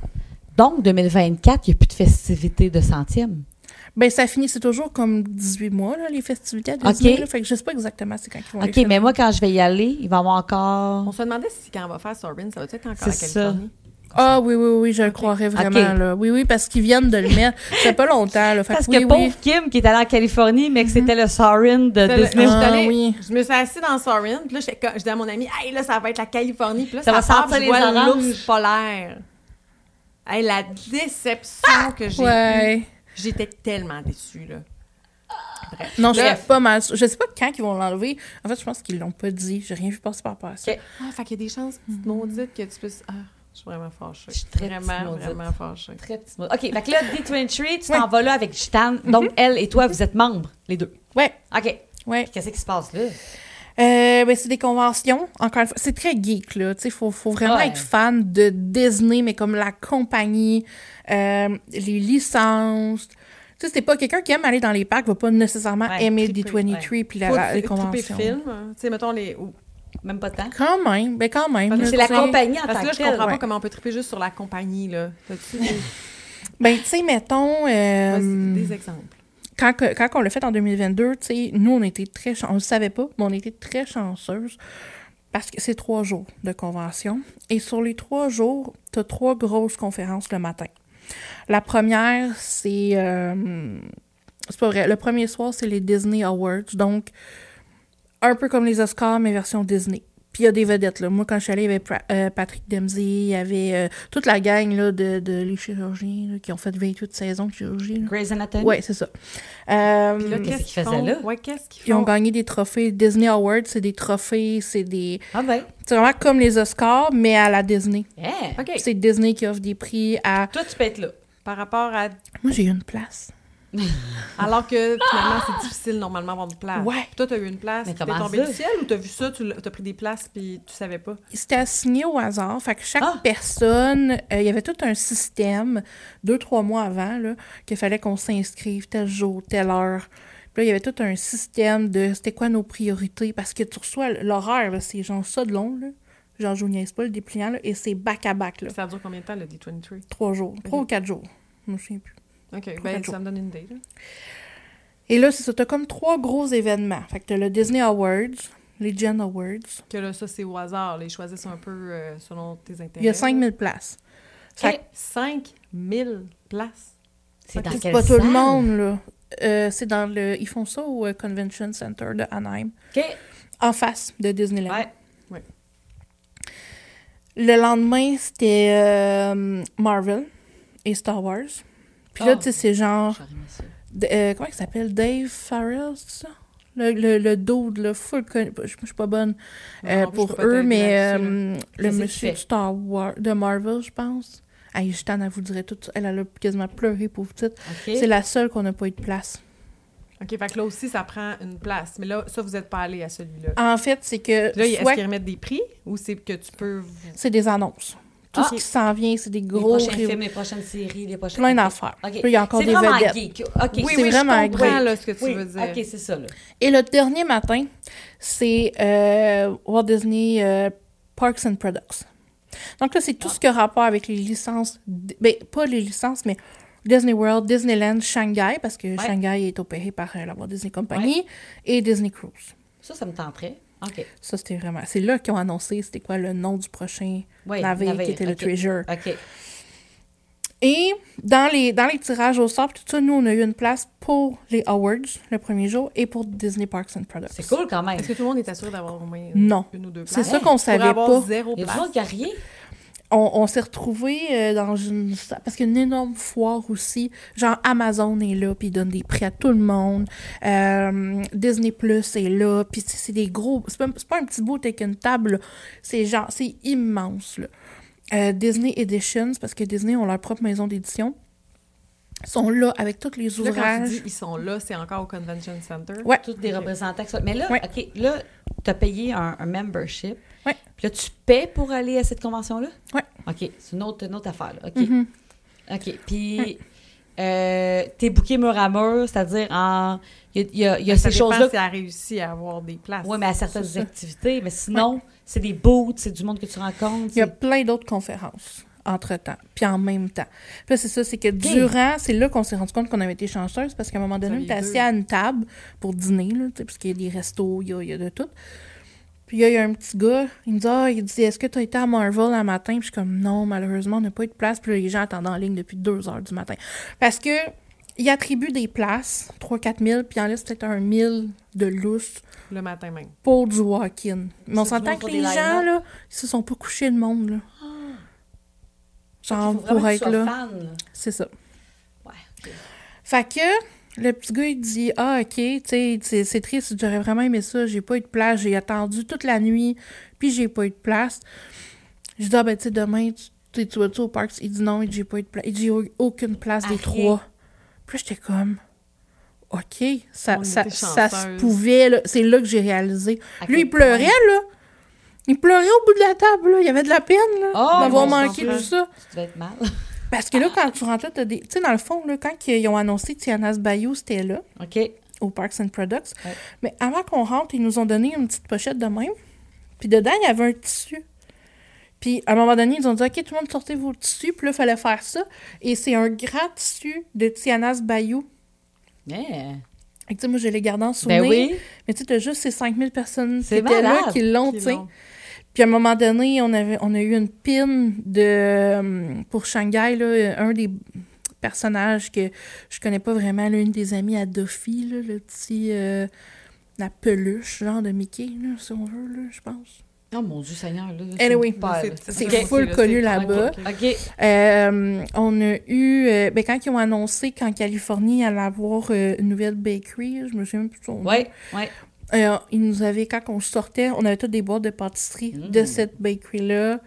S1: Donc, 2024, il n'y a plus de festivités de centième.
S2: Ben, ça finit, c'est toujours comme 18 mois, là, les festivités à
S1: Ok.
S2: Disney. là. fait que je sais pas exactement c'est quand ils vont les
S1: OK,
S2: faire.
S1: mais moi, quand je vais y aller, il va y avoir
S3: On
S1: encore.
S3: se demandait si quand on va faire Sorin, ça va être encore
S1: C'est
S3: la
S1: ça.
S3: Californie.
S2: Ah oui, oui, oui, je le croirais vraiment,
S1: Ok.
S2: là. Oui, oui, parce qu'ils viennent de le mettre. Ça fait pas longtemps, là. Fait
S1: Parce
S2: oui,
S1: que
S2: oui.
S1: pauvre Kim, qui est allée en Californie, mais que c'était le Sorin de
S3: C'est le-
S1: Disney.
S3: Ben, je, suis
S2: Ah,
S3: allée-
S2: oui.
S3: je me suis assise dans Sorin, puis là, j'étais co- je dis à mon ami, hey, là, ça va être la Californie, puis là,
S1: Ça
S3: ça,
S1: va
S3: part,
S1: sentir
S3: puis je vois
S1: les oranges.
S3: l'ours polaire. Hey, la déception que j'ai eue.
S2: Ouais.
S3: J'étais tellement déçue, là.
S2: Non, je
S1: Bref.
S2: suis pas mal. sûre. Je sais pas quand ils vont l'enlever. En fait, je pense qu'ils l'ont pas dit. J'ai rien vu passer par rapport à ça.
S1: Ok.
S3: Ah, fait qu'il y a des chances maudites que tu puisses. Ah, je suis vraiment fâchée.
S1: Mm-hmm. Je suis très petite
S3: vraiment,
S1: maudite.
S3: vraiment fâchée.
S1: Très petit mot. OK, fait que là, D23, tu
S2: Ouais.
S1: t'en vas là avec Gitane. Donc, elle et toi, vous êtes membres, les deux.
S2: Ouais,
S1: OK.
S2: ouais.
S1: Puis Qu'est-ce qui se passe là?
S2: Euh, ben, c'est des conventions. Encore une fois, c'est très geek, là. Tu sais, faut, faut vraiment
S1: Ouais.
S2: être fan de Disney, mais comme la compagnie, euh, les licences. Tu sais, c'est pas quelqu'un qui aime aller dans les parcs, va pas nécessairement
S1: Ouais,
S2: aimer
S1: triper,
S2: D23 puis la-
S3: Faut
S2: la- les
S3: t- triper
S2: conventions.
S3: film. hein. Tu sais, mettons les. ou-
S1: Même pas de temps.
S2: Quand même, ben quand même.
S3: Parce que
S2: là,
S1: C'est la
S2: tu sais.
S1: compagnie en
S3: Parce
S1: tant
S3: que là,
S1: que
S3: je comprends
S1: telle.
S2: tel,
S3: pas
S2: ouais.
S3: comment on peut triper juste sur la compagnie, là.
S1: (laughs)
S3: T'as-tu des,
S2: Ben, tu sais, mettons, euh,
S3: vas-y,
S1: Hum.
S3: des exemples?
S2: quand, que- quand on l'a fait en 2022, tu sais, nous, on était très chan- on le savait pas, mais on était très chanceuse parce que c'est trois jours de convention. Et sur les trois jours, tu as trois grosses conférences le matin. La première, c'est. euh, c'est pas vrai. Le premier soir, c'est les Disney Awards. Donc, un peu comme les Oscars, mais version Disney. Puis il y a des vedettes, là. Moi, quand je suis allée, il y avait Pra- euh, Patrick Dempsey, il y avait euh, toute la gang, là, de, de les chirurgiens, là, qui ont fait 28 saisons de chirurgie, là.
S1: Grey's Anatomy.
S2: Ouais, c'est ça. Euh,
S3: Puis là, qu'est-ce
S1: qu'ils faisaient
S3: qu'ils font?
S1: là?
S3: Ouais, qu'est-ce qu'ils
S2: ils ont
S3: font?
S2: gagné des trophées. Disney Awards, c'est des trophées, c'est des.
S1: Ah ben.
S2: C'est vraiment comme les Oscars, mais à la Disney.
S1: Yeah.
S3: OK.
S2: C'est Disney qui offre des prix à.
S1: Toi, tu peux être là.
S3: Par rapport à.
S2: Moi, j'ai eu une place.
S3: Alors que finalement, c'est difficile normalement d'avoir une place.
S2: Ouais.
S3: Toi, t'as eu une place.
S1: Mais
S3: puis T'es
S1: comment
S3: tombé
S1: ça?
S3: du ciel ou t'as vu ça, tu l'as- t'as pris des places puis tu savais pas?
S2: C'était assigné au hasard. Fait que chaque
S1: Ah!
S2: personne, euh, il y avait tout un système, deux, trois mois avant, là, qu'il fallait qu'on s'inscrive tel jour, telle heure. Puis là, il y avait tout un système de c'était quoi nos priorités. Parce que tu reçois l'horaire, là, c'est genre ça de long, là. Genre, je vous niaise pas le dépliant, là, et c'est back-à-back, là.
S3: Ça dure combien de temps, le D23?
S2: Trois jours. Trois ou quatre jours. Je me souviens plus.
S3: OK.
S2: quatre
S3: Ben,
S2: jours.
S3: ça me donne une idée, là.
S2: Et là, c'est ça. T'as comme trois gros événements. Fait que t'as le Disney Awards, les Gen Awards.
S3: Que là, ça, c'est au hasard. là, Ils choisissent un peu euh, selon tes intérêts.
S2: Il y a
S3: là.
S2: 5000 places. Fait que
S1: Eh,
S3: 5000 places.
S1: C'est dans
S2: c'est
S1: quelle
S2: pas tout le
S1: salle?
S2: monde, là. Euh, c'est dans le... Ils font ça au euh, Convention Center de Anaheim,
S1: OK.
S2: en face de Disneyland.
S1: Ouais.
S2: Le lendemain, c'était euh, Marvel et Star Wars. Puis là,
S1: Ah.
S2: tu sais, c'est genre...
S1: J'aurais aimé ça.
S2: D- euh, comment il s'appelle? Dave Farrell, c'est ça? Le, le, le dude, le full... con- Je, je suis pas bonne euh,
S3: Non, je peux
S2: pour
S3: pas
S2: eux,
S3: t'aider
S2: mais
S3: là-dessus, là.
S2: euh,
S1: Qu'est-ce
S2: le
S1: qu'il
S2: monsieur
S1: fait?
S2: de Star Wars, de Marvel, je pense... Hey, je t'en elle vous dirait tout ça. Elle, elle a quasiment pleuré pour vous
S1: OK.
S2: C'est la seule qu'on n'a pas eu de place.
S3: OK, fait que là aussi, ça prend une place. Mais là, ça, vous n'êtes pas allé à celui-là.
S2: En fait, c'est que
S3: Puis là, est-ce
S2: soit-
S3: qu'ils remettent des prix ou c'est que tu peux.
S2: c'est des annonces. Tout
S1: Ah.
S2: ce qui s'en vient, c'est des
S1: Les
S2: gros
S1: prochains
S2: réunions.
S1: films, les prochaines séries, les prochaines.
S2: plein d'affaires.
S1: OK.
S2: Puis il y a encore
S1: C'est
S2: des
S1: vraiment
S2: vedettes.
S1: geek. OK.
S3: Oui,
S2: c'est
S3: oui, je
S2: vraiment
S3: comprends
S2: great.
S3: là, ce que tu
S1: Oui,
S3: veux dire.
S1: OK, c'est ça, là.
S2: Et le dernier matin, c'est euh, Walt Disney euh, Parks and Products. Donc là, c'est tout ce qui a rapport avec les licences, d- ben, pas les licences, mais Disney World, Disneyland, Shanghai, parce que Shanghai est opéré par euh, la Walt Disney Company, et Disney Cruise.
S1: Ça, ça me tenterait. OK.
S2: Ça, c'était vraiment... C'est là qu'ils ont annoncé c'était quoi le nom du prochain
S1: Ouais,
S2: navire,
S1: navire,
S2: qui était le
S1: ok.
S2: Treasure.
S1: OK.
S2: Et dans les, dans les tirages au sort, tout ça, nous, on a eu une place pour les Awards le premier jour et pour Disney Parks and Products.
S1: C'est cool quand même.
S3: Est-ce que tout le monde est assuré d'avoir au moins
S2: Non.
S3: une ou deux places?
S2: C'est
S1: Ouais.
S2: ça qu'on
S3: Pour
S2: savait
S3: avoir
S2: pas.
S3: zéro
S1: Il y a
S3: place.
S1: toujours qu'il y a rien.
S2: On, on s'est retrouvés euh, dans une... sa- Parce qu'il y a une énorme foire aussi. Genre, Amazon est là, puis ils donnent des prix à tout le monde. Euh, Disney Plus est là, puis c'est c'est des gros... C'est pas, c'est pas un petit bout avec une table, là. C'est genre... C'est immense, là. Euh, Disney Editions, parce que Disney ont leur propre maison d'édition, sont là avec tous les
S3: Là, quand tu
S2: ouvrages.
S3: dis ils sont là, c'est encore au Convention Center.
S2: Ouais.
S1: Toutes des représentants. qui sont- Mais là,
S2: Ouais.
S1: OK, là, tu as payé un, un membership.
S2: Ouais.
S1: Puis là, tu paies pour aller à cette convention-là?
S2: Ouais.
S1: OK. C'est une autre, une autre affaire, là. OK.
S2: Mhm.
S1: OK. Puis, euh, t'es booké mur à mur, c'est-à-dire en. Il y a, il y a- il y a
S3: Ça
S1: ces
S3: dépend
S1: choses-là.
S3: si elle a réussi à avoir des places.
S1: Oui, mais à certaines activités. Mais sinon, c'est des boots, c'est du monde que tu rencontres.
S2: Il y a
S1: c'est-
S2: plein d'autres conférences entre-temps, puis en même temps. Puis là, c'est ça, c'est que durant, c'est là qu'on s'est rendu compte qu'on avait été chanceuse, parce qu'à un moment donné, on
S3: aviez
S2: était assis
S3: deux.
S2: à une table pour dîner, là, tu sais, parce qu'il y a des restos, il y a, il y a de tout. Puis là, il y a un petit gars, il me dit, ah, il dit, est-ce que tu as été à Marvel un matin? Puis je suis comme, non, malheureusement, on n'a pas eu de place. Puis là, les gens attendent en ligne depuis 2 heures du matin. Parce que il attribue des places, 3-4 000, puis il en laisse peut-être un 1000 de lousse
S3: Le matin même.
S2: pour du walk-in. Mais on
S1: Ça, tout le
S2: s'entend
S1: monde
S2: que
S1: font
S2: les
S1: des
S2: gens,
S1: line-up.
S2: là, ils se sont pas couchés le monde, là.
S1: Il
S2: Genre,
S1: faut vraiment
S2: pour
S1: que tu
S2: être
S1: sois
S2: là.
S1: fan.
S2: C'est ça.
S1: Ouais, OK.
S2: Fait que, le petit gars, il dit Ah, ok, tu sais, il dit, c'est, triste, j'aurais vraiment aimé ça, j'ai pas eu de place, j'ai attendu toute la nuit, puis j'ai pas eu de place. Je dis Ah, ben, tu sais, demain, tu, tu sais, tu vas-tu au parc Il dit Non, il dit, j'ai pas eu de place. Il dit J'ai eu aucune place des
S1: Arrête.
S2: trois. Puis là, j'étais comme Ok, ça,
S3: On
S2: ça,
S3: était
S2: ça se
S3: chanceuse.
S2: pouvait, là. c'est là que j'ai réalisé.
S1: À
S2: Lui,
S1: quel
S2: il pleurait,
S1: point?
S2: là. Il pleurait au bout de la table, là. Il avait de la peine, là,
S1: Oh,
S2: d'avoir
S1: mon
S2: manqué
S1: Dieu.
S2: tout ça.
S1: Tu devais être mal. (laughs)
S2: Parce que là, quand tu rentres là, t'as des... Tu sais, dans le fond, là, quand ils ont annoncé que Tiana's Bayou, c'était là,
S1: OK.
S2: au Parks and Products,
S1: Ouais.
S2: mais avant qu'on rentre, ils nous ont donné une petite pochette de même. Puis dedans, il y avait un tissu. Puis à un moment donné, ils ont dit « OK, tout le monde, sortez vos tissus. » Puis là, il fallait faire ça. Et c'est un grand tissu de Tiana's Bayou.
S1: Mais.
S2: Et tu sais, moi, je l'ai gardé en souvenir.
S1: Ben oui.
S2: Mais tu sais, t'as juste ces 5000 personnes qui
S1: C'est
S2: étaient là,
S1: malade.
S2: qui l'ont,
S3: Qui
S2: tu sais.
S3: l'ont.
S2: Puis à un moment donné, on, avait, on a eu une pin de, euh, pour Shanghai, là, un des personnages que je connais pas vraiment, l'une des amies à Duffy, là, le petit... euh, la peluche, genre de Mickey, là, si on veut, là, je pense.
S1: Oh mon Dieu Seigneur, là. là,
S2: Anyway,
S1: c'est pas-
S3: c'est-
S2: C'est
S1: Ok.
S2: full
S3: c'est-
S2: connu
S3: c'est-
S2: là-bas.
S3: ok.
S1: OK.
S2: Euh, on a eu... euh, ben, quand ils ont annoncé qu'en Californie, il allait avoir euh, une nouvelle bakery, je me souviens plus de son nom.
S1: Ouais, ouais.
S2: Euh, ils nous avaient, quand on sortait, on avait toutes des boîtes de pâtisserie de
S1: Mmh.
S2: cette bakery-là.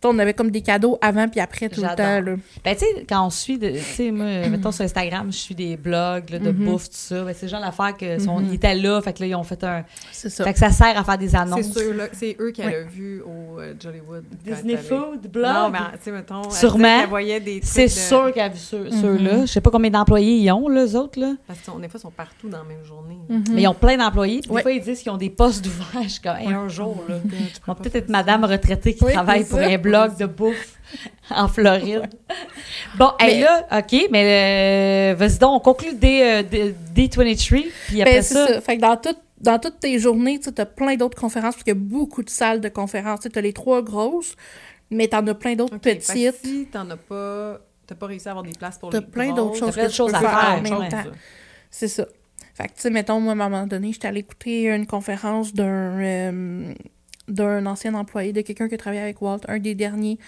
S2: Tu sais, On avait comme des cadeaux avant puis après tout le
S1: J'adore.
S2: temps. là.
S1: Ben, tu sais, quand on suit, de- tu sais, (clears throat) moi, mettons sur Instagram, je suis des blogs là, de bouffe, tout ça. Ben, c'est genre l'affaire que sont, ils étaient là, fait que là, ils ont fait un.
S2: C'est ça.
S1: Fait que ça sert à faire des annonces.
S3: C'est ceux-là- c'est eux qu'elle a vu au euh, Jollywood. quand
S1: Disney
S3: elle est allée.
S1: Food, blog.
S3: Non, mais tu sais, mettons, elle
S1: Sûrement.
S3: disait qu'elle voyait des trucs
S1: c'est
S3: de-
S1: sûr qu'il y a vu ceux- ceux-là. euh, Mhm. Je sais pas combien d'employés ils ont, là, eux autres, là.
S3: Parce que des fois, ils sont partout dans la même journée.
S2: Mm-hmm.
S1: Mais ils ont plein d'employés. puis
S2: Ouais.
S1: Des fois, ils disent qu'ils ont des postes d'ouvrage, comme hey, un jour, là.
S3: Tu
S1: Ils vont
S3: peux pas
S1: peut-être être madame retraitée qui
S2: Oui,
S1: travaille
S2: c'est
S1: pour
S2: ça.
S1: un blog de
S2: (laughs)
S1: bouffe en Floride. Bon, hey,
S2: Mais-
S1: là, OK, mais euh, vas-y donc, on conclut des, euh, des- des D23, puis après
S2: Ben, c'est
S1: ça, hein?
S2: ça. Fait que dans, tout- dans toutes tes journées, tu as plein d'autres conférences parce qu'il y a beaucoup de salles de conférences. Tu as les trois grosses, mais tu en as plein d'autres
S3: Ok, fait que
S1: ben,
S2: petites.
S3: Si t'en as pas, t'as pas réussi à avoir des places pour
S2: T'as
S3: les
S2: plein d'autres
S3: grosses,
S2: choses
S1: t'as plein
S2: que
S1: de
S2: tu
S1: choses
S2: peux
S1: à
S2: faire en
S1: faire.
S2: même
S1: ouais.
S2: temps. C'est ça. Fait que, tu sais, mettons, moi, à un moment donné, j'étais allée écouter une conférence d'un euh, d'un ancien employé, de quelqu'un qui travaillait avec Walt, un des derniers.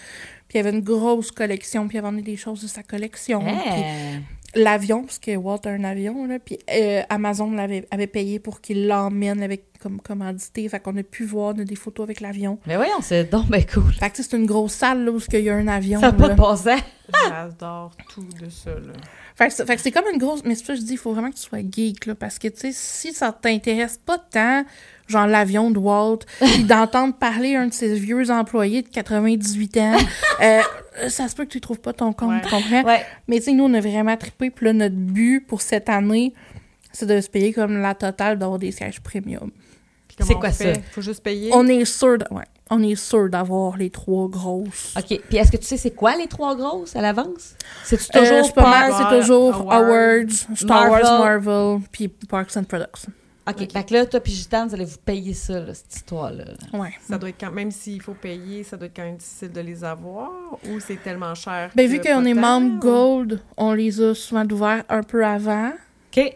S2: Puis il avait une grosse collection, puis il avait amené des choses de sa collection. Puis
S1: Hey.
S2: l'avion, parce que Walt a un avion, là, puis euh, Amazon l'avait avait payé pour qu'il l'emmène avec comme commandité. Fait qu'on a pu voir on a des photos avec l'avion.
S1: Mais voyons, c'est donc ben cool.
S2: Fait que tu sais, c'est une grosse salle là, où il y a un avion.
S1: Ça n'a pas
S2: là.
S1: de bon sens.
S3: J'adore tout de ça, là.
S2: Fait que, c'est- fait que c'est comme une grosse. Mais c'est pour ça que je dis, il faut vraiment que tu sois geek, là. Parce que, tu sais, si ça t'intéresse pas tant, genre l'avion
S1: (laughs)
S2: de Walt, puis d'entendre parler un de ses vieux employés de 98 ans, euh, ça se peut que tu trouves pas ton compte,
S3: Ouais.
S2: tu comprends?
S1: Ouais.
S2: Mais, tu sais, nous, on a vraiment trippé. Puis là, notre but pour cette année, c'est de se payer comme la totale d'avoir des sièges premium.
S3: Puis comment
S1: C'est
S3: on
S1: quoi
S3: fait?
S1: ça?
S3: Faut juste payer.
S2: On est sûr de- ouais, on est sûr d'avoir les trois grosses.
S1: OK. Puis est-ce que tu sais c'est quoi les trois grosses à l'avance? C'est-tu
S2: Euh,
S1: toujours
S2: c'est pas mal,
S1: Power-
S2: c'est toujours
S3: Awards,
S2: Awards, Star Wars,
S1: Marvel.
S2: Marvel, puis Parks and Products.
S1: OK. Fait que là, toi puis Gitane, vous allez vous payer ça, là, cette histoire-là.
S2: Ouais.
S3: Ça doit être quand même s'il faut payer, ça doit être quand même difficile de les avoir ou c'est tellement cher.
S2: Ben,
S3: que
S1: Euh,
S2: vu
S3: pas
S2: qu'on est
S3: tant,
S2: membre
S3: ou-
S2: Gold, on les a souvent ouverts un peu avant.
S1: OK.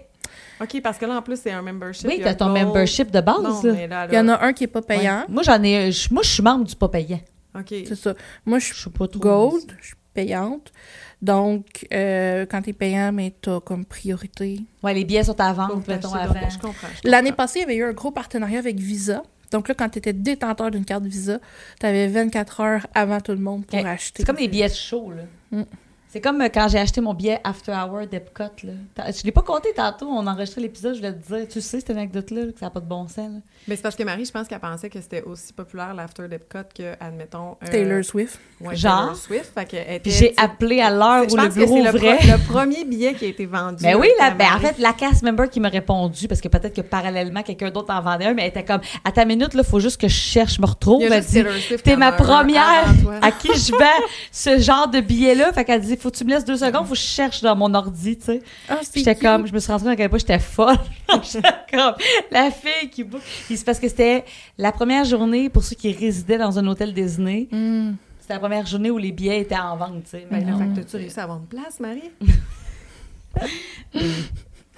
S3: OK, parce que là, en plus, c'est un membership.
S1: Oui,
S3: il y a
S1: t'as ton
S3: Gold.
S1: membership de base,
S3: Non,
S1: là.
S3: mais là,
S2: Il y en
S3: là,
S2: a un qui est pas payant.
S1: Ouais. Moi, j'en ai. je- Moi, je suis membre du pas payant.
S3: OK.
S2: C'est ça. Moi, je
S1: Je
S2: suis
S1: suis pas trop.
S2: Gold, je suis payante. Donc, euh, quand t'es payant, mais t'as comme priorité.
S1: Ouais, les billets sont à
S3: Faut
S1: vendre,
S3: que t'achètes
S1: mettons,
S3: d'autres.
S1: avant.
S3: ben, Je comprends. je
S2: L'année
S3: comprends.
S2: passée, il y avait eu un gros partenariat avec Visa. Donc là, quand t'étais détenteur d'une carte Visa, t'avais 24 heures avant tout le monde pour
S1: Ok.
S2: acheter.
S1: Eh, C'est comme les billets de show, là.
S2: Mm.
S1: C'est comme euh, quand j'ai acheté mon billet After Hour d'Epcot, là. T'as- Je l'ai pas compté tantôt, on enregistrait l'épisode, je voulais te dire. Tu sais, cette anecdote-là, là, que ça n'a pas de bon sens, là.
S3: Mais c'est parce que Marie, je pense qu'elle pensait que c'était aussi populaire l'After Depcot que, admettons. euh,
S2: Taylor Swift.
S3: ouais,
S1: Genre.
S3: Taylor Swift. Fait qu'elle était,
S1: Puis j'ai
S3: tu sais,
S1: appelé à l'heure
S3: Je
S1: où le
S3: pense que
S1: bureau
S3: c'est le,
S1: ouvrait.
S3: pro- le premier billet qui a été vendu.
S1: Ben oui,
S3: avec
S1: là,
S3: la
S1: ben en
S3: Marie.
S1: fait, la cast member qui m'a répondu, parce que peut-être que parallèlement, quelqu'un d'autre en vendait un, mais elle était comme, à ta minute, là, faut juste que je cherche, je me retrouve.
S3: Il y a
S1: Elle
S3: juste
S1: dit,
S3: Taylor Swift
S1: t'es
S3: en
S1: ma
S3: un
S1: première Ah,
S3: avant toi.
S1: à qui je
S3: (laughs)
S1: vends ce genre de billet-là. Fait qu'elle dit, faut que tu me laisses deux secondes, faut que je cherche dans mon ordi, tu sais.
S2: Ah,
S1: Puis J'étais comme, je me suis rendu compte à quel point j'étais folle. (laughs) j'étais comme, la fille qui boucle. Puis c'est parce que c'était la première journée pour ceux qui résidaient dans un hôtel Disney.
S2: Hmm.
S1: C'était la première journée où les billets étaient en vente, tu sais.
S3: Ben
S1: Fait
S3: là,
S1: que-
S3: fait que t'as-tu réussi à avoir une place, Marie?
S1: (laughs)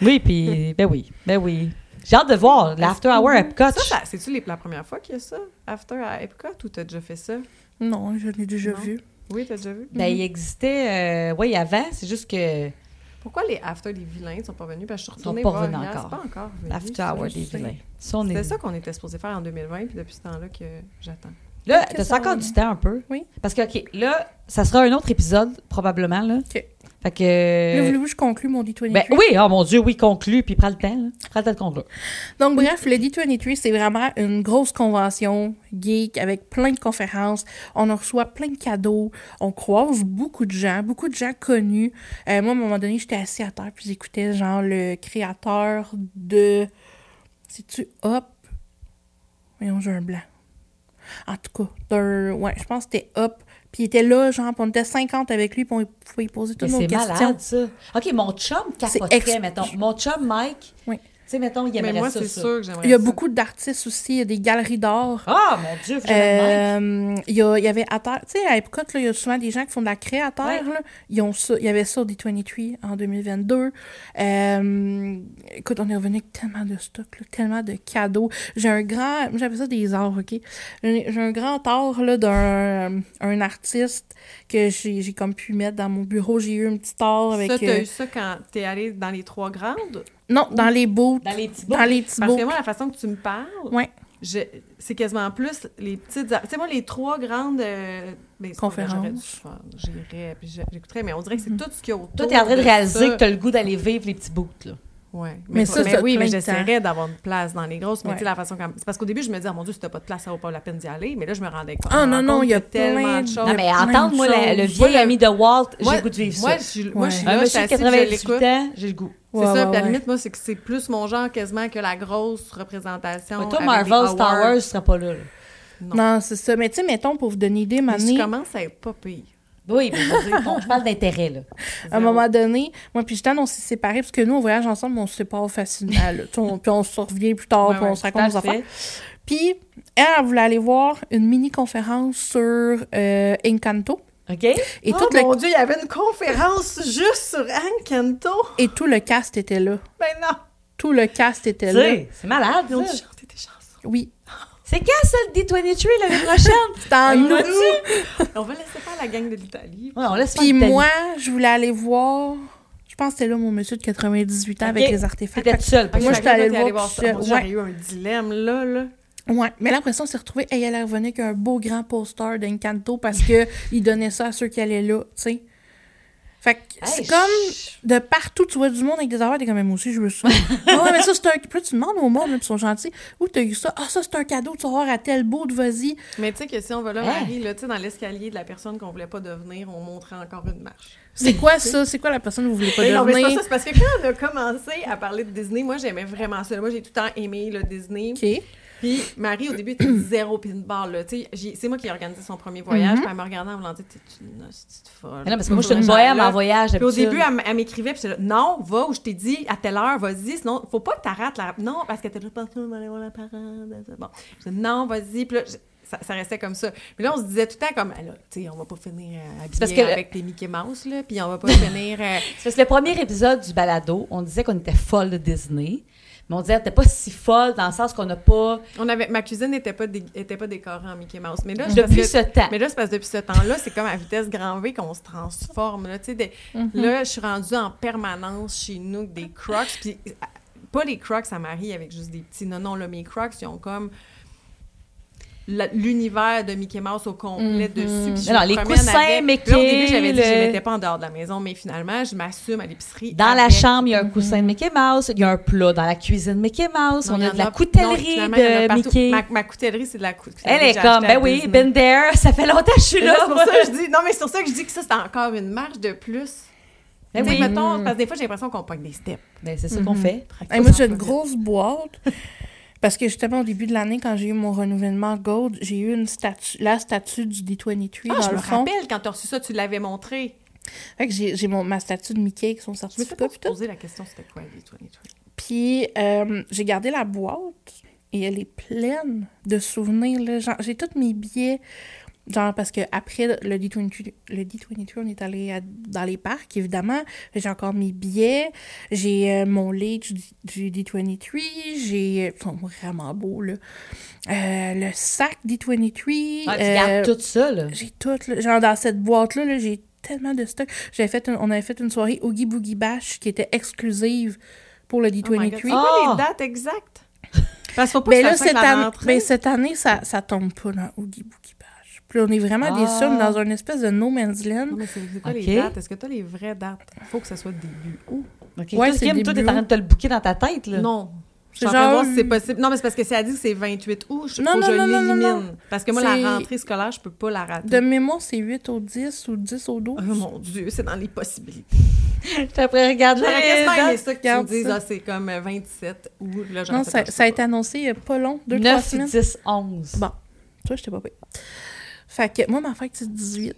S1: Oui, puis, ben oui, ben oui. J'ai hâte de voir l'After Hour Epcot.
S3: Ça, ça- c'est-tu les- la première fois qu'il y a ça? After à Epcot ou t'as déjà fait ça?
S2: Non, je l'ai déjà
S3: Non.
S1: Euh,
S2: vu.
S3: Oui, t'as déjà vu?
S1: Ben, il existait, euh, oui, avant, c'est juste que
S3: Pourquoi les After des vilains ne sont pas venus? Parce que je suis
S1: Ils sont
S3: retournée
S1: pas
S3: voir
S1: venus
S3: hier,
S1: encore.
S3: c'est pas encore venu,
S1: l'After
S3: ça.
S1: Hour
S2: je
S1: des
S2: sais.
S1: vilains. Ça, on est-
S3: C'était ça qu'on était supposé faire en 2020, puis depuis ce temps-là que j'attends.
S1: Là,
S2: que
S1: t'as
S2: ça-
S1: encore du temps un peu.
S2: Oui.
S1: Parce que, OK, là, ça sera un autre épisode, probablement, là.
S2: OK.
S1: Fait
S2: Là,
S1: que...
S2: voulez-vous que je conclue mon D23?
S1: Ben oui, oh mon Dieu, oui, conclu, puis prends le temps, là. Prends le temps de conclure.
S2: Donc, bref, le D23, c'est vraiment une grosse convention geek avec plein de conférences. On en reçoit plein de cadeaux. On croise beaucoup de gens, beaucoup de gens connus. Euh, moi, à un moment donné, j'étais assis à terre puis j'écoutais, genre, le créateur de. C'est-tu Hop? Voyons, j'ai un blanc. En tout cas, d'un- ouais, je pense que c'était Hop. Puis il était là, genre, puis on était 50 avec lui, puis on pouvait lui poser
S1: Mais
S2: toutes nos
S1: c'est
S2: questions.
S1: malade, ça. OK, mon chum capoterait,
S2: ex-
S1: mettons. Mon chum, Mike,
S2: Oui.
S1: tu sais, mettons, il aimerait
S3: Mais moi,
S1: ça,
S3: c'est
S1: ça.
S3: sûr que j'aimerais
S2: Il y a
S3: ça.
S2: beaucoup d'artistes aussi, il y a des galeries d'art.
S1: Ah, mon Dieu, faut que j'aille avec Mike.
S2: Euh, Il y, a- il y avait à terre, tu sais, à Epcot, là, il y a souvent des gens qui font de la créateur.
S1: Ouais.
S2: là. Ils ont ça, il y avait ça au D23 en 2022. Euh, écoute, on est revenu avec tellement de stock, là, tellement de cadeaux. J'ai un grand, moi, j'appelle ça des arts, OK? J'ai j'ai un grand art là, d'un un artiste que j'ai j'ai comme pu mettre dans mon bureau. J'ai eu un petit art avec.
S3: Ça, t'as
S2: euh,
S3: eu ça quand t'es allé dans les trois grandes?
S2: Non, dans les bouts.
S1: Dans les petits bouts.
S2: Dans les petits
S3: Parce
S2: bouts.
S3: que moi, la façon que tu me parles,
S2: Ouais.
S3: je- c'est quasiment plus les petites... Tu sais, moi, les trois grandes... euh, ben, c'est pas vrai, j'aurais du fun. J'irais, puis je- j'écouterais, mais on dirait que c'est
S2: Mm-hmm.
S3: tout ce qu'il y a autour
S1: Toi, t'es en train de réaliser
S3: ça.
S1: que t'as le goût d'aller vivre les petits bouts, là.
S3: Ouais.
S2: Mais
S3: Mais,
S2: ça,
S3: mais
S2: ça
S3: oui,
S2: te
S3: mais
S2: plaint
S3: j'essaierais d'avoir une place dans les grosses. Mais
S2: Ouais.
S3: tu sais, la façon comme. C'est parce qu'au début, je me disais, oh, mon Dieu, si t'as pas de place, ça vaut pas la peine d'y aller. Mais là, je me rendais compte.
S2: Ah,
S3: je me
S2: non,
S3: rends
S2: non,
S3: compte
S2: il y a
S3: qu'il tellement
S2: plein
S3: de
S2: de-
S3: choses.
S1: Non, mais
S2: plein de
S1: entendre-moi, la- le
S2: choses.
S1: vieil
S3: Moi,
S1: ami de Walt, j'ai
S3: Moi,
S1: le goût de vivre
S3: moi,
S1: ça.
S3: Je, suis- Ah, moi, je suis
S1: Un
S3: là, je
S1: monsieur
S3: suis
S1: de
S3: assise, je
S1: 98
S3: l'écoute.
S1: ans, j'ai le goût.
S3: C'est
S2: Ouais,
S3: ça,
S2: ouais,
S3: puis à la
S2: ouais.
S3: limite, moi, c'est que c'est plus mon genre quasiment que la grosse représentation.
S1: Mais toi,
S3: avec
S1: Marvel,
S3: les
S1: Star
S3: awards.
S1: Wars, tu seras pas là. là.
S3: Non.
S2: Non, c'est ça. Mais tu sais, mettons, pour vous donner une idée,
S3: Mais je
S2: Mané,
S3: commence à être pas pire.
S1: Oui, mais je veux (laughs) dire, bon, je parle d'intérêt, là.
S2: À un moment donné, moi puis Jeanne, on s'est séparés parce que nous, on voyage ensemble, mais on se sépare facilement. là. Tu sais, on- puis on se revient plus tard,
S3: Ouais,
S2: puis on
S3: ouais,
S2: se raconte nos
S1: tout à
S2: affaires. Puis, elle, elle voulait aller voir une mini-conférence sur euh, Encanto
S1: OK?
S2: et,
S3: oh,
S2: tout le,
S3: mon Dieu, il y avait une conférence juste sur Encanto.
S2: et tout le cast était là.
S3: Ben non.
S2: Tout le cast était
S1: Tu
S2: là.
S1: sais, c'est malade,
S3: Ils ont
S1: ça.
S3: dû chanter des chansons.
S2: Oui.
S1: C'est quand, ça, le D23, l'année prochaine?
S2: C'était en août.
S3: On va laisser faire la gang de l'Italie.
S1: (laughs) Ouais, on laisse faire
S2: Puis
S1: l'Italie.
S2: moi, je voulais aller voir... Je pense que c'était là mon monsieur de 98 ans avec
S1: Ok.
S2: les artefacts.
S1: T'étais toute seule.
S3: Ok,
S1: parce que-
S2: Moi,
S3: fait
S2: j'étais
S3: que
S2: allée
S3: là, t'es
S2: le
S3: allée
S2: voir
S3: ça.
S2: tout seul.
S3: Mon Dieu,
S2: Ouais.
S3: J'aurais eu un dilemme, là, là.
S2: Ouais, mais là, après ça, on s'est retrouvés, et
S3: (laughs)
S2: elle est revenue avec un beau grand poster d'Encanto parce que il donnait ça à ceux qui allaient là, tu sais. Fait que c'est
S1: Hey,
S2: comme
S1: je-
S2: de partout, tu vois du monde avec des affaires, t'es comme, mais moi aussi, je veux
S3: (laughs)
S2: ça. ah ouais, mais ça, c'est un. Puis là, tu demandes au monde, là, puis ils sont gentils. Où t'as eu ça? Ah, ça, c'est un cadeau, tu vas voir à tel beau de vas-y.
S3: Mais tu sais que si on va là,
S1: Hein?
S3: Marie, là, tu sais, dans l'escalier de la personne qu'on voulait pas devenir, on montrait encore une marche.
S2: C'est quoi ça? C'est quoi la personne que vous voulez pas
S3: Mais Ben non, mais c'est pas
S2: devenir?
S3: ça, c'est parce que quand on a commencé à parler de Disney, moi, j'aimais vraiment ça. Moi, j'ai tout le temps aimé le Disney.
S2: Ok.
S3: Puis Marie, au début, était (coughs) zéro pinball. Là. Tu sais, j'ai- C'est moi qui ai organisé son premier voyage. Puis elle me regardait en me disant T'es une petite folle.
S1: Mhm. Mais non, parce que moi, je suis
S3: Genre,
S1: une bohème
S3: là.
S1: en voyage.
S3: Puis au
S1: d'habitude.
S3: début, elle, m- elle m'écrivait, puis j'étais là, non, va où je t'ai dit, à telle heure, vas-y, sinon, faut pas que t'arrêtes la. Non, parce que t'es juste pensé, on va aller voir la parade. Bon, je dis, non, vas-y, puis là, je- ça, ça restait comme ça. Mais là, on se disait tout le temps, comme, Ah là, tu sais, on va pas finir à
S1: parce que euh, le-
S3: avec tes Mickey Mouse, là, puis on va pas (laughs) finir. euh,
S1: C'est parce que le premier épisode du balado, on disait qu'on était folle de Disney, mais on disait t'es pas si folle dans le sens qu'on n'a pas
S3: on avait, ma cuisine n'était pas, dé- était pas décorée en Mickey Mouse. Mais là, je
S1: depuis ce temps.
S3: Mais là, c'est parce que depuis ce temps-là, c'est comme à vitesse grand V qu'on se transforme. Là, tu sais, des-
S1: Mm-hmm.
S3: là je suis rendue en permanence chez nous avec des crocs. Puis, à- pas les crocs à Marie avec juste des petits. Non, non, là, mes crocs, ils ont comme la- l'univers de Mickey Mouse au complet
S2: Mhm.
S3: dessus. Puis je
S1: Non,
S3: me
S1: Mm-hmm. les
S3: promène
S1: coussins
S3: avec.
S1: Mickey,
S3: Là, au début, j'avais dit que je
S1: le-
S3: les mettais pas en dehors de la maison, mais finalement, je m'assume à l'épicerie.
S1: Dans la
S3: avec-
S1: chambre, il y a un coussin de Mickey Mouse, il y a un plat dans la cuisine de Mickey Mouse,
S3: Non,
S1: on
S3: il y
S1: a
S3: en
S1: de la
S3: non,
S1: coutellerie
S3: finalement, il y en a
S1: de
S3: partout.
S1: Mickey.
S3: Ma, ma coutellerie, c'est de la coutellerie.
S1: Elle est comme, ben oui, been there, (laughs) ça fait longtemps que je suis
S3: Mais
S1: là.
S3: là, c'est pour ça que je dis. Non, mais c'est pour ça que je dis que ça, c'est encore une marche de plus.
S1: Ben
S3: tu sais,
S1: oui.
S3: mettons, Mm-hmm. parce que des fois, j'ai l'impression qu'on pogne des steps.
S1: Ben, c'est ça qu'on fait.
S2: Hey, moi, j'ai une grosse boîte. Parce que justement, au début de l'année, quand j'ai eu mon renouvellement Gold, j'ai eu une statue, la statue du D23
S3: Ah,
S2: dans
S3: je
S2: le
S3: me
S2: fond.
S3: rappelle, quand tu as reçu ça, tu l'avais montré.
S2: Fait que j'ai j'ai mon- ma statue de Mickey avec son
S3: Je me
S2: certificat.
S3: suis pas
S2: puis tout.
S3: posé la question, c'était quoi, les 23?
S2: Puis euh, j'ai gardé la boîte et elle est pleine de souvenirs. là. Genre, J'ai tous mes billets. Genre, parce que après le D22, le D22, on est allé à- dans les parcs, évidemment. J'ai encore mes billets. J'ai euh, mon lit du, du D23. J'ai. euh, Ils sont vraiment beaux, là. Euh, le sac D23.
S1: Ah, tu
S2: euh,
S1: gardes tout ça, là.
S2: j'ai tout, là. genre dans cette boîte-là, là, j'ai tellement de stock. J'avais fait une- on avait fait une soirée Oogie Boogie Bash qui était exclusive pour le
S3: Oh my God, c'est
S2: D23.
S3: quoi
S1: Ah!
S3: les dates exactes? Parce qu'il faut pas
S2: ben
S3: que
S2: là,
S3: ça soit
S2: cette
S3: la
S2: année,
S3: rentrée.
S2: ben, cette année, ça, ça tombe pas dans Oogie Boogie Bash. Puis là, on est vraiment des
S1: Ah.
S2: sommes dans une espèce de no man's land.
S3: Non, mais c'est c'est quoi
S1: Ok.
S3: les dates? Est-ce que tu as les vraies dates? Il faut que ça soit début août.
S1: Ok,
S2: ouais,
S1: toi,
S2: c'est
S1: Kim, toi, t'es en
S2: début
S1: train de te le bouquer dans ta tête, là.
S3: Non. Je suis
S2: C'est
S3: en train de voir
S2: genre-
S3: si c'est possible. Non, mais c'est parce que ça a dit que c'est 28 août. Je,
S2: Non,
S3: faut que
S2: non,
S3: je
S2: non, non, non,
S3: l'élimine.
S2: non.
S3: Parce que moi,
S2: C'est-
S3: la rentrée scolaire, je peux pas la rater.
S2: De mémoire, c'est 8 au 10 ou 10 au 12.
S3: Oh mon Dieu, c'est dans les possibilités.
S1: Après, regarde
S3: J'aurais quasiment aimé ça que tu me
S2: regarde
S3: dises,
S2: ça.
S3: ah, c'est comme euh, 27 ou là, j'aurais
S2: non,
S3: fait,
S2: ça,
S3: ah, je
S2: ça a
S3: sais
S2: été annoncé il y a pas long, 2-3
S1: 9,
S2: semaines.
S1: 10, 11.
S2: Bon, toi, j'étais pas payée. Fait que moi, ma fête, c'est 18.
S1: Hey,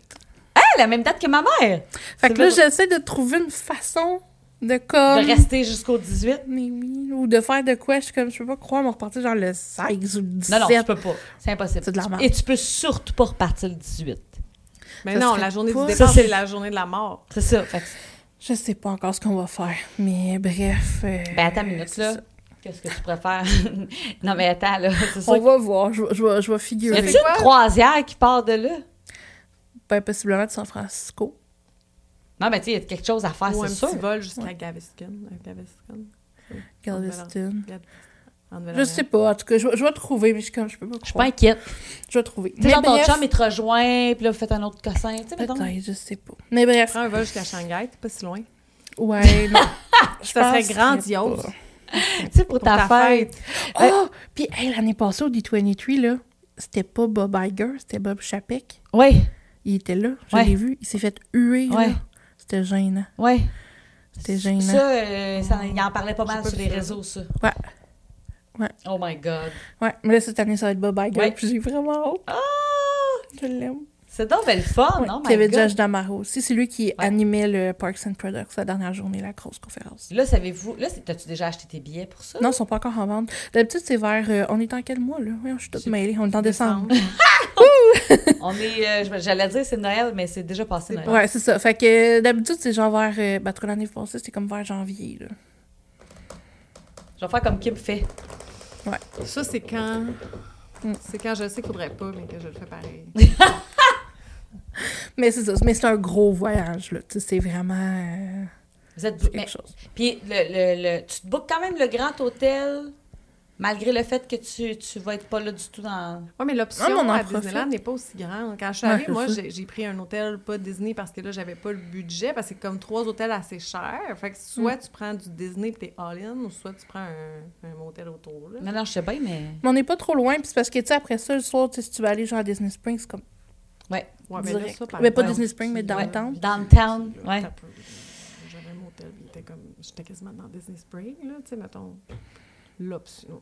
S1: Ah, la même date que ma mère.
S2: Fait que
S1: C'est
S2: là,
S1: vrai.
S2: j'essaie de trouver une façon de comme...
S1: De rester jusqu'au 18.
S2: Mais oui, ou de faire de quoi, je suis comme, je peux pas croire, me repartir genre le 16 ou le 17.
S1: Non, non, tu peux pas. C'est impossible.
S2: C'est de la merde.
S1: Et tu peux surtout pas repartir le 18.
S3: pas. Mais
S2: ça
S3: non,
S2: serait
S3: la journée
S2: pas-
S3: du
S2: Ça,
S3: départ,
S1: c'est-
S3: c'est la journée de la mort.
S1: C'est ça. Fait que-
S2: Je sais pas encore ce qu'on va faire, mais bref. euh,
S1: ben, attends une minute,
S2: c'est
S1: là.
S2: ça.
S1: Qu'est-ce que tu préfères? (laughs) non, mais attends, là. C'est sûr.
S2: On va voir, je, vais- je vais, je vais
S1: que- Y
S2: figurer.
S1: a-tu une croisière qui part de là?
S2: Ben, possiblement de San Francisco.
S1: Non, mais tu sais, il y a quelque chose à
S2: Ah,
S1: faire,
S3: ou un
S1: c'est sûr.
S3: petit vol jusqu'à Gaviscon. à Gaviscon.
S1: ben,
S2: Galveston.
S3: en
S2: Je
S3: Nouvelle-Orléans.
S2: sais pas, en tout cas, je, vais- je vais trouver, mais je suis comme, je peux pas
S1: Je suis pas
S2: croire.
S1: inquiète.
S2: Je vais trouver.
S1: Tu sais, genre, ton
S2: bref,
S1: chum, il te rejoint, puis là, vous faites un autre cossin. Tu sais, mettons. Ah.
S2: Peut-être, je sais pas. Mais bref,
S3: Prends un vol jusqu'à Shanghai, t'es pas si loin.
S1: (laughs)
S2: ouais,
S1: Euh,
S2: non. Je
S3: Ça serait
S2: pense que-
S3: grandiose.
S1: Tu sais, pour, ta, fête.
S2: Oh! Puis, hey, l'année passée au D23, là, c'était pas Bob Iger, c'était Bob Chapek.
S1: Oui,
S2: Il était là, je
S1: Ouais.
S2: l'ai vu. Il s'est fait huer. là.
S1: Ouais.
S2: C'était gênant.
S1: oui.
S2: C'était gênant.
S1: Ça, euh, ça, il en parlait pas mal
S3: pas
S1: sur les
S3: vu ça.
S1: réseaux, ça.
S2: Ouais. Ouais.
S1: Oh my God.
S2: Ouais, mais là, cette année, ça va être Bob Iger.
S1: Ouais.
S2: Puis j'ai vraiment hâte.
S1: Ah!
S2: Je l'aime.
S1: C'est donc belle fun,
S2: Ouais,
S1: non,
S2: puis il y avait
S1: my God.
S2: Josh Damaro aussi. C'est lui qui animait le Parks and Products la dernière journée, la grosse conférence.
S1: Là, savez-vous, là, c'est- t'as-tu déjà acheté tes billets pour ça?
S2: Non, ils sont pas encore en vente. D'habitude, c'est vers. euh, on est en quel mois, là? Voyons, je suis toute
S3: C'est-
S2: mêlée. On est en décembre.
S1: On est, euh, j'allais dire c'est Noël, mais c'est déjà passé Noël.
S2: Ouais, c'est ça. Fait que euh, d'habitude, c'est genre vers. euh, ben, en tout cas, l'année passée, c'était comme vers janvier, là.
S1: Je vais faire comme Kim fait.
S3: Ça, c'est quand...
S2: Mm.
S3: C'est quand je sais qu'il faudrait pas, mais que je le fais pareil.
S2: Mais c'est ça. Mais c'est un gros voyage, là. Tu sais, c'est vraiment. euh,
S1: Vous êtes
S2: c'est
S1: mais-
S2: quelque chose.
S1: Puis le, le- le- tu te bookes quand même le grand hôtel Malgré le fait que tu, tu vas être pas là du tout dans.
S3: Oui, mais l'option
S2: Non, mais on en
S3: à
S2: profite.
S3: Disneyland n'est pas aussi grande. Quand je suis
S2: Ah, Ouais,
S3: allée,
S2: c'est
S3: moi,
S2: ça.
S3: j'ai j'ai pris un hôtel pas Disney parce que là, j'avais pas le budget, parce que c'est comme trois hôtels assez chers. Fait que
S2: Mm.
S3: soit tu prends du Disney puis t'es all-in, ou soit tu prends un, un motel autour. là.
S1: Non, non, je sais bien, mais.
S2: Mais on n'est pas trop loin, puis c'est parce que, tu sais, après ça, le soir, tu sais, si tu vas aller genre à Disney Springs, c'est comme
S1: Ouais.
S3: Ouais, mais là,
S2: direct.
S3: ça,
S2: Mais,
S3: par
S2: pas
S3: exemple,
S2: Disney Springs, mais
S3: tu-
S1: ouais.
S2: Downtown.
S1: Downtown. Ouais.
S3: T'as peu. J'avais un motel, puis il était comme... J'étais quasiment dans Disney Spring, là, tu sais, mettons, l'option.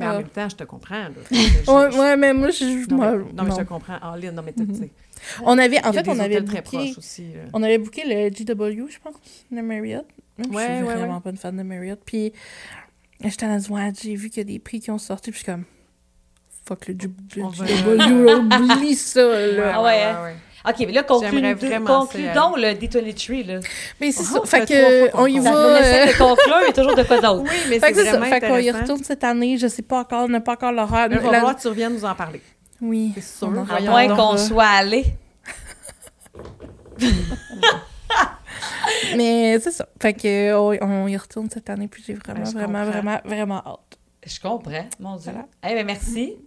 S3: Mais en
S2: Ah.
S3: même temps, je
S2: (laughs)
S3: te comprends, là. Je-
S2: Ouais,
S3: je-
S2: ouais, mais moi, je...
S3: Non, mais,
S2: moi,
S3: non, mais je
S2: non.
S3: te comprends. En ligne, non, mais tu sais.
S2: On avait, en
S3: il y a
S2: fait,
S3: des
S2: on avait
S3: hôtels très
S2: booké,
S3: proches aussi, là.
S2: on avait booké le GW, je pense, le Marriott. Même
S3: Ouais,
S2: je suis
S3: ouais,
S2: vraiment
S3: ouais.
S2: pas une fan de Marriott. Puis, j'étais à la ouais, j'ai vu qu'il y a des prix qui ont sorti, puis je suis comme, fuck le GW,
S3: On va-
S2: là, oublie ça, là.
S1: Ah ouais, hein?
S3: ouais.
S1: OK, mais là, conclue,
S3: J'aimerais
S1: de-
S3: vraiment
S1: conclue
S3: ça,
S1: donc le D23, là.
S2: Mais c'est
S3: Oh,
S2: ça,
S3: ça
S2: fait
S3: fait trois fois
S2: que,
S3: qu'on
S2: on y
S3: compte.
S1: Ça
S2: va.
S1: nous
S2: euh,
S1: laissait de conclure, mais toujours de quoi d'autre.
S3: Oui, mais
S2: Fait
S3: c'est
S2: que c'est ça.
S3: vraiment
S2: Fait qu'on y
S3: intéressant.
S2: retourne cette année. Je sais pas encore, on n'a pas encore l'horaire.
S3: Il va
S2: La-
S3: falloir que tu reviennes nous en parler.
S2: Oui.
S3: C'est sûr.
S2: On en
S1: À
S3: Voyons
S1: moins
S3: donc.
S1: qu'on
S2: va.
S1: soit allé.
S2: Mais c'est ça. Fait que euh, on, on y retourne cette année. Puis j'ai vraiment,
S3: Ben, je
S2: vraiment,
S3: comprends.
S2: vraiment, vraiment hâte.
S1: Je comprends, mon Dieu.
S2: Voilà.
S1: Eh bien, merci.